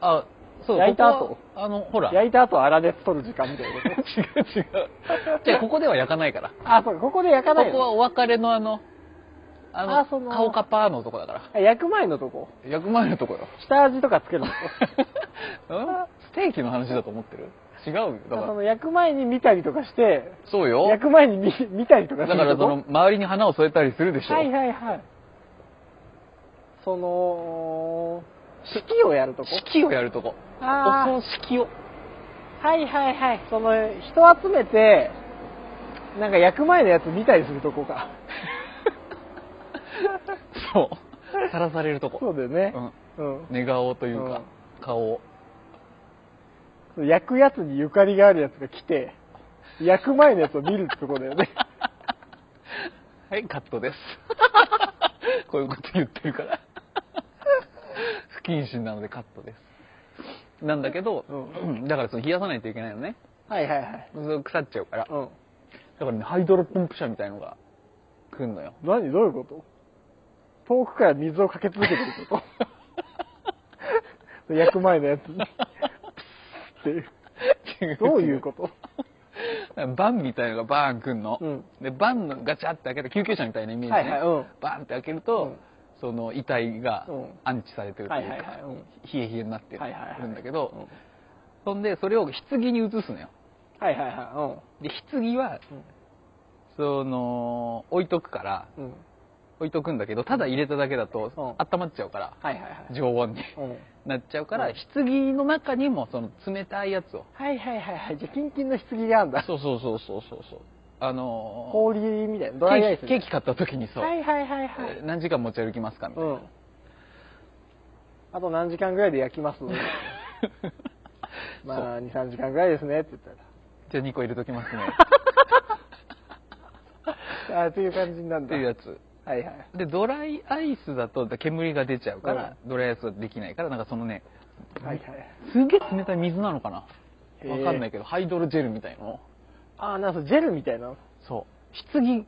Speaker 1: あそう
Speaker 2: 焼いた後
Speaker 1: ここはあのほら違
Speaker 2: と
Speaker 1: う
Speaker 2: 焼いた後粗熱取る時間みたいな こ と
Speaker 1: 違うじゃあここでは焼かない から
Speaker 2: ああ、そうか、ここで焼か
Speaker 1: こ
Speaker 2: ないの
Speaker 1: こはお別れのあのあの
Speaker 2: あその
Speaker 1: 顔カパーのとこだから
Speaker 2: あ焼く前のとこ。
Speaker 1: 焼く前のとこよ
Speaker 2: 下味とかつける
Speaker 1: う
Speaker 2: の
Speaker 1: んステーキの話だと思ってる違うよだか
Speaker 2: そ
Speaker 1: ら
Speaker 2: の焼く前に見たりとかして、
Speaker 1: そうよ
Speaker 2: 焼く前に見見たりとか
Speaker 1: だ
Speaker 2: する
Speaker 1: から
Speaker 2: と
Speaker 1: そ
Speaker 2: こ
Speaker 1: の周りに花を添えたりするでしょ、
Speaker 2: はいはいはい。その、式をやるとこ
Speaker 1: 式をやるとこ
Speaker 2: あー
Speaker 1: お葬式を
Speaker 2: はいはいはい。その、人集めて、なんか焼く前のやつ見たりするとこか。
Speaker 1: そうさらされるとこ
Speaker 2: そうだよね。うん。
Speaker 1: 寝顔というか、顔を
Speaker 2: 焼くやつにゆかりがあるやつが来て、焼く前のやつを見るってとこだよね。
Speaker 1: はいカッ トですこういうこと言ってるから不謹慎なのでカットですなんだけど、
Speaker 2: う
Speaker 1: だからその冷やさないといけないのね
Speaker 2: はいはいはい。
Speaker 1: そう腐っちゃうからだ
Speaker 2: うん。
Speaker 1: からねハイドロポンプ車みたいのが来んのよ
Speaker 2: 何どういうこと遠くから水をかけ続けてるってこと 焼く前のやつに。って いう。どういうこと
Speaker 1: バンみたいのがバーン来んの、
Speaker 2: うん
Speaker 1: でバンのガチャって開けた救急車みたいなイメージね、
Speaker 2: はいはいうん
Speaker 1: バーンって開けると、
Speaker 2: うん
Speaker 1: その遺体が
Speaker 2: うん
Speaker 1: 安置されてるというか、
Speaker 2: はいはいはいうん
Speaker 1: 冷え冷えになってる
Speaker 2: はいはいはい
Speaker 1: るんだけど、そんでそれを棺に移すのよ
Speaker 2: はいはいは
Speaker 1: で棺は、
Speaker 2: ん
Speaker 1: その置いとくから
Speaker 2: い。うん。うん。
Speaker 1: 置いとくんだけどただ入れただけだと、
Speaker 2: うん
Speaker 1: 温まっちゃうから、
Speaker 2: はいはいはい。
Speaker 1: 常温に
Speaker 2: うん。
Speaker 1: なっちゃうから、
Speaker 2: うん
Speaker 1: 棺の中にもその冷たいやつを
Speaker 2: はいはいはいはい。じゃあ、キンキンの棺があるんだ。
Speaker 1: そうそうそうそうそうそうあのー
Speaker 2: 氷みたいな。ド
Speaker 1: ケ
Speaker 2: ライアイ
Speaker 1: ー
Speaker 2: ス
Speaker 1: キ
Speaker 2: み
Speaker 1: ケ
Speaker 2: た
Speaker 1: ー
Speaker 2: いな。
Speaker 1: キ買った時にそう、
Speaker 2: はいはいはいは
Speaker 1: え
Speaker 2: い
Speaker 1: ー。何時間持ち歩きますかみた
Speaker 2: う
Speaker 1: いな、
Speaker 2: ん。あと何時間ぐらいで焼きます まあ、2、3時間ぐらいですねって言ったら。
Speaker 1: じゃあ2個入れとき ますね
Speaker 2: あーという感じになるん
Speaker 1: って
Speaker 2: だ。
Speaker 1: いうや
Speaker 2: はい
Speaker 1: つ
Speaker 2: はい。
Speaker 1: でドライアイスだと煙が出ちゃうから、ドライアイスはできないからなんかそのね
Speaker 2: はいはい。
Speaker 1: すげえ冷たい水なのかな
Speaker 2: へ
Speaker 1: わ
Speaker 2: ー
Speaker 1: かんないけどハイドロジェルみたいのを
Speaker 2: ああ、なんかジェルみたいなの。
Speaker 1: そう棺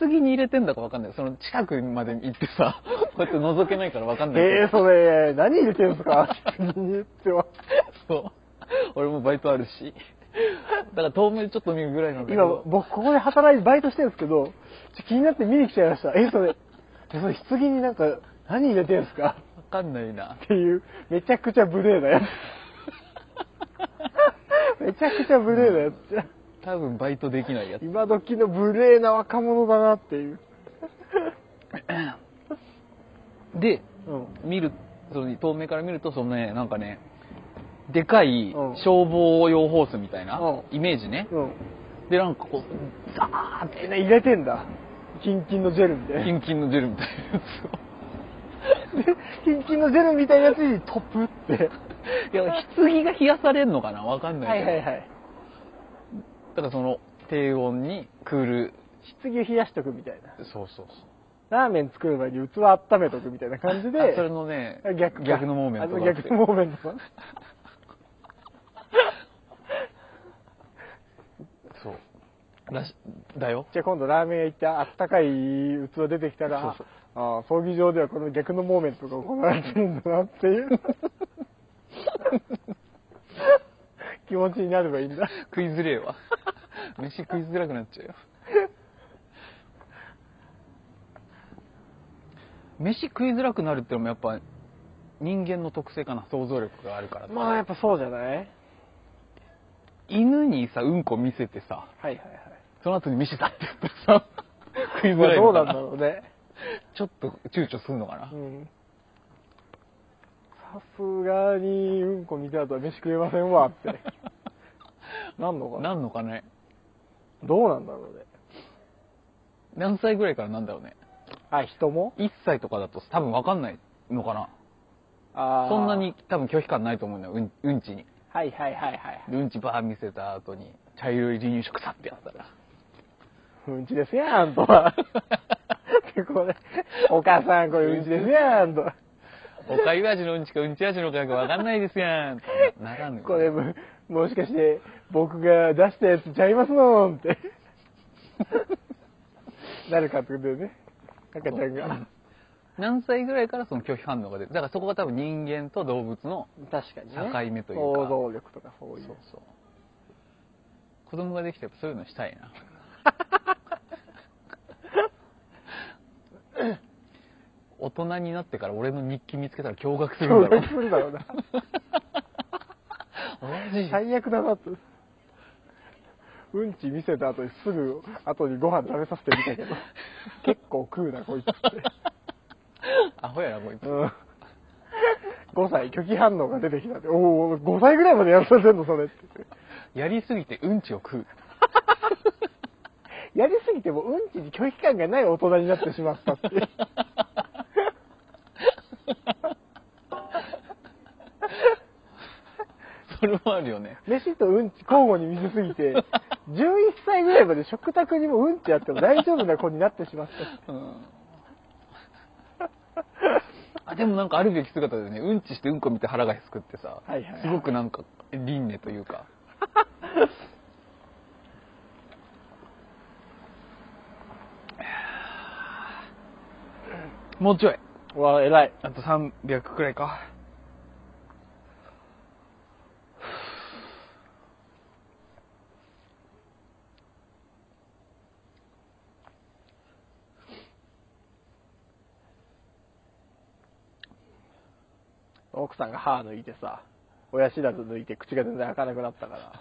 Speaker 1: 棺に入れてんだかわかんないその近くまで行って さこうやって覗けないからわかんないけど
Speaker 2: えー、それ、何入れてるんですか っては。
Speaker 1: そう俺もバイトあるしだから透明ちょっと見るぐらいなんだけ
Speaker 2: 今、
Speaker 1: ど
Speaker 2: 僕ここで働いてバイトしてるんですけど、ちょ気になって見に来ちゃいました。えー、それ、えそれ棺になんか、何入れてるんですか
Speaker 1: わかんないな
Speaker 2: っていう、めちゃくちゃ無 礼なやつ。めちゃくちゃ無礼なやつじゃん。
Speaker 1: 多分バイトできないやつ
Speaker 2: 今時の無礼な若者だなっていう。
Speaker 1: で
Speaker 2: うん。
Speaker 1: 見るその遠目から見るとそのねなんかねでかい
Speaker 2: うん
Speaker 1: 消防用ホースみたいな
Speaker 2: う
Speaker 1: イメージね
Speaker 2: うん。
Speaker 1: でなんかこうザーって
Speaker 2: みんな入れてんだ。キンキンのジェルみたいな。
Speaker 1: キンキンのジェルみたいなやつを
Speaker 2: キンキンのジェルみたいなやつにトップって。
Speaker 1: いや棺が冷やされるのかなわかんな
Speaker 2: はい
Speaker 1: け
Speaker 2: い
Speaker 1: ど
Speaker 2: はいはい。
Speaker 1: だからその低温にクール
Speaker 2: 棺冷やしとくみたいな。
Speaker 1: そうそうそう
Speaker 2: ラーメン作る前に器温めとくみたいな感じ
Speaker 1: あ
Speaker 2: で。
Speaker 1: それのね
Speaker 2: あ逆か
Speaker 1: 逆のモーメントがあ
Speaker 2: あ
Speaker 1: って
Speaker 2: 逆のモーメント
Speaker 1: らし、だよ。
Speaker 2: じゃあ今度ラーメン屋行ってあったかい器出てきたら、
Speaker 1: そう
Speaker 2: ああ葬儀場ではこの逆のモーメントが行われてるんだなっていう 気持ちになればいいんだ。
Speaker 1: 食いづれえわ。 飯食いづらくなっちゃうよ。飯食いづらくなるってのもやっぱ人間の特性かな。想像力があるからとか
Speaker 2: まあやっぱそうじゃない
Speaker 1: 犬にさ、うんこ見せてさ、
Speaker 2: はいはいはい。
Speaker 1: その後に飯だって言った らさ、食いづ
Speaker 2: まあ
Speaker 1: らい
Speaker 2: ど
Speaker 1: の
Speaker 2: う
Speaker 1: か
Speaker 2: なんだろうね。
Speaker 1: ちょっと躊躇するのかな。
Speaker 2: うん。さすがにうんこ見た後は飯食えません わって。なんのかな
Speaker 1: なんのかね。
Speaker 2: どうなんだろうね。
Speaker 1: 何歳ぐらいからなんだろうね。
Speaker 2: あ、人も
Speaker 1: 1歳とかだと多分わかんないのかな。
Speaker 2: あー
Speaker 1: そんなに。多分拒否感ないと思うんだよ、うんうんちに。
Speaker 2: はいはいはいはい。
Speaker 1: でうんちバー見せた後に、茶色い離乳食さってやったら。
Speaker 2: うんちですやんとは。でこれ、お母さんこれうんちですやんと。
Speaker 1: おかゆ味のうんちかうんち味のかわかんないですやん。ならぬよ。
Speaker 2: これも、もしかして僕が出したやつちゃいますの んって。なるかってことだよね。赤ちゃんが。
Speaker 1: 何歳ぐらいからその拒否反応が出る。だからそこが多分人間と動物の、
Speaker 2: 確かに、
Speaker 1: ね境目というか
Speaker 2: 想像力とかそういう。
Speaker 1: そうそう。子供ができたらそういうのしたいな。大人になってから俺の日記見つけたら驚愕するんだろう
Speaker 2: 驚愕する だろうな。
Speaker 1: マジ
Speaker 2: 最悪だなと。うんち見せた後にすぐ後にご飯食べさせてみた けど、結構食うな、こいつって。
Speaker 1: アホやなこいつ。
Speaker 2: うん。5歳、拒否反応が出てきたって。おお、5歳ぐらいまでやらさせんの、それって。
Speaker 1: やりすぎてうんちを食う。
Speaker 2: やりすぎてもうんちに拒否感がない大人になってしまったって いう。
Speaker 1: それもあるよね。
Speaker 2: 飯とうんち交互に見せすぎて、11歳ぐらいまで食卓にもうんちあっても大丈夫な子になってしまったって。
Speaker 1: うん。あでもなんかあるべき姿でね、うんちしてうんこ見て腹がすくってさ、
Speaker 2: はいはいはい
Speaker 1: すごくなんか輪廻というか。 もうちょい。
Speaker 2: うわ、偉い。
Speaker 1: あと300くらいか。
Speaker 2: 奥さんが歯抜いてさ、親知らず抜いて口が全然開かなくなったから、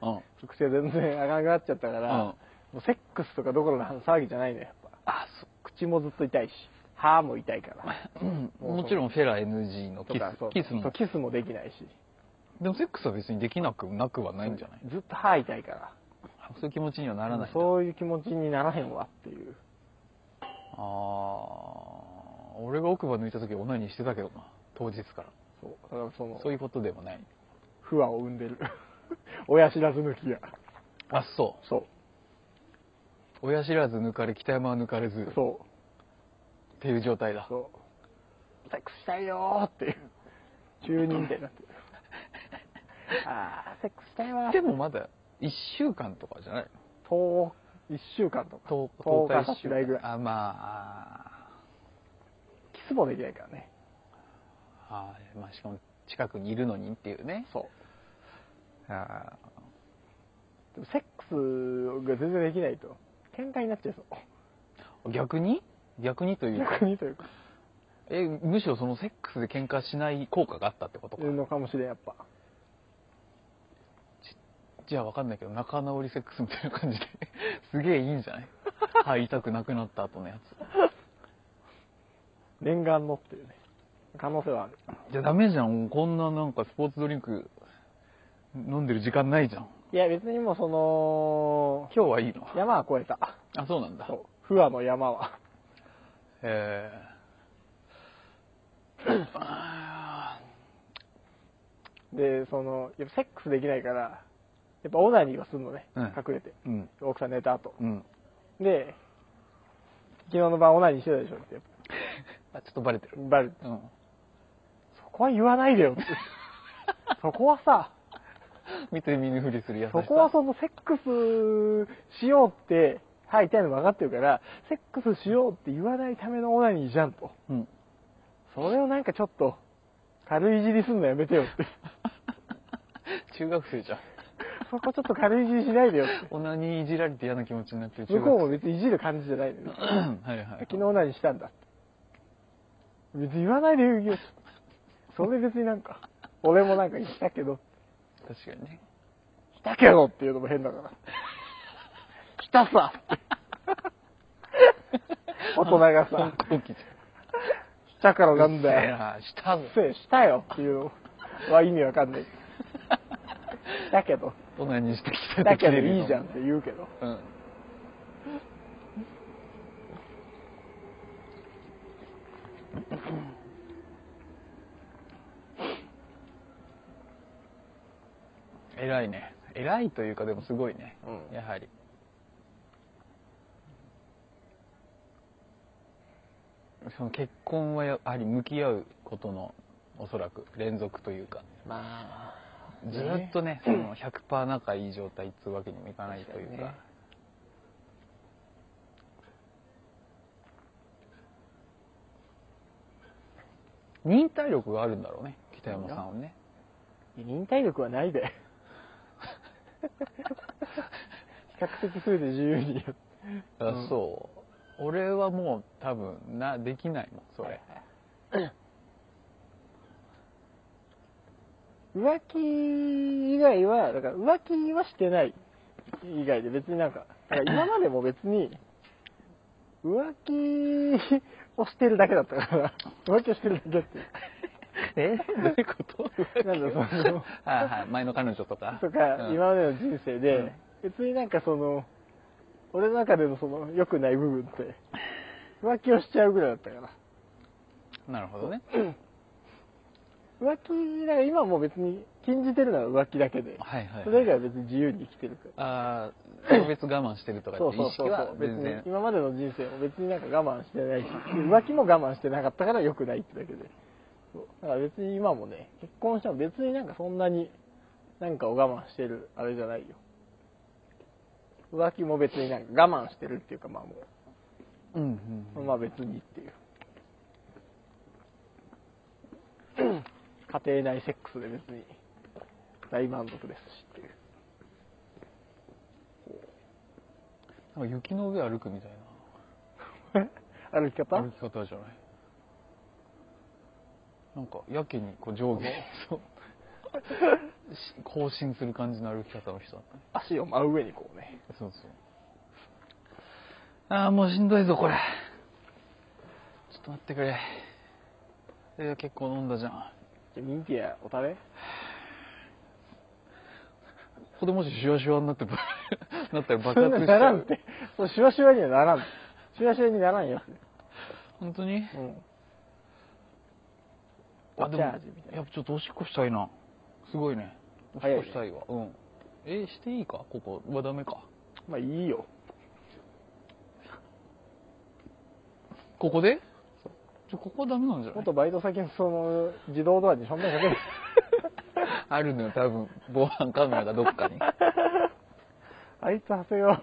Speaker 1: うん。
Speaker 2: 口が全然開かなくなっちゃったから、
Speaker 1: うん
Speaker 2: もうセックスとかどころの騒ぎじゃないのよ、やっぱ。
Speaker 1: あ、そ
Speaker 2: 口もずっと痛いし、歯も痛いから。
Speaker 1: う。うん。もちろんフェラ NG の
Speaker 2: と
Speaker 1: キス
Speaker 2: か、そう。
Speaker 1: キス
Speaker 2: そう
Speaker 1: も。
Speaker 2: キスもできないし。
Speaker 1: でもセックスは別にできなくなくはないんじゃない
Speaker 2: ずっと歯痛いから。
Speaker 1: そういう気持ちにはならないんだ。
Speaker 2: そういう気持ちにならへんわっていう。
Speaker 1: あー俺が奥歯抜いた時オナニーしてたけどな当日から
Speaker 2: そう。だからその、
Speaker 1: そういうことでもない
Speaker 2: 不和を生んでる。 親知らず抜きが。
Speaker 1: あそ
Speaker 2: そう
Speaker 1: 親知らず抜かれ北山は抜かれず
Speaker 2: う。そう。
Speaker 1: っていう状態だ
Speaker 2: そう。セックスしたいよーっていう。中人みたいになってる。あー、セックスしたいわー
Speaker 1: でもまだ1週間とかじゃない
Speaker 2: 10 1週間とか
Speaker 1: の
Speaker 2: 10
Speaker 1: 10
Speaker 2: 日
Speaker 1: 1
Speaker 2: ぐらいぐらい
Speaker 1: あま
Speaker 2: キスもできないからね
Speaker 1: ああーまあしかも近くにいるのにっていうね
Speaker 2: そ
Speaker 1: あ
Speaker 2: うでもセックスが全然できないと喧嘩になっちゃいそう
Speaker 1: ー逆に逆にというか
Speaker 2: 逆にというか
Speaker 1: えむしろそのセックスで喧嘩しない効果があったってことか、
Speaker 2: いうのかもしれんやっぱ
Speaker 1: じゃあ分かんないけど仲直りセックスみたいな感じで すげえいいんじゃない歯痛くなくなった後のや
Speaker 2: 念願のっていうね可能性はある
Speaker 1: つじゃあダメじゃんこんななんかスポーツドリンク飲んでる時間ないじゃん
Speaker 2: いや別にもうその
Speaker 1: 今日はいいの
Speaker 2: 山は越えた
Speaker 1: あそうなんだ
Speaker 2: そう不和の山は
Speaker 1: えーあ
Speaker 2: でそのやっぱセックスできないからやっぱオナニーはすんのね、
Speaker 1: うん
Speaker 2: 隠れて
Speaker 1: ーうん
Speaker 2: 奥さん寝た後
Speaker 1: うん
Speaker 2: で昨日の晩オナニーしてたでしょってやっ
Speaker 1: あちょっとバレてる
Speaker 2: ぱバレて
Speaker 1: うん
Speaker 2: そこは言わないでよって。そこはさ、
Speaker 1: 見て見ぬふりする優しさ。
Speaker 2: そこはそのセックスしようって吐いたいの分かってるから、セックスしようって言わないためのオナニーじゃんと。
Speaker 1: うん。
Speaker 2: それをなんかちょっと、軽いじりすんのやめてよって。
Speaker 1: 中学生じゃん。
Speaker 2: そこちょっと軽いじりしないでよって。
Speaker 1: オナニーいじられて嫌な気持ちになってる中
Speaker 2: 向こうも
Speaker 1: 学
Speaker 2: 別にいじる感じじゃないのよ。
Speaker 1: 生。はいはい
Speaker 2: 昨。日何したんだって。別に言わないで言うよ。それ別になんか、俺もなんかしたけど、
Speaker 1: 確かにね。
Speaker 2: したけどっていうのも変だから。したさって。大人がさ、
Speaker 1: 本気じ
Speaker 2: したから
Speaker 1: ゃ。
Speaker 2: なんんだよ。
Speaker 1: うっせえ なしたぞ。
Speaker 2: せえ、したよっていうのは意味わかんない。だけど、
Speaker 1: オナニーしてきた
Speaker 2: だけどいいじゃんって言うけど。
Speaker 1: うん。偉いね。偉いというか、でもすごいね。
Speaker 2: うん
Speaker 1: やはり。その結婚はやはり向き合うことのおそらく連続というか
Speaker 2: まあ、
Speaker 1: ずっとねその100%仲いい状態っつうわけにもいかないという
Speaker 2: 確かに
Speaker 1: か
Speaker 2: ね
Speaker 1: 忍耐力があるんだろうね北山さんはね
Speaker 2: 忍耐力はないで。比較的すべて自由にやる。
Speaker 1: あそう俺はもう多分なできないもんそれ、
Speaker 2: 浮気以外は、だから浮気はしてない以外で別になんか、だから今までも別に、浮気をしてるだけだったから、浮気をしてるだけっていう。
Speaker 1: えどういうこと
Speaker 2: なんだその
Speaker 1: はいはい前の彼女とか
Speaker 2: とか、
Speaker 1: うん
Speaker 2: 今までの人生で、
Speaker 1: うん
Speaker 2: 別になんかその、俺の中でのその良くない部分って、浮気をしちゃうぐらいだったから。
Speaker 1: なるほどね
Speaker 2: 浮気、だから今も別に禁じてるのは浮気だけで、
Speaker 1: はいはい
Speaker 2: それ以外は別に自由に生きてるから。
Speaker 1: ああ特別我慢してるとか
Speaker 2: そ
Speaker 1: っ
Speaker 2: う
Speaker 1: て
Speaker 2: そ
Speaker 1: 意
Speaker 2: うそ
Speaker 1: 識
Speaker 2: う
Speaker 1: は
Speaker 2: そう。別
Speaker 1: 全
Speaker 2: に
Speaker 1: 然
Speaker 2: 今までの人生も別になんか我慢してないし、浮気も我慢してなかったから良くないってだけで。そうだから別に今もね、結婚しても別になんかそんなになんかを我慢してるあれじゃないよ。浮気も別になんか我慢してるっていうかまあも
Speaker 1: うん
Speaker 2: う、
Speaker 1: うん
Speaker 2: まあ別にっていう。 家庭内セックスで別に大満足ですしっていう。
Speaker 1: なんか雪の上歩くみたい
Speaker 2: 歩き
Speaker 1: な
Speaker 2: 方
Speaker 1: 歩き方じゃないなんかやけにこう上下 そうし更新する感じの歩き方の人だったね
Speaker 2: 足を真上にこうね。
Speaker 1: そうそうああもうしんどいぞこれちょっと待ってくれえー結構飲んだじゃん
Speaker 2: じゃあミンティアお食べ
Speaker 1: ここでもしシワシワになって ばなったら
Speaker 2: そ
Speaker 1: 爆
Speaker 2: れ
Speaker 1: 発しち
Speaker 2: な
Speaker 1: ゃ
Speaker 2: らんっ
Speaker 1: う
Speaker 2: て。そう、シワシワにはならん。シワシワにならんよ。
Speaker 1: 本当に
Speaker 2: うん。
Speaker 1: あ、でも、
Speaker 2: お茶
Speaker 1: や
Speaker 2: 味みたいな
Speaker 1: っぱちょっとおしっこしたいな。すごいね。おし
Speaker 2: 早
Speaker 1: っ
Speaker 2: い
Speaker 1: こし
Speaker 2: ね
Speaker 1: たいわ。うん。え、していいかここ。はダメか。
Speaker 2: まあいいよ。
Speaker 1: ここでちょここはダメなんじゃない
Speaker 2: 元バイト先のその、自動ドアに正面 かける。
Speaker 1: あるのよ、多分。防犯カメラがどっかに。
Speaker 2: あいつ長谷川、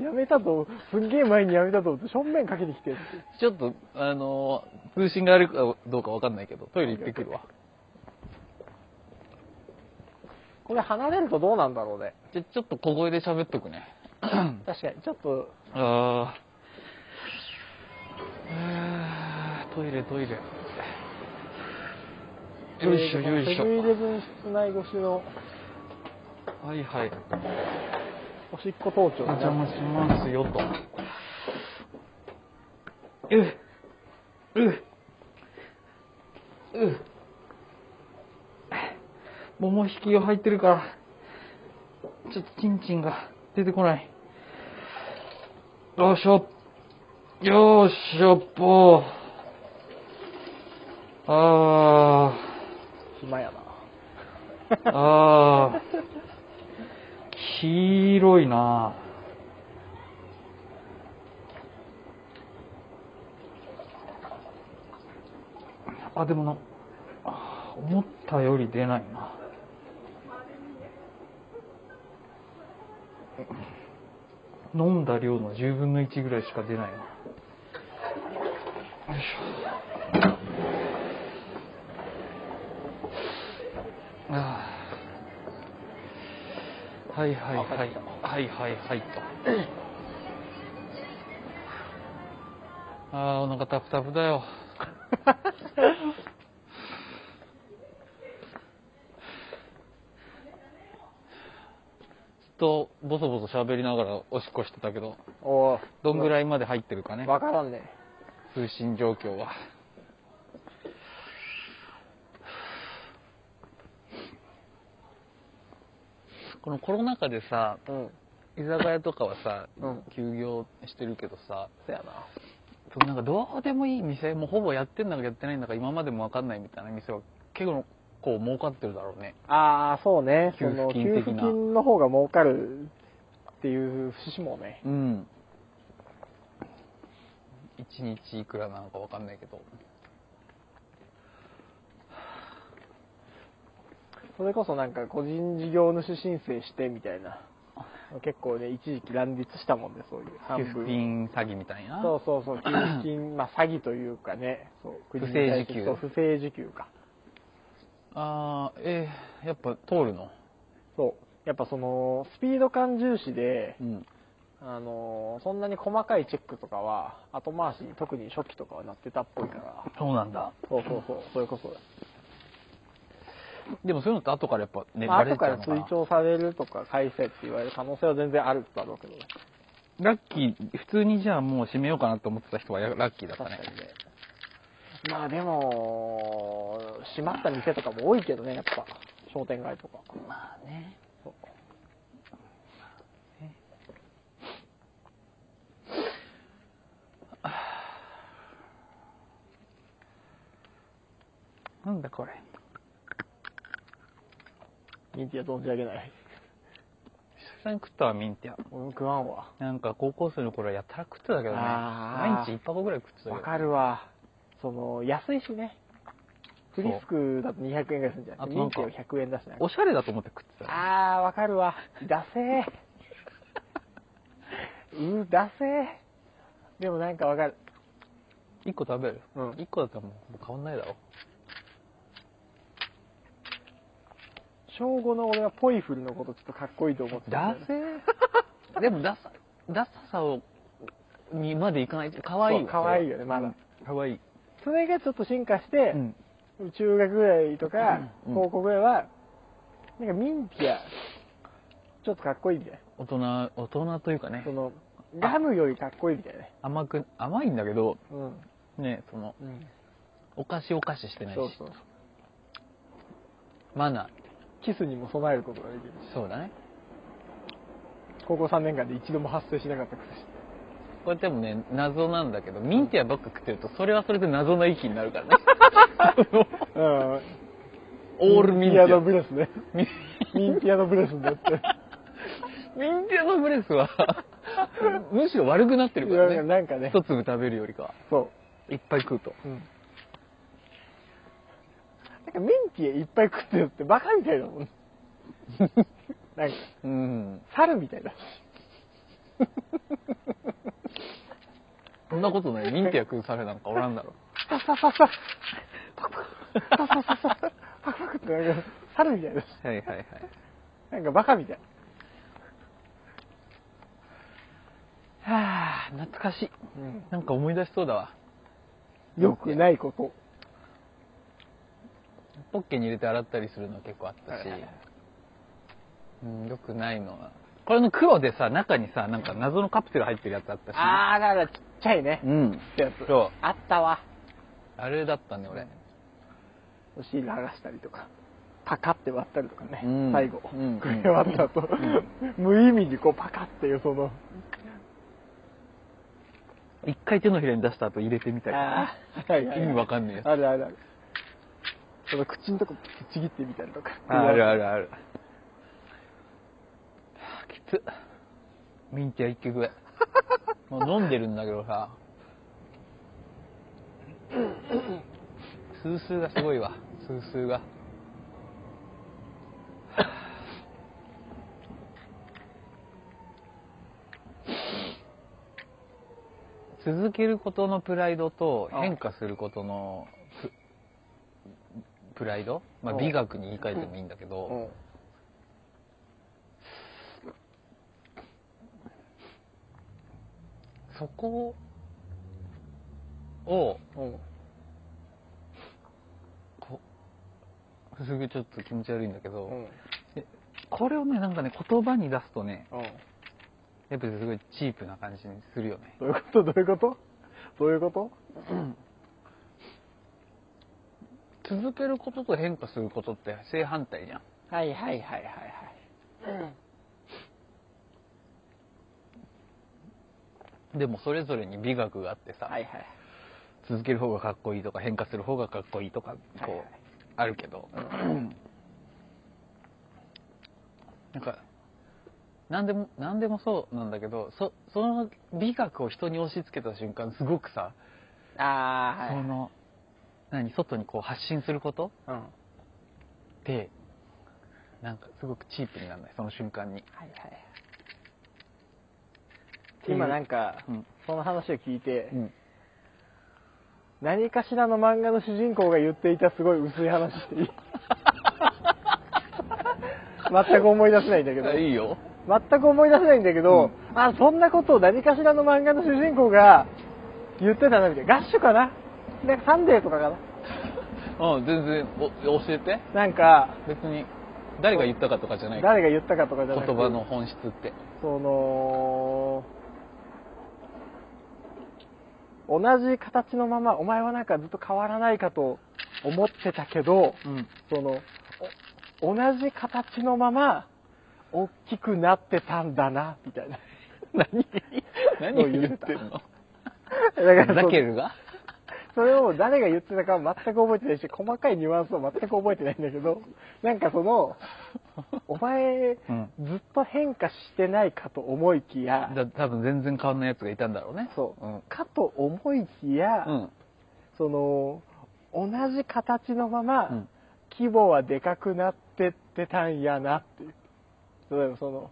Speaker 2: やめたと、すんげえ前にやめたと思って正面かけてきてるって。
Speaker 1: ちょっと、あのー通信があるかどうかわかんないけど、トイレ行ってくるわ。
Speaker 2: これ離れるとどうなんだろうね。
Speaker 1: じゃ、ちょっと小声で喋っとくね。
Speaker 2: 確かに、ちょっと、
Speaker 1: あーあー。トイレ、トイレ。よいしょ、よいし
Speaker 2: セブンイレ
Speaker 1: ょ。
Speaker 2: ブン室内越しの
Speaker 1: はいはい。
Speaker 2: おしっこ盗聴
Speaker 1: お邪魔しますよと。うっ、うっ、うっ。桃引きが入ってるから、ちょっとチンチンが出てこない。よいしょ。よいしょっぽー。あ
Speaker 2: 暇やな。
Speaker 1: ー、 あー。黄色いなぁ。あ、でもな、あー思ったより出ないな。飲んだ量の10分の1ぐらいしか出ないな。よいしょああはいはいはい。はいはいはいと。ああ、お腹タプタプだよ。ずっとボソボソ喋りながらおしっこしてたけど、
Speaker 2: お
Speaker 1: どんぐ
Speaker 2: い
Speaker 1: らいまで入ってるかね。
Speaker 2: わからんね。
Speaker 1: 通信状況は。このコロナ禍でさ、
Speaker 2: うん。
Speaker 1: 居酒屋とかはさ、
Speaker 2: うん
Speaker 1: 休業してるけどさ、
Speaker 2: そやな。
Speaker 1: そのなんかどうでもいい店、もうほぼやってんだかやってないんだか今までもわかんないみたいな店は結構こう儲かってるだろうね。
Speaker 2: ああ、そうね。
Speaker 1: 給
Speaker 2: その、
Speaker 1: 付金
Speaker 2: 給
Speaker 1: 的な
Speaker 2: 付金の方が儲かるっていう節もね。
Speaker 1: うん。一日いくらなのかわかんないけど。
Speaker 2: それこそなんか個人事業主申請してみたいな。結構ね、一時期乱立したもんで、そういう。
Speaker 1: 給付金詐欺みたいな。
Speaker 2: そうそ うそう、給付金、まあ詐欺というかね、そう、国に対し
Speaker 1: 不正
Speaker 2: て
Speaker 1: 受給
Speaker 2: そう、不正受給か。
Speaker 1: ああ、えー、やっぱ通るの
Speaker 2: そう。やっぱその、スピード感重視で、
Speaker 1: うん。
Speaker 2: あのーそんなに細かいチェックとかは、後回しに特に初期とかはなってたっぽいから、
Speaker 1: そうなんだ。
Speaker 2: そうそうそう、それこそ。
Speaker 1: でもそういうのって後からやっぱね、
Speaker 2: まあ、
Speaker 1: バレ
Speaker 2: 後
Speaker 1: ち
Speaker 2: か
Speaker 1: ゃう
Speaker 2: ら
Speaker 1: の
Speaker 2: 追
Speaker 1: か
Speaker 2: 徴されるとか返せって言われる可能性は全然あるだろうけどね。
Speaker 1: な。ラッキー、普通にじゃあもう閉めようかなと思ってた人はやラッキーだった
Speaker 2: 確か
Speaker 1: ね。
Speaker 2: にね。まあでも、閉まった店とかも多いけどね、やっぱ。商店街とか。
Speaker 1: まあね。
Speaker 2: そう
Speaker 1: なんだこれ。
Speaker 2: ミンティア存じ上げない。
Speaker 1: 久々に食ったわ、ミンティア。
Speaker 2: 俺も食わんわ。
Speaker 1: なんか高校生の頃はやたら食ってたけどね。
Speaker 2: あー
Speaker 1: 毎日一箱ぐらい食ってたけど
Speaker 2: わ。かるわ。その、安いしね。フリスクだと200円ぐらいするんじゃな
Speaker 1: あ
Speaker 2: い
Speaker 1: と
Speaker 2: ミ
Speaker 1: な
Speaker 2: ン
Speaker 1: ん
Speaker 2: テ
Speaker 1: か
Speaker 2: ィア100円だしな。
Speaker 1: おしゃれだと思って食ってたよ。
Speaker 2: あー、わかるわ。だせ ー。うー、だせー。でもなんかわかる。
Speaker 1: 一個食べる
Speaker 2: うん
Speaker 1: 一個だったらもうもう変わんないだろ。
Speaker 2: 小5の俺はポイフルのことちょっとかっこいいと思ってた
Speaker 1: ダ
Speaker 2: んだよね。
Speaker 1: セー でもダサ、ダサさを、にまでいかない。かわいい
Speaker 2: そう
Speaker 1: わ。
Speaker 2: かわいいよね、まだ。
Speaker 1: かわいい。
Speaker 2: それがちょっと進化して
Speaker 1: う、ん。
Speaker 2: 中学ぐらいとか、
Speaker 1: うん
Speaker 2: 高校ぐらいは、なんかミンティア、ちょっとかっこいいみたいな。
Speaker 1: 大人、大人というかね
Speaker 2: そ、の、ガムよりかっこいいみたいなね。
Speaker 1: 甘く、甘いんだけど、
Speaker 2: うん。
Speaker 1: ね、その、
Speaker 2: うん。
Speaker 1: お菓子お菓子してないし、
Speaker 2: そうそう。
Speaker 1: マナ
Speaker 2: キスにも備えることができる
Speaker 1: ー、そうだね。
Speaker 2: 高校3年間で一度も発生しなかったことし
Speaker 1: これでもね、謎なんだけど、ミンティアばっか食ってると、それはそれで謎の域になるからね。
Speaker 2: うん。
Speaker 1: オールミンティア。
Speaker 2: のブレスね。
Speaker 1: ミン
Speaker 2: ミンティアのブレスになって。
Speaker 1: ミンティアのブレスは、 むしろ悪くなってるから
Speaker 2: いや
Speaker 1: ね。
Speaker 2: なんかね
Speaker 1: 一粒食べるよりかは。
Speaker 2: そ
Speaker 1: いっぱい食うと。
Speaker 2: う。うん。なんかミンティアいっぱい食ってるってバカみたいだもん。なんか、
Speaker 1: うん。
Speaker 2: 猿みたいだし。
Speaker 1: そんなことない。ミンティア食うサルなんかおらんだろ。
Speaker 2: パサパサ。パサパサパサ。パサってなんか、猿みたいだし。
Speaker 1: はいはいはい。
Speaker 2: なんかバカみたい。
Speaker 1: はあ、懐かしい。
Speaker 2: うん。
Speaker 1: なんか思い出しそうだわ。
Speaker 2: 良くないこと。
Speaker 1: ポッケに入れて洗ったりするの結構あったし
Speaker 2: はいはいはい、
Speaker 1: うん、よくないのは。これの黒でさ、中にさ、なんか謎のカプセル入ってるやつあったし。
Speaker 2: あー、だからちっちゃいね。
Speaker 1: うん。
Speaker 2: ってやつ。
Speaker 1: そう。
Speaker 2: あったわ。
Speaker 1: あれだったね、俺。
Speaker 2: お尻剥がしたりとか、パカって割ったりとかね、
Speaker 1: うん
Speaker 2: 最後、
Speaker 1: うん
Speaker 2: これ割った後、無意味にこうパカっていうその、
Speaker 1: 一回手のひらに出した後入れてみたりとか。
Speaker 2: あ、はいはいはい
Speaker 1: 意味わかんねえやつ
Speaker 2: あるあるある。その口のとこちぎってみたりとか。
Speaker 1: あるあるある。はあきつ。ミンティア一曲ぐらい。もう飲んでるんだけどさ。スースーがすごいわ。スースーが。続けることのプライドと変化することのププライド、まあ、
Speaker 2: うん
Speaker 1: 美学に言い換えてもいいんだけ
Speaker 2: う
Speaker 1: ど、
Speaker 2: ん。
Speaker 1: そこを
Speaker 2: うん。
Speaker 1: こすぐちょっと気持ち悪いんだけど、
Speaker 2: うん。
Speaker 1: これをねなんかね言葉に出すとね
Speaker 2: うん。
Speaker 1: やっぱりすごいチープな感じにするよね
Speaker 2: どういうことどういうことどういうこと
Speaker 1: 続けることと変化することって正反対じゃん
Speaker 2: はいはいはいはいはい。
Speaker 1: でもそれぞれに美学があってさ、
Speaker 2: はいはい。
Speaker 1: 続ける方がかっこいいとか変化する方がかっこいいとか
Speaker 2: はいは
Speaker 1: こ
Speaker 2: いう
Speaker 1: あるけど、なんか何でも何でもそうなんだけどそその美学を人に押し付けた瞬間すごくさ、
Speaker 2: あー、
Speaker 1: そ
Speaker 2: はい。
Speaker 1: の何外にこう発信すること
Speaker 2: うん。はい
Speaker 1: ってなんかすごくチープにならないその瞬間に、
Speaker 2: はい。今なんか、
Speaker 1: うん
Speaker 2: その話を聞いて、
Speaker 1: うん
Speaker 2: 何かしらの漫画の主人公が言っていたすごい薄い話していい 全く思い出せないんだけど。
Speaker 1: あいいよ
Speaker 2: 全く思い出せないんだけど、あ、そんなことを何かしらの漫画の主人公が言ってたな、みたいな。合宿かなで、サンデーとかかな
Speaker 1: うん全然お教えて
Speaker 2: なんか、
Speaker 1: 別に誰が言ったかとかじゃない
Speaker 2: 誰が言ったかとかじゃ
Speaker 1: 言
Speaker 2: なくて、
Speaker 1: 葉の本質って
Speaker 2: その、同じ形のまま、お前はなんかずっと変わらないかと思ってたけど、
Speaker 1: うん
Speaker 2: その、お同じ形のまま、大きくなってたんだな、みたいな。
Speaker 1: 何 何を言ってんの
Speaker 2: だ
Speaker 1: ザ
Speaker 2: その
Speaker 1: ケルが
Speaker 2: それを誰が言ってたかは全く覚えてないし、細かいニュアンスを全く覚えてないんだけど、なんかその、お前、
Speaker 1: うん
Speaker 2: ずっと変化してないかと思いきや、
Speaker 1: だ多分全然変わんないやつがいたんだろうね
Speaker 2: そう、
Speaker 1: うん
Speaker 2: かと思いきや、
Speaker 1: うん
Speaker 2: その、同じ形のまま、
Speaker 1: うん
Speaker 2: 規模はでかくなってってたんやなっていう。例えばその、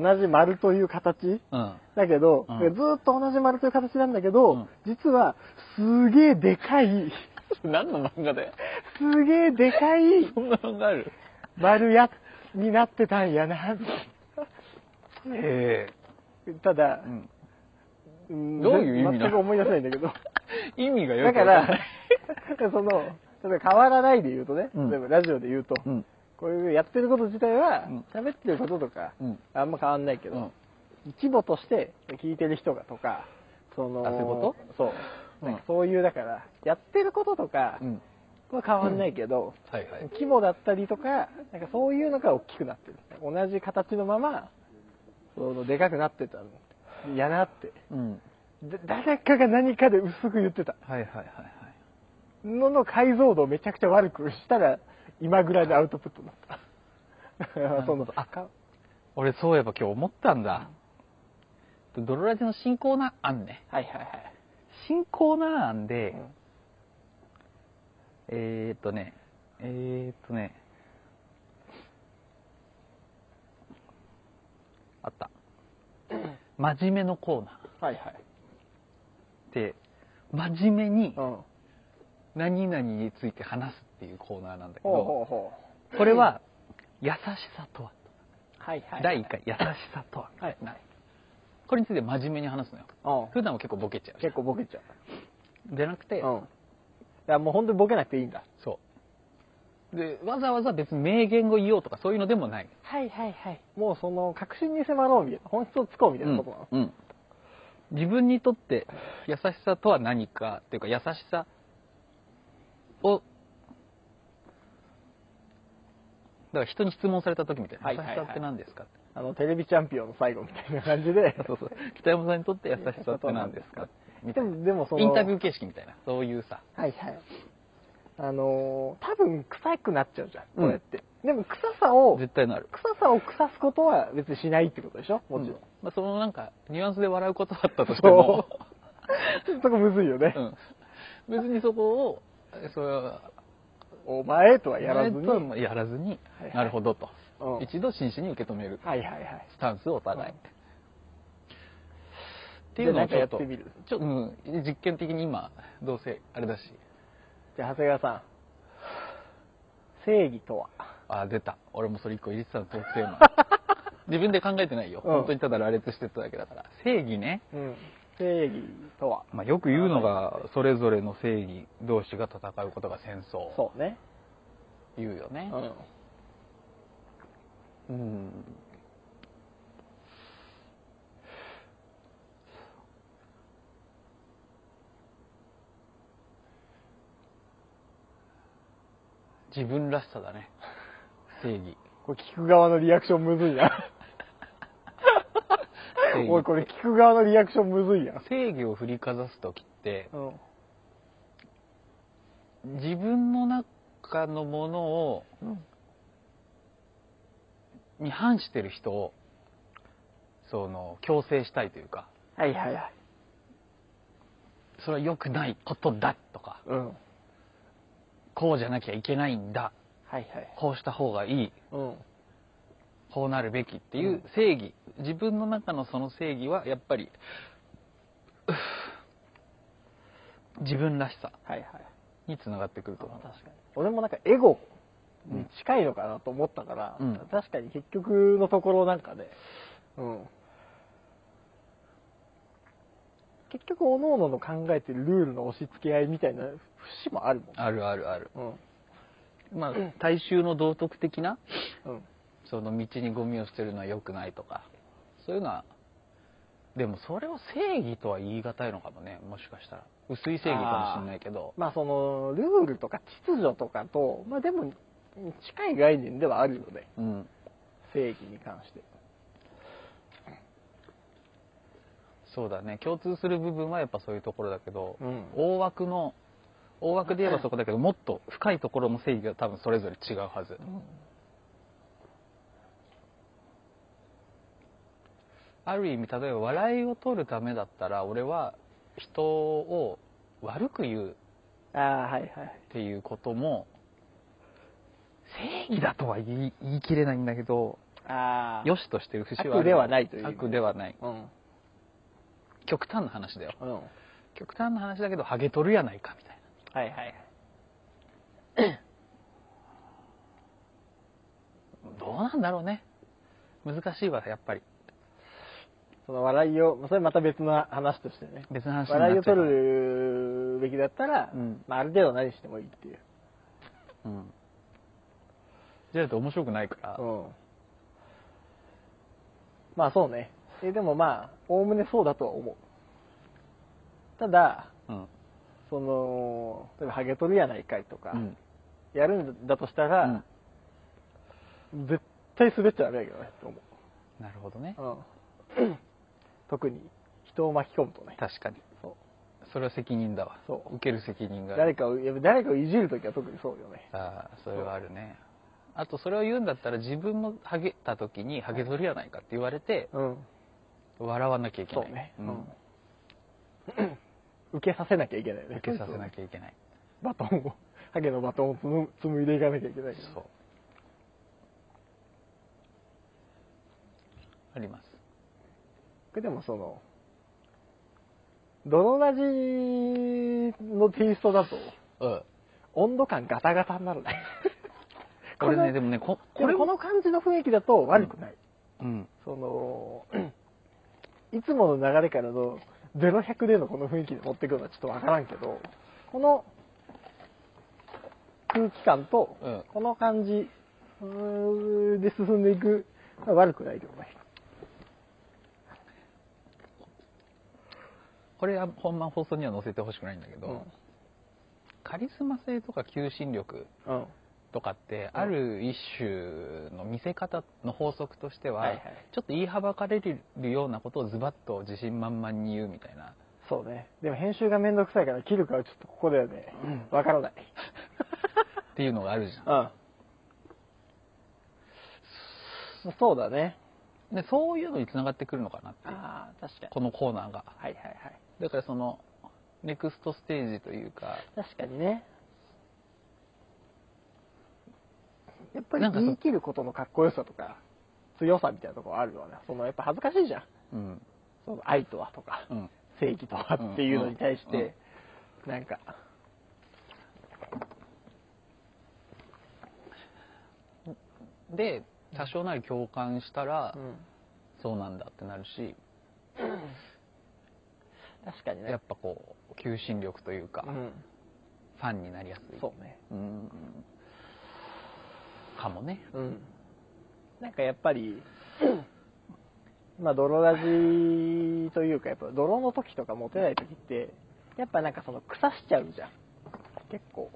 Speaker 2: 同じ丸という形
Speaker 1: うん
Speaker 2: だけど、
Speaker 1: うん
Speaker 2: ずーっと同じ丸という形なんだけど、
Speaker 1: うん
Speaker 2: 実は、すげえでかい、
Speaker 1: 何の漫画だよ
Speaker 2: すげえでかい
Speaker 1: そんな漫画ある
Speaker 2: 丸やになってたんやな、みたい
Speaker 1: え
Speaker 2: なただ
Speaker 1: え、うん
Speaker 2: うん
Speaker 1: どういう意味なの
Speaker 2: 全く思い出せないんだけど。
Speaker 1: 意味がよ
Speaker 2: だ
Speaker 1: く
Speaker 2: か
Speaker 1: わからな
Speaker 2: ら
Speaker 1: い、
Speaker 2: その、例えば変わらないで言うとね、
Speaker 1: うん
Speaker 2: 例えばラジオで言うと、
Speaker 1: うん
Speaker 2: こういうやってること自体は
Speaker 1: うん、
Speaker 2: 喋ってることとか、
Speaker 1: うん
Speaker 2: あんま変わんないけど、
Speaker 1: うん
Speaker 2: 規模として聞いてる人がとか、その、
Speaker 1: あそういうこ
Speaker 2: そう。
Speaker 1: うん
Speaker 2: なんかそういう、だから、やってることとか
Speaker 1: うん
Speaker 2: は変わんないけど、
Speaker 1: はいはい
Speaker 2: 規模だったりとか、なんかそういうのが大きくなってる。同じ形のまま、そのでかくなってたの。やなって。
Speaker 1: うん
Speaker 2: で誰かが何かで薄く言ってた。
Speaker 1: はいはいはいはい
Speaker 2: のの解像度をめちゃくちゃ悪くしたら、今ぐらいのアウトプットになった。その、あか
Speaker 1: 俺そういえば今日思ったんだドロラジの進行な案ね
Speaker 2: はいはいはい。
Speaker 1: 新コーナー案で、
Speaker 2: うん
Speaker 1: えー、っとね、えー、っとね、あ った。真面目のコーナーっ
Speaker 2: はいはい。
Speaker 1: て、真面目に
Speaker 2: うん。
Speaker 1: 何々について話すっていうコーナーなんだけ
Speaker 2: ほうほ
Speaker 1: ど、
Speaker 2: うほ
Speaker 1: これは、優しさとは。
Speaker 2: う。はいはい。
Speaker 1: 第1回、優しさとは。
Speaker 2: はい
Speaker 1: なこれについて真面目に話すのよ。
Speaker 2: う
Speaker 1: 普段は結構ボケちゃ
Speaker 2: ん。結構ボケちゃ
Speaker 1: う。じゃなくて、
Speaker 2: う。うん。だからもう本当にボケなくていいんだ。
Speaker 1: そう。で、わざわざ別に名言を言おうとかそういうのでもない。
Speaker 2: はいはいはい。もうその、確信に迫ろうみたいな、本質をつこうみたいなことなの。
Speaker 1: うんうん自分にとって優しさとは何かっていうか優しさをだから人に質問された時みたいな
Speaker 2: は
Speaker 1: 優
Speaker 2: い
Speaker 1: し
Speaker 2: はいはい
Speaker 1: さって何ですかって
Speaker 2: あの、テレビチャンピオンの最後みたいな感じで。
Speaker 1: そうそう北山さんにとって優しさって何ですかみた
Speaker 2: で
Speaker 1: いな
Speaker 2: も、でもその、
Speaker 1: インタビュー形式みたいなそういうさ
Speaker 2: はいはい。あのー多分臭くなっちゃうじゃん、
Speaker 1: うん
Speaker 2: これって。でも臭さを、
Speaker 1: 絶対なる
Speaker 2: 臭さを腐すことは別にしないってことでしょもちろん。
Speaker 1: うんまあ、そのなんかニュアンスで笑うことだったとしても
Speaker 2: そう。そこむずいよね
Speaker 1: う、ん、別にそこをえそれは
Speaker 2: お前とはやらず
Speaker 1: お前
Speaker 2: に。
Speaker 1: とは
Speaker 2: は
Speaker 1: もうやらずに、
Speaker 2: はいはい
Speaker 1: なるほどと、
Speaker 2: うん
Speaker 1: 一度真摯に受け止める
Speaker 2: いはいはい。
Speaker 1: スタンスをお互い、っていうのをちょっと、
Speaker 2: じゃあなんかやってみる
Speaker 1: ちょっと、うん、実験的に今、どうせ、あれだし。
Speaker 2: じゃあ、長谷川さん。正義とは
Speaker 1: あ、出た。俺もそれ一個入れてたの、トークテー マ。自分で考えてないよ。
Speaker 2: うん
Speaker 1: 本当にただ羅列してっただけだから。正義ね。
Speaker 2: うん。正義とは
Speaker 1: まあ、よく言うのが、それぞれの正義同士が戦うことが戦争。
Speaker 2: そうね。
Speaker 1: 言うよね。
Speaker 2: ん。
Speaker 1: うん。自分らしさだね。正義。
Speaker 2: これ聞く側のリアクションむずいな。
Speaker 1: 正義
Speaker 2: おい、これ聞く側のリアクションむずいやん。
Speaker 1: 正義を振りかざすときって、
Speaker 2: うん。
Speaker 1: 自分の中のものを、
Speaker 2: うん
Speaker 1: に反してる人を、その、強制したいというか、
Speaker 2: はいはいはい。
Speaker 1: それは良くないことだとか、
Speaker 2: うん。はい
Speaker 1: こうじゃなきゃいけないんだ、
Speaker 2: はい。
Speaker 1: こうした方がいい、
Speaker 2: うん。
Speaker 1: こうなるべきっていうう正義、自分の中のその正義はやっぱりうう自分らしさ
Speaker 2: はいはい。
Speaker 1: につながってくると
Speaker 2: 確
Speaker 1: 思
Speaker 2: かに。俺もなんかエゴに近いのかなと思ったから、
Speaker 1: うん
Speaker 2: 確かに結局のところなんかね、うん。結局、各々の考えてるルールの押し付け合いみたいな節もあるもん
Speaker 1: う。あるあるある。
Speaker 2: うん。
Speaker 1: まあ、大衆の道徳的な、
Speaker 2: うん。
Speaker 1: その道にゴミを捨てるのは良くないとか、そういうのは、でもそれを正義とは言い難いのかもね、もしかしたら。薄い正義かもしれないけど、
Speaker 2: まあその、ルールとか秩序とかと、まあでも、近い概念ではあるよね。
Speaker 1: うん。
Speaker 2: 正義に関して。
Speaker 1: そうだね、共通する部分はやっぱそういうところだけど、
Speaker 2: うん
Speaker 1: 大枠の、大枠で言えばそこだけど、もっと深いところの正義が多分それぞれ違うはず。ある意味、例えば笑いを取るためだったら、俺は人を悪く言うっ
Speaker 2: ああ、はいはい。
Speaker 1: ていうことも、正義だとは言い言い切れないんだけど、
Speaker 2: ああ。
Speaker 1: 良しとしてる節はあるよ
Speaker 2: 悪ではないという
Speaker 1: 悪ではない。
Speaker 2: うん。
Speaker 1: 極端な話だよ。
Speaker 2: うん。はい
Speaker 1: 極端な話だけど、ハゲ取るやないか、みたいな。
Speaker 2: はいはい。
Speaker 1: どうなんだろうね。難しいわ、やっぱり。
Speaker 2: その笑いを、まあそれまた別の話としてね。
Speaker 1: 別の話になっ
Speaker 2: 笑いを
Speaker 1: ちゃう
Speaker 2: 取るべきだったら、
Speaker 1: うん
Speaker 2: まあある程度何してもいいっていう。
Speaker 1: うん。じゃないと面白くないから。
Speaker 2: うん。まあそうね。え、でもまあ、おおむねそうだとは思う。ただ、
Speaker 1: うん。
Speaker 2: その、例えばハゲ取るやないかいとか、
Speaker 1: うん。
Speaker 2: やるんだとしたら、絶対滑っちゃダメだけどね、と思
Speaker 1: なるほどね。
Speaker 2: う。うん。 特に、人を巻き込むとね。
Speaker 1: 確かに。
Speaker 2: そう。
Speaker 1: それは責任だわ。
Speaker 2: そう
Speaker 1: 受ける責任があ
Speaker 2: 誰
Speaker 1: る。
Speaker 2: かを、やっぱ誰かをいじるときは特にそうよね。
Speaker 1: ああ、それはあるね。あと、それを言うんだったら、自分もハゲた時に、ハゲ取りやないかって言われて、
Speaker 2: うん。
Speaker 1: 笑わなきゃいけ
Speaker 2: そ
Speaker 1: な
Speaker 2: う
Speaker 1: い。
Speaker 2: ね。
Speaker 1: う
Speaker 2: うんん。受けさせなきゃいけないよね。
Speaker 1: 受けさせなきゃいけない。
Speaker 2: バトンを、ハゲのバトンをつむ紡いでいかなきゃいけないけど。
Speaker 1: そう。あります。
Speaker 2: これでもその、どのラジのテイストだと、
Speaker 1: うん。
Speaker 2: 温度感ガタガタになるね。
Speaker 1: これ
Speaker 2: こ
Speaker 1: ね、
Speaker 2: の
Speaker 1: でもね、こ
Speaker 2: こ
Speaker 1: こ
Speaker 2: れ
Speaker 1: れ
Speaker 2: こ
Speaker 1: も、
Speaker 2: の感じの雰囲気だと悪くない。
Speaker 1: うん。
Speaker 2: その、 いつもの流れからの0100でのこの雰囲気で持ってくるのはちょっとわからんけど、この空気感と
Speaker 1: うん、
Speaker 2: この感じうーで進んでいく、まあ悪くないけどね。
Speaker 1: これは本番放送には載せてほしくないんだけど、カリスマ性とか求心力
Speaker 2: うん。うん。
Speaker 1: とかって、
Speaker 2: うん
Speaker 1: ある一種の見せ方の法則としては、
Speaker 2: はいはい
Speaker 1: ちょっと言いはばかれるようなことをズバッと自信満々に言うみたいな。
Speaker 2: そうね。でも編集がめんどくさいから切るかはちょっとここだよね。わ、からない。
Speaker 1: っていうのがあるじ
Speaker 2: うん。そうだね。
Speaker 1: ゃん。で、そういうのにつながってくるのかなっていう。
Speaker 2: ああ、確かに。
Speaker 1: このコーナーが。
Speaker 2: はいはいはい。
Speaker 1: だからその、ネクストステージというか、
Speaker 2: 確かにね。やっぱ
Speaker 1: な
Speaker 2: り
Speaker 1: んかそ
Speaker 2: 言い切ることのかっこよさとか、強さみたいなところあるよね。その、やっぱ恥ずかしいじゃん。
Speaker 1: うん。
Speaker 2: その愛とはとか、
Speaker 1: うん
Speaker 2: 正義とはっていうのに対して、
Speaker 1: うんうん
Speaker 2: なんか、
Speaker 1: で多少なり共感したら、
Speaker 2: うん
Speaker 1: そうなんだってなるし
Speaker 2: 確かにね
Speaker 1: やっぱこう求心力というか、
Speaker 2: う
Speaker 1: フ
Speaker 2: ん、
Speaker 1: ァンになりやすい
Speaker 2: そうね
Speaker 1: うんかもね
Speaker 2: うんなんかやっぱり、まあ、泥ラジというか、やっぱ泥の時とかモテない時って、やっぱなんかその腐しちゃうじゃん。結構、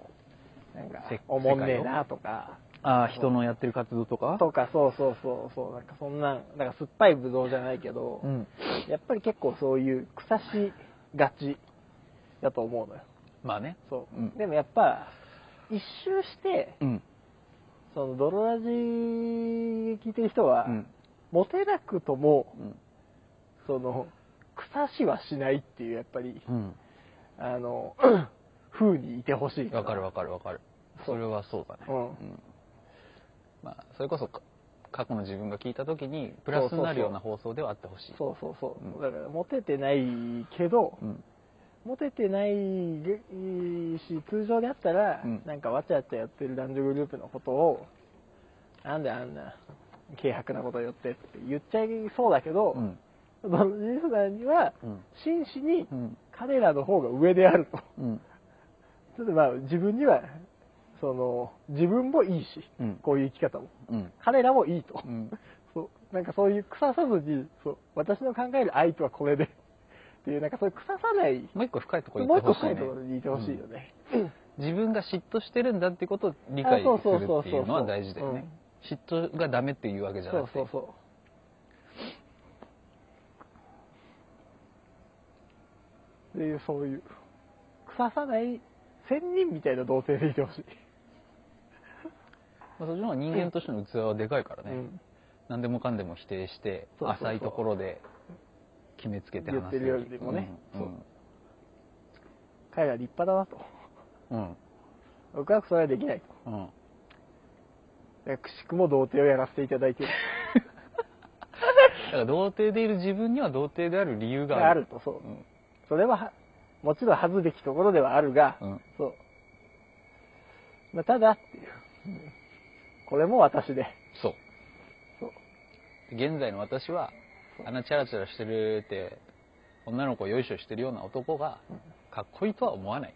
Speaker 2: なんか
Speaker 1: せ、
Speaker 2: おもんねえなとか、
Speaker 1: ああ人のやってる活動とか
Speaker 2: とか、そうそうそう、そう、なんかそんな、なんか酸っぱいブドウじゃないけど、
Speaker 1: うん
Speaker 2: やっぱり結構そういう腐しがちだと思うのよ。
Speaker 1: まあね
Speaker 2: そう。
Speaker 1: うん
Speaker 2: でもやっぱ、一周して、
Speaker 1: うん
Speaker 2: その泥ラジ聞いてる人は、
Speaker 1: うん
Speaker 2: モテなくとも、
Speaker 1: うん
Speaker 2: その、草しはしないっていう、やっぱり、
Speaker 1: うん
Speaker 2: あの、 風にいてほしい。
Speaker 1: わかるわかるわかるそれはそうだね
Speaker 2: うん
Speaker 1: まあ、それこそか過去の自分が聞いた時にプラスになるような放送ではあってほしい
Speaker 2: そうそうそう。
Speaker 1: うん
Speaker 2: だから、モテてないけど、
Speaker 1: うん
Speaker 2: モテてないし、通常であったら、
Speaker 1: うん
Speaker 2: なんかわちゃわちゃやってる男女グループのことを、なんであんな、軽薄なこと言ってって言っちゃいそうだけど、
Speaker 1: うん
Speaker 2: そのジェフさんには、
Speaker 1: うん
Speaker 2: 真摯に
Speaker 1: うん
Speaker 2: 彼らの方が上であると。
Speaker 1: うん
Speaker 2: ちょっとまあ自分には、その、自分もいいし、
Speaker 1: うん
Speaker 2: こういう生き方も。
Speaker 1: うん
Speaker 2: 彼らもいいと。
Speaker 1: うん
Speaker 2: そうなんかそういう腐さずに、そう私の考える愛とはこれで。っていう、なんかそういう腐さない、
Speaker 1: もう一個深いところに
Speaker 2: もう
Speaker 1: 行
Speaker 2: 一
Speaker 1: っ
Speaker 2: 個
Speaker 1: てほしい、ね、
Speaker 2: 深いところにいてほしいよね。
Speaker 1: 自分が嫉妬してるんだってことを理解するっていうのは大事だよね嫉妬がダメっていうわけじゃ
Speaker 2: そ
Speaker 1: な
Speaker 2: う
Speaker 1: くて
Speaker 2: そうそう。っていう、そういう、腐さない仙人みたいな童貞でいてほしい。
Speaker 1: まあ、そっちの方が人間としての器はでかいからね、
Speaker 2: うん
Speaker 1: 何でもかんでも否定して
Speaker 2: そうそうそう
Speaker 1: 浅いところで決めつけて
Speaker 2: 言っ
Speaker 1: 話
Speaker 2: て
Speaker 1: す
Speaker 2: るよりもね
Speaker 1: うん
Speaker 2: 彼ら立派だなと。
Speaker 1: うん
Speaker 2: 僕はそれはできないと。
Speaker 1: うん、うん
Speaker 2: だからくしくも童貞をやらせていただいている。
Speaker 1: だから童貞でいる自分には童貞である理由が
Speaker 2: が
Speaker 1: あ
Speaker 2: あ
Speaker 1: る
Speaker 2: ると、そう。
Speaker 1: うん
Speaker 2: それはは、もちろん恥ずべきところではあるが、
Speaker 1: うん
Speaker 2: そう。まあ、ただっていう。 これも私で。
Speaker 1: そう
Speaker 2: そう。
Speaker 1: 現在の私はあんなチャラチャラしてるって女の子をよいしょしてるような男がかっこいいとは思わない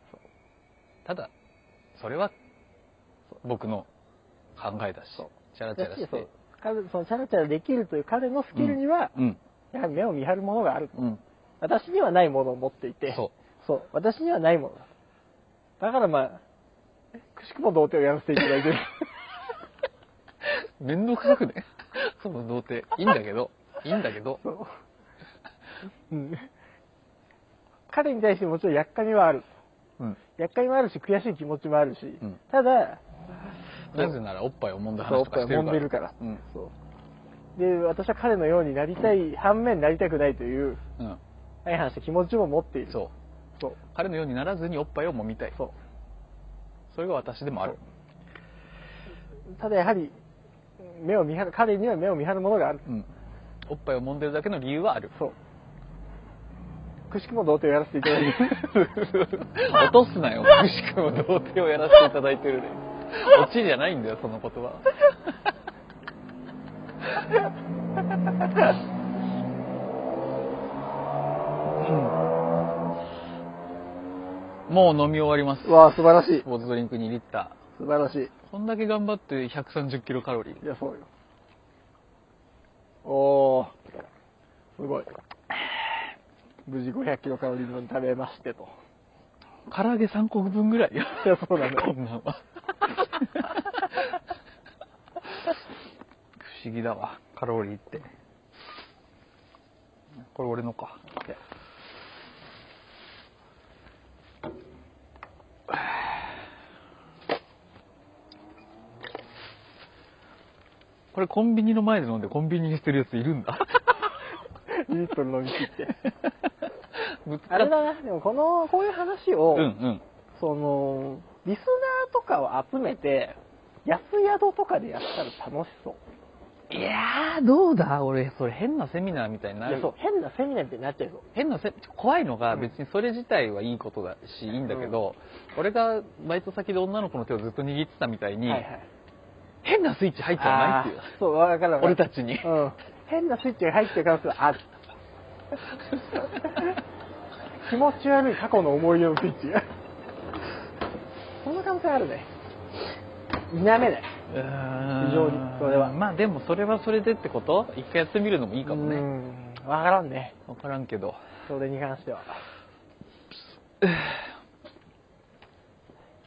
Speaker 1: ただそれは僕の考えだし
Speaker 2: そう
Speaker 1: チャラチャ
Speaker 2: だ
Speaker 1: ラ
Speaker 2: し
Speaker 1: し、
Speaker 2: そ
Speaker 1: て
Speaker 2: う。彼そのチャラチャラできるという彼のスキルには、
Speaker 1: うん
Speaker 2: やはり目を見張るものがある。
Speaker 1: うん
Speaker 2: 私にはないものを持っていて、
Speaker 1: そう
Speaker 2: そう。私にはないものだ。だからまあ、くしくも童貞をやらせていただい てる。
Speaker 1: 面倒くさくね その童貞いいんだけどいいんだけど
Speaker 2: そう。うん。彼に対してもちろんやっかみはある。
Speaker 1: うん
Speaker 2: やっかみもあるし、悔しい気持ちもあるし、
Speaker 1: ん
Speaker 2: ただ、
Speaker 1: なぜならおっぱいを揉んだ
Speaker 2: そうお
Speaker 1: 話と
Speaker 2: っぱ
Speaker 1: かし
Speaker 2: いを
Speaker 1: てるか
Speaker 2: 揉ん
Speaker 1: ら
Speaker 2: でるから、
Speaker 1: うん
Speaker 2: そうで私は彼のようになりたい、反面なりたくないという
Speaker 1: うん
Speaker 2: 相反した気持ちも持っている
Speaker 1: そう
Speaker 2: そう
Speaker 1: 彼のようにならずにおっぱいを揉みたい
Speaker 2: そう
Speaker 1: それが私でもある
Speaker 2: ただやはり目を見張る彼には目を見張るものがある、
Speaker 1: うんおっぱいを揉んでるだけの理由はある
Speaker 2: そうくしくも童貞をやらせていただいてる
Speaker 1: 落とすなよ、くしくも童貞をやらせていただいてるね。オチじゃないんだよ、その言葉。うんもう飲み終わります。
Speaker 2: う わあ素晴らしい
Speaker 1: スポーツドリンク2リッタ
Speaker 2: 素晴らしい
Speaker 1: ー。こんだけ頑張って130キロカロリー。
Speaker 2: いやそうよおおすごい無事500キロカロリー分食べましてと
Speaker 1: 唐揚げ3個分ぐらいよ。
Speaker 2: いやそうなんだ
Speaker 1: こ んなんは。 不思議だわ、カロリーって。これ俺のか。これコンビニの前で飲んでコンビニに捨てるやついるんだ。
Speaker 2: 2リットル飲み切って
Speaker 1: ぶつか
Speaker 2: あ
Speaker 1: っ
Speaker 2: れだな、でもこの、こういう話を、
Speaker 1: うんうん。
Speaker 2: その、リスナーとかを集めて、安宿とかでやったら楽しそう。
Speaker 1: いややーどうだ俺それ変なセミナーみたいにないる
Speaker 2: や、そう、変なセミナーみたいになっちゃうぞ。
Speaker 1: 変なせ怖いのが別にそれ自体はいいことだし、いいんだけど、俺がバイト先で女の子の手をずっと握ってたみたいに、
Speaker 2: はいはい。
Speaker 1: 変なスイッチ入っちゃわないっていう
Speaker 2: あーそう、わかるわかる
Speaker 1: 俺たちに
Speaker 2: うん。変なスイッチが入ってる可能性はある。 気持ち悪い過去の思い出のスイッチが。そんな可能性あるね。否めない。
Speaker 1: うーん
Speaker 2: 非常にそれは
Speaker 1: まあでもそれはそれでってこと一回やってみるのもいいかも
Speaker 2: う
Speaker 1: ね
Speaker 2: ん。わからんね。
Speaker 1: 分からんけど
Speaker 2: それに関しては。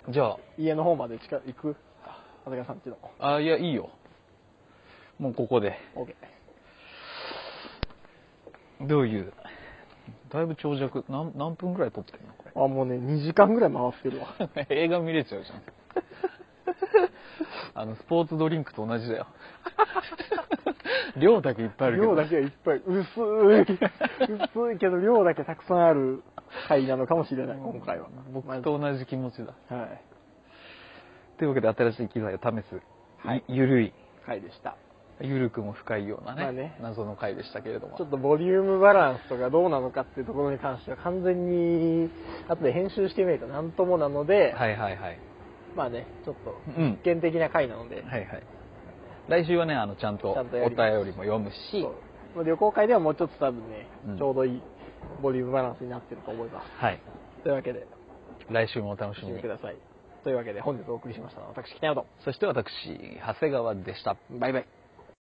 Speaker 1: じゃ
Speaker 2: 家の方まで近く行く長谷川さんちの。
Speaker 1: ああいやいいよもうここで
Speaker 2: OK。
Speaker 1: どういうだいぶ長尺何何分ぐらい撮ってるのこ
Speaker 2: あ、もうね、2時間ぐらい回ってるわ。
Speaker 1: れ 映画見れちゃうじゃ んあのスポーツドリンクと同じだよ量だけいっぱいあるけど
Speaker 2: 量だけはいっぱい、薄い、薄いけど量だけたくさんある回なのかもしれない、今回は。
Speaker 1: 僕と同じ気持ちだ
Speaker 2: はい。
Speaker 1: というわけで新しい機材を試す、
Speaker 2: はい
Speaker 1: ゆゆるい
Speaker 2: 回でした。
Speaker 1: ゆるくも深いようなね,、
Speaker 2: まあね
Speaker 1: 謎の回でしたけれども
Speaker 2: ちょっとボリュームバランスとかどうなのかっていうところに関しては完全に後で編集してみると何ともなので、
Speaker 1: はいはいはい
Speaker 2: まあね、ちょっと
Speaker 1: うん
Speaker 2: 実験的な回なので、
Speaker 1: はいはい来週はねあのちゃんとお
Speaker 2: ちゃんとや
Speaker 1: 便
Speaker 2: り
Speaker 1: り
Speaker 2: ます
Speaker 1: も読むし
Speaker 2: そうまあ旅行会ではもうちょっと多分ね、
Speaker 1: うん
Speaker 2: ちょうどいいボリュームバランスになってると思います。
Speaker 1: はい
Speaker 2: というわけで、
Speaker 1: 来週もお楽
Speaker 2: お
Speaker 1: しみ
Speaker 2: 聞き
Speaker 1: に
Speaker 2: ください。というわけで本日お送りしましたのは私、北野と。
Speaker 1: そして私長谷川でした
Speaker 2: バイバイ。